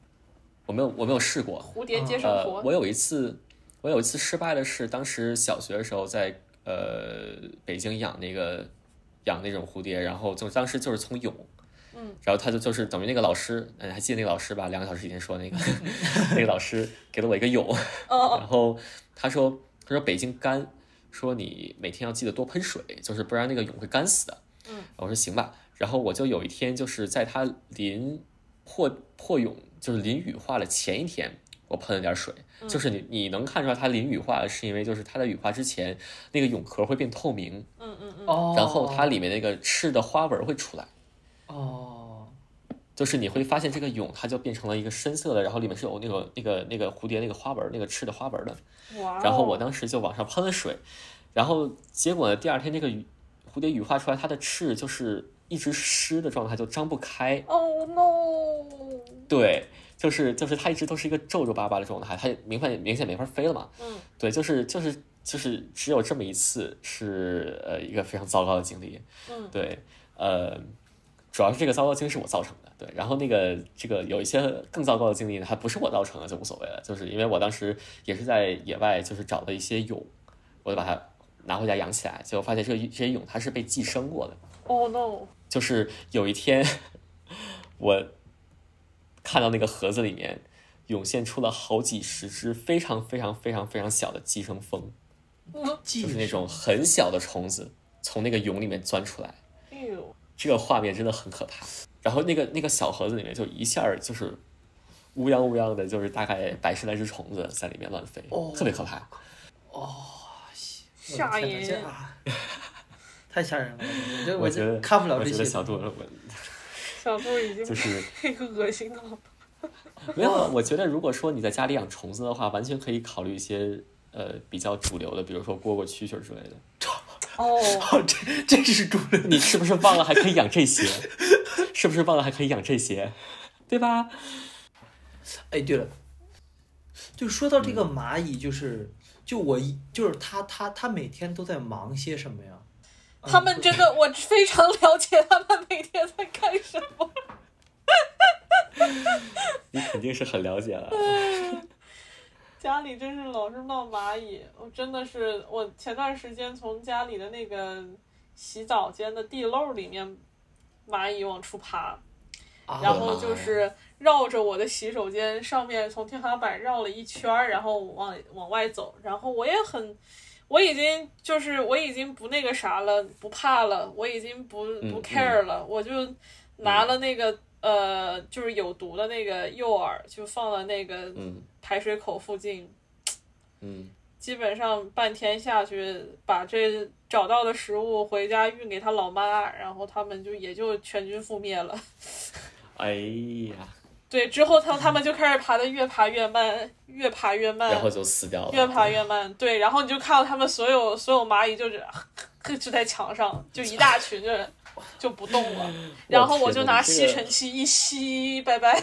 Speaker 4: 我没有我没有试过。
Speaker 5: 蝴蝶接生
Speaker 4: 呃，
Speaker 5: 婆，
Speaker 4: 我有一次，我有一次失败的是，当时小学的时候在呃北京养那个养那种蝴蝶，然后就当时就是从蛹。
Speaker 5: 嗯，
Speaker 4: 然后他就就是等于那个老师，嗯，还记得那个老师吧？两个小时以前说那 个那个老师给了我一个蛹，
Speaker 5: 嗯嗯
Speaker 4: 然后他说他说北京干，说你每天要记得多喷水，就是不然那个蛹会干死的。
Speaker 5: 嗯，
Speaker 4: 我说行吧。然后我就有一天就是在它临破破蛹，就是淋雨化了前一天，我喷了点水。就是你你能看出来它淋雨化了，是因为就是它在雨化之前，那个蛹壳会变透明，
Speaker 5: 嗯嗯嗯，
Speaker 2: 哦，
Speaker 4: 然后它里面那个吃的花纹会出来。
Speaker 2: 哦，
Speaker 4: 就是你会发现这个蛹，它就变成了一个深色的，然后里面是有那个那个那个蝴蝶那个花纹，那个吃的花纹的。
Speaker 5: 哇哦，
Speaker 4: 然后我当时就往上喷了水，然后结果呢，第二天这个羽蝴蝶羽化出来，它的翅就是一直湿的状态，就张不开。
Speaker 5: ，Oh no，
Speaker 4: 对，就是就是它一直都是一个皱皱巴巴的状态，它明显明显没法飞了嘛。
Speaker 5: 嗯，
Speaker 4: 对，就是就是就是只有这么一次是呃一个非常糟糕的经历。
Speaker 5: 嗯
Speaker 4: 对，呃，主要是这个糟糕经历是我造成的。对，然后那个这个有一些更糟糕的经历呢，还不是我造成的，就无所谓了。就是因为我当时也是在野外，就是找了一些蛹，我就把它拿回家养起来，结果发现这个这些蛹它是被寄生过的。
Speaker 5: ，Oh no，
Speaker 4: 就是有一天，我看到那个盒子里面涌现出了好几十只非常非常非常非常小的寄生蜂，
Speaker 5: 嗯，
Speaker 2: 就
Speaker 4: 就是那种很小的虫子从那个蛹里面钻出来，
Speaker 5: 哎呦，
Speaker 4: 这个画面真的很可怕。然后那个那个小盒子里面就一下儿就是乌泱乌泱的，就是大概百十来只虫子在里面乱飞，
Speaker 2: 哦
Speaker 4: 特别可怕。
Speaker 5: 吓
Speaker 2: 我的天
Speaker 5: 人
Speaker 2: 哪这，啊 太吓人了！我这
Speaker 4: 我
Speaker 2: 这
Speaker 4: 觉得
Speaker 2: 看不了
Speaker 4: 我
Speaker 2: 这
Speaker 4: 觉
Speaker 2: 些
Speaker 4: 得小猪我
Speaker 5: 小猪已经
Speaker 4: 就是。
Speaker 5: 被恶心到了，
Speaker 4: 没有，啊，我觉得如果说你在家里养虫子的话，完全可以考虑一些呃比较主流的，比如说蝈蝈、蛐蛐之类的。
Speaker 5: 哦，
Speaker 2: 哦，这这是主 人，
Speaker 4: 你是不是忘了还可以养这 些？是不是忘了还可以养这些？对吧？
Speaker 2: 哎，对了，就说到这个蚂蚁，就是就我一就是它它它每天都在忙些什么呀？啊
Speaker 5: 他们真的，我非常了解他们每天在干什么。
Speaker 4: 你肯定是很了解了。
Speaker 5: 家里真是老是闹蚂蚁，我真的是，我前段时间从家里的那个洗澡间的地漏里面，蚂蚁往出爬，
Speaker 2: 啊
Speaker 5: 然后就是绕着我的洗手间上面从天花板绕了一圈儿，然后往往外走，然后我也很。我已经就是我已经不那个啥了，不怕了，我已经不不
Speaker 4: 嗯
Speaker 5: care 了，我就拿了那个、呃就是有毒的那个诱饵，就放在那个
Speaker 4: 嗯
Speaker 5: 排水口附近，
Speaker 4: 嗯，
Speaker 5: 基本上半天下去，把这找到的食物回家运给他老妈，然后他们就也就全军覆灭了。
Speaker 4: 哎呀，
Speaker 5: 对，之后他他们就开始爬的越爬越慢，越爬越慢，
Speaker 4: 然后就死掉了。
Speaker 5: 越爬越慢。对，然后你就看到他们所有所有蚂蚁就是 就在墙上，就一大群就就不动了。然后我就拿吸尘器一吸，拜拜，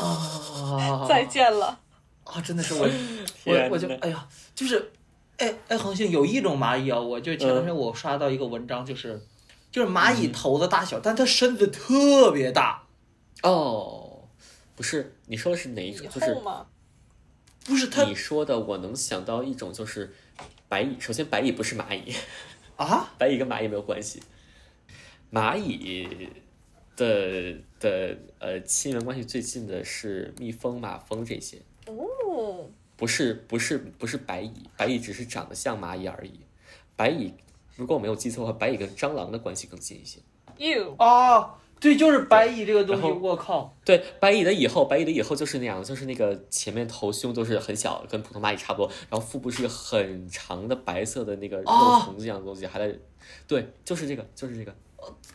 Speaker 2: 啊，
Speaker 5: 再见了。
Speaker 2: 啊！真的是我
Speaker 4: 天
Speaker 2: 我我就
Speaker 4: 哪
Speaker 2: 哎呀，就是哎哎，恒星有一种蚂蚁啊，我就前段时间我刷到一个文章，就是就是蚂蚁头的大小，但它身子特别大，
Speaker 4: 哦，不是，你说的是哪一
Speaker 5: 以
Speaker 4: 种？就是
Speaker 5: 后嘛，
Speaker 2: 不是它
Speaker 4: 你说的，我能想到一种就是白蚁。首先，白蚁不是蚂蚁。
Speaker 2: 啊
Speaker 4: 白蚁跟蚂蚁没有关系。蚂蚁的的呃亲缘关系最近的是蜜蜂、马蜂这些，
Speaker 5: 哦，
Speaker 4: 不是不是不是白蚁，白蚁只是长得像蚂蚁而已。白蚁如果我没有记错的话，白蚁跟蟑螂的关系更近一些。
Speaker 5: you
Speaker 2: 啊！对，就是白蚁这个东西，
Speaker 4: 然后
Speaker 2: 我靠，
Speaker 4: 对，白蚁的蚁后，白蚁的蚁后就是那样，就是那个前面头胸都是很小，跟普通蚂蚁差不多，然后腹部是个很长的白色的那个肉
Speaker 2: 哦
Speaker 4: 虫子一样的东西，还在，对，就是这个，就是这个，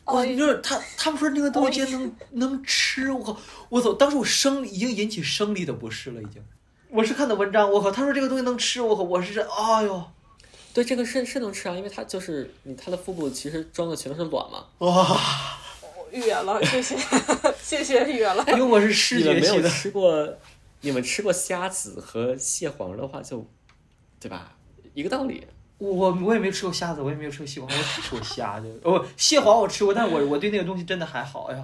Speaker 2: 哇，就是他他们说那个东西竟然能能吃，我靠，我操！当时我生理已经引起生理的不适了，已经。我是看的文章，我靠，他说这个东西能吃，我靠，我是这，哎呦，
Speaker 4: 对，这个是是能吃啊，因为它就是你它的腹部其实装的全都是卵嘛，
Speaker 2: 哇！
Speaker 5: 远了，谢 谢谢谢远了。
Speaker 2: 因为我是
Speaker 4: 你
Speaker 2: 视
Speaker 4: 们
Speaker 2: 觉
Speaker 4: 没
Speaker 2: 系
Speaker 4: 有
Speaker 2: 的，
Speaker 4: 吃过，你们吃过虾子和蟹黄的话就，对吧？一个道理。
Speaker 2: 我我也没吃过虾子，我也没有吃过蟹黄，我只吃过虾就哦，蟹黄我吃过，但我我对那个东西真的还好，哎呀，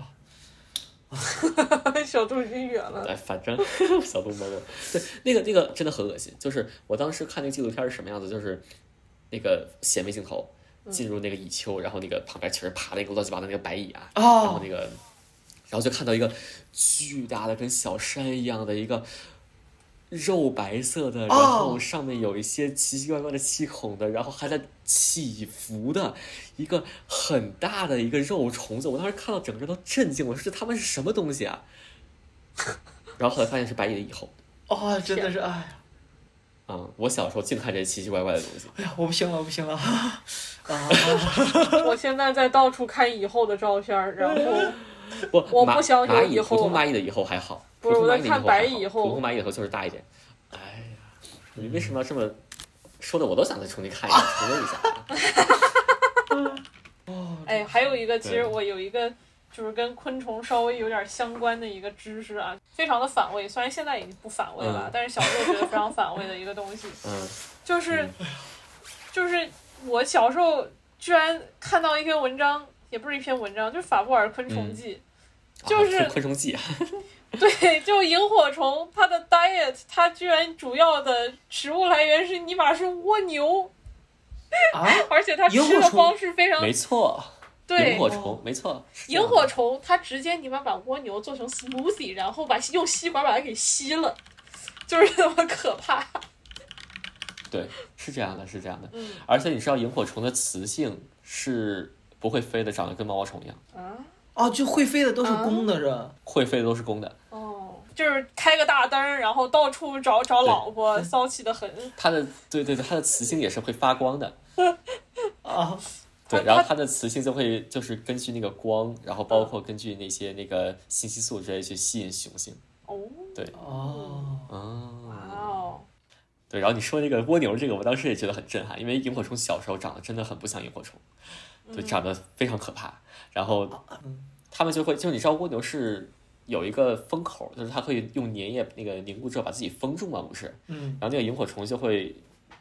Speaker 5: 小度已经远了，
Speaker 4: 哎，反正小东摸摸，对，那个那个真的很恶心。就是我当时看那个纪录片是什么样子，就是那个显微镜头
Speaker 2: 嗯
Speaker 4: 进入那个蚁丘，然后那个旁边全是爬那个乱七八糟那个白蚁啊，然后
Speaker 2: 哦，
Speaker 4: 那个，然后就看到一个巨大的跟小山一样的一个肉白色的，然后上面有一些奇奇怪怪的气孔的，然后还在起伏的一个很大的一个肉虫子，我当时看到整个都震惊，我说这他们是什么东西啊？ 然后后来发现是白蚁的蚁后。
Speaker 2: 哦，真的是，哎呀，
Speaker 4: 啊、我小时候净看这些奇奇怪怪的东西。
Speaker 2: 哎呀，我不行了，我不行了，啊，
Speaker 5: 我现在在到处看以后的照片儿，然后
Speaker 4: 不，
Speaker 5: 我
Speaker 4: 蚂
Speaker 5: 不想有
Speaker 4: 蚂蚁
Speaker 5: 蚁
Speaker 4: 普
Speaker 5: 后
Speaker 4: 通
Speaker 5: 了
Speaker 4: 蚂蚁的蚁后还好，
Speaker 5: 不是
Speaker 4: 普通
Speaker 5: 我在
Speaker 4: 蚂蚁的蚁
Speaker 5: 看
Speaker 4: 后
Speaker 5: 白
Speaker 4: 还
Speaker 5: 蚁
Speaker 4: 好
Speaker 5: 后
Speaker 4: 普通蚂蚁的以后就是大一点。哎呀，你为什么要这么说的？我都想再重新看一遍，重温一下。啊
Speaker 5: 哎，还有一个，其实
Speaker 4: 对
Speaker 5: 我有一个就是跟昆虫稍微有点相关的一个知识啊，非常的反胃，虽然现在已经不反胃了，
Speaker 4: 嗯
Speaker 5: 但是小时候觉得非常反胃的一个东西，
Speaker 4: 嗯，
Speaker 5: 就是、就是我小时候居然看到一篇文章，也不是一篇文章，就是法布尔昆
Speaker 4: 嗯
Speaker 5: 虫记。 就是
Speaker 4: 啊昆昆虫记，
Speaker 5: 对，就萤火虫，它的 diet，它居然主要的食物来源是尼玛是蜗牛，
Speaker 2: 啊，
Speaker 5: 而且它吃
Speaker 2: 萤火
Speaker 5: 的
Speaker 2: 虫
Speaker 5: 方式非 常
Speaker 4: 没错，
Speaker 5: 对，
Speaker 4: 萤火虫，没错，是这
Speaker 5: 萤
Speaker 4: 样
Speaker 5: 火
Speaker 4: 的
Speaker 5: 虫它直接你们把蜗牛做成 smoothie，然后把用吸管把它给吸了，就是那么可怕。
Speaker 4: 对，是这样的，是这样的。
Speaker 5: 嗯
Speaker 4: 而且你知道萤火虫的雌性是不会飞的，长得跟毛毛虫一样，
Speaker 5: 啊，
Speaker 2: 哦，就会飞的都是公的是，
Speaker 4: 会飞的都是公的。
Speaker 5: 哦，就是开个大灯儿，然后到处找找老婆，骚气的很。
Speaker 4: 它的对对对，它的雌性也是会发光的。
Speaker 2: 啊，
Speaker 4: 对，
Speaker 5: 它
Speaker 4: 然后
Speaker 5: 它
Speaker 4: 它的雌性就会就是根据那个光，然后包括根据那些那个信息素之类去吸引雄性。
Speaker 5: 哦，
Speaker 2: 哦，
Speaker 5: 哇
Speaker 4: 哦，
Speaker 5: 哦，
Speaker 4: 对，然后你说那个蜗牛这个，我当时也觉得很震撼，因为萤火虫小时候长得真的很不像萤火虫，就长得非常可怕。然后
Speaker 2: 嗯
Speaker 4: 它们就会，就是你知道蜗牛是有一个封口，就是它可以用粘液那个凝固之后把自己封住嘛，不是？
Speaker 2: 嗯，
Speaker 4: 然后那个萤火虫就会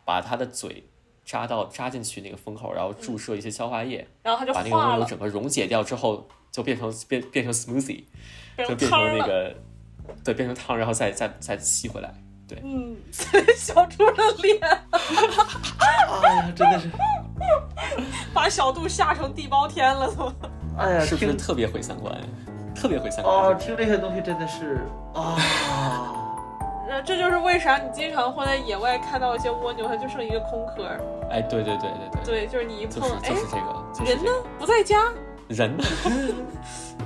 Speaker 4: 把它的嘴扎到扎进去那个封口，然后注射一些消化液。
Speaker 5: 然后它就
Speaker 4: 把那个蜗
Speaker 5: 化
Speaker 4: 牛
Speaker 5: 了，
Speaker 4: 整个溶解掉之后，就变成变变成 smoothie，
Speaker 5: 变
Speaker 4: 就
Speaker 5: 成
Speaker 4: 变
Speaker 5: 汤
Speaker 4: 成那
Speaker 5: 儿了。
Speaker 4: 个，对，变成汤，然后再再再吸回来。对，
Speaker 5: 嗯， 小猪的脸
Speaker 2: 哎呀，真的是，
Speaker 5: 把小度吓成地包天了都。
Speaker 2: 哎呀，
Speaker 4: 是不是
Speaker 2: 听
Speaker 4: 特别毁三观？特别毁三观。
Speaker 2: 哦，
Speaker 4: 是
Speaker 2: 听这些东西真的是 啊，
Speaker 5: 呃，这就是为啥你经常会在野外看到一些蜗牛，它就剩一个空壳儿。
Speaker 4: 吧哎，对对对对对，
Speaker 5: 对，就是你一碰
Speaker 4: 就是，
Speaker 5: 哎
Speaker 4: 就，是这个，就是
Speaker 5: 人
Speaker 4: 这
Speaker 5: 呢
Speaker 4: 个
Speaker 5: 不在家，
Speaker 4: 人呢？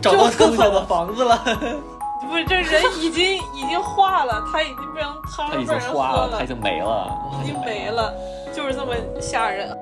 Speaker 2: 找到更小的房子 了，
Speaker 5: 不是，这人已经已经化了，它已经变成汤
Speaker 4: 它
Speaker 5: 儿
Speaker 4: 已
Speaker 5: 被
Speaker 4: 经
Speaker 5: 人喝
Speaker 4: 花了，它
Speaker 5: 了
Speaker 4: 已，经没了，
Speaker 5: 已经没了，就是这么吓人。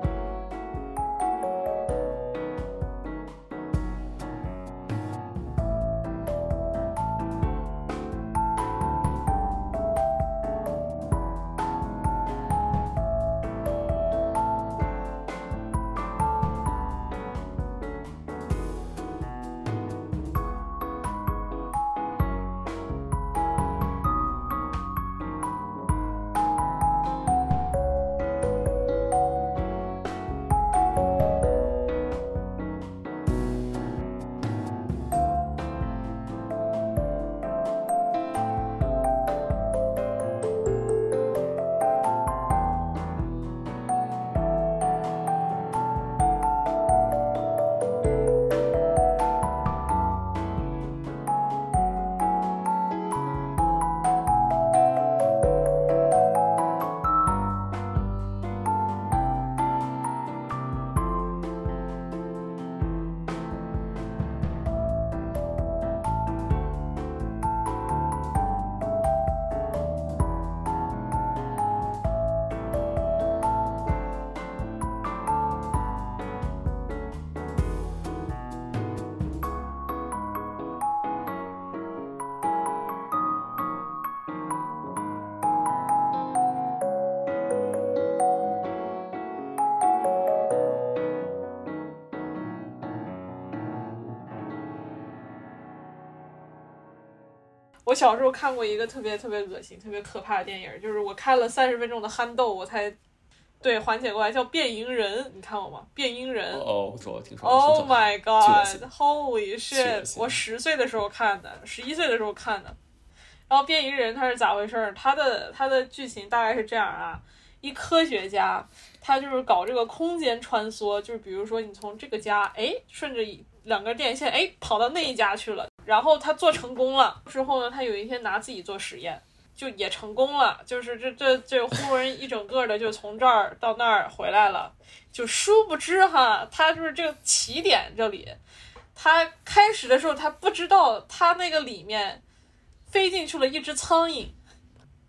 Speaker 5: 我小时候看过一个特别特别恶心、特别可怕的电影，就是我看了三十分钟的憨豆，我才对缓解过来，叫《变蝇人》，你看过吗？《变蝇人》
Speaker 4: 哦，我说我听说过。
Speaker 5: Oh my
Speaker 4: 心
Speaker 5: god！Holy
Speaker 4: 恶
Speaker 5: shit！
Speaker 4: 心
Speaker 5: 我十岁的时候看的，十一岁的时候看的。然后《变蝇人》它是咋回事儿？它的它的剧情大概是这样啊：一科学家，他就是搞这个空间穿梭，就是比如说你从这个家，哎，顺着一两根电线，哎，跑到那一家去了。然后他做成功了之后呢，他有一天拿自己做实验，就也成功了，就是这这这忽然一整个的就从这儿到那儿回来了。就殊不知哈，他就是这个起点这里，他开始的时候他不知道他那个里面飞进去了一只苍蝇，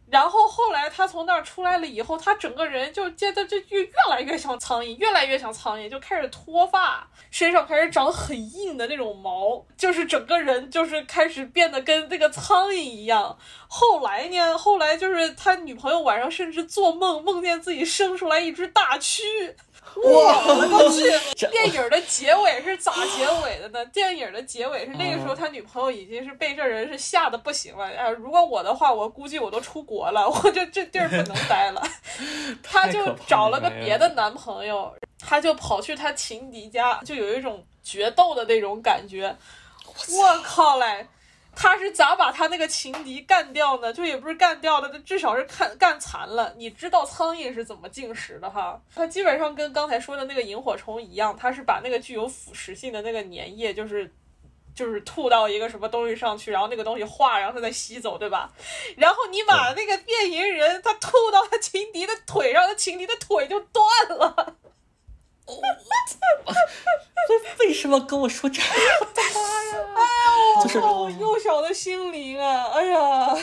Speaker 5: 然后后来他从那儿出来了以后，他整个人就觉得就越越来越像苍蝇，越来越像苍蝇，就开始脱发，身上开始长很硬的那种毛，就是整个人就是开始变得跟那 个苍蝇一样。后来呢，后来就是他女朋友晚上甚至做梦梦见自己生出来一只大蛆。哇！我都去，
Speaker 4: 这
Speaker 5: 电影的结尾是咋结尾的呢？电影的结尾是那个时候，他女朋友已经是被这人是吓得不行了。哎，如果我的话，我估计我都出国了，我这这地儿不能待了。她
Speaker 4: 太
Speaker 5: 就
Speaker 4: 可怕
Speaker 5: 找了
Speaker 4: 了
Speaker 5: 个
Speaker 4: 哎呀
Speaker 5: 别的男朋友，她就跑去她情敌家，就有一种决斗的那种感觉。我靠嘞！他是咋把他那个情敌干掉呢？就也不是干掉的，他至少是看干残了。你知道苍蝇是怎么进食的哈？它基本上跟刚才说的那个萤火虫一样，它是把那个具有腐蚀性的那个粘液，就是就是吐到一个什么东西上去，然后那个东西化，然后它再吸走，对吧？然后你把那个变蝇人，他吐到他情敌的腿上，他情敌的腿就断了。
Speaker 4: 为什么跟我说这？
Speaker 5: 哎呀，我
Speaker 4: 就是
Speaker 2: 哦
Speaker 5: 好幼小的心灵啊！哎呀，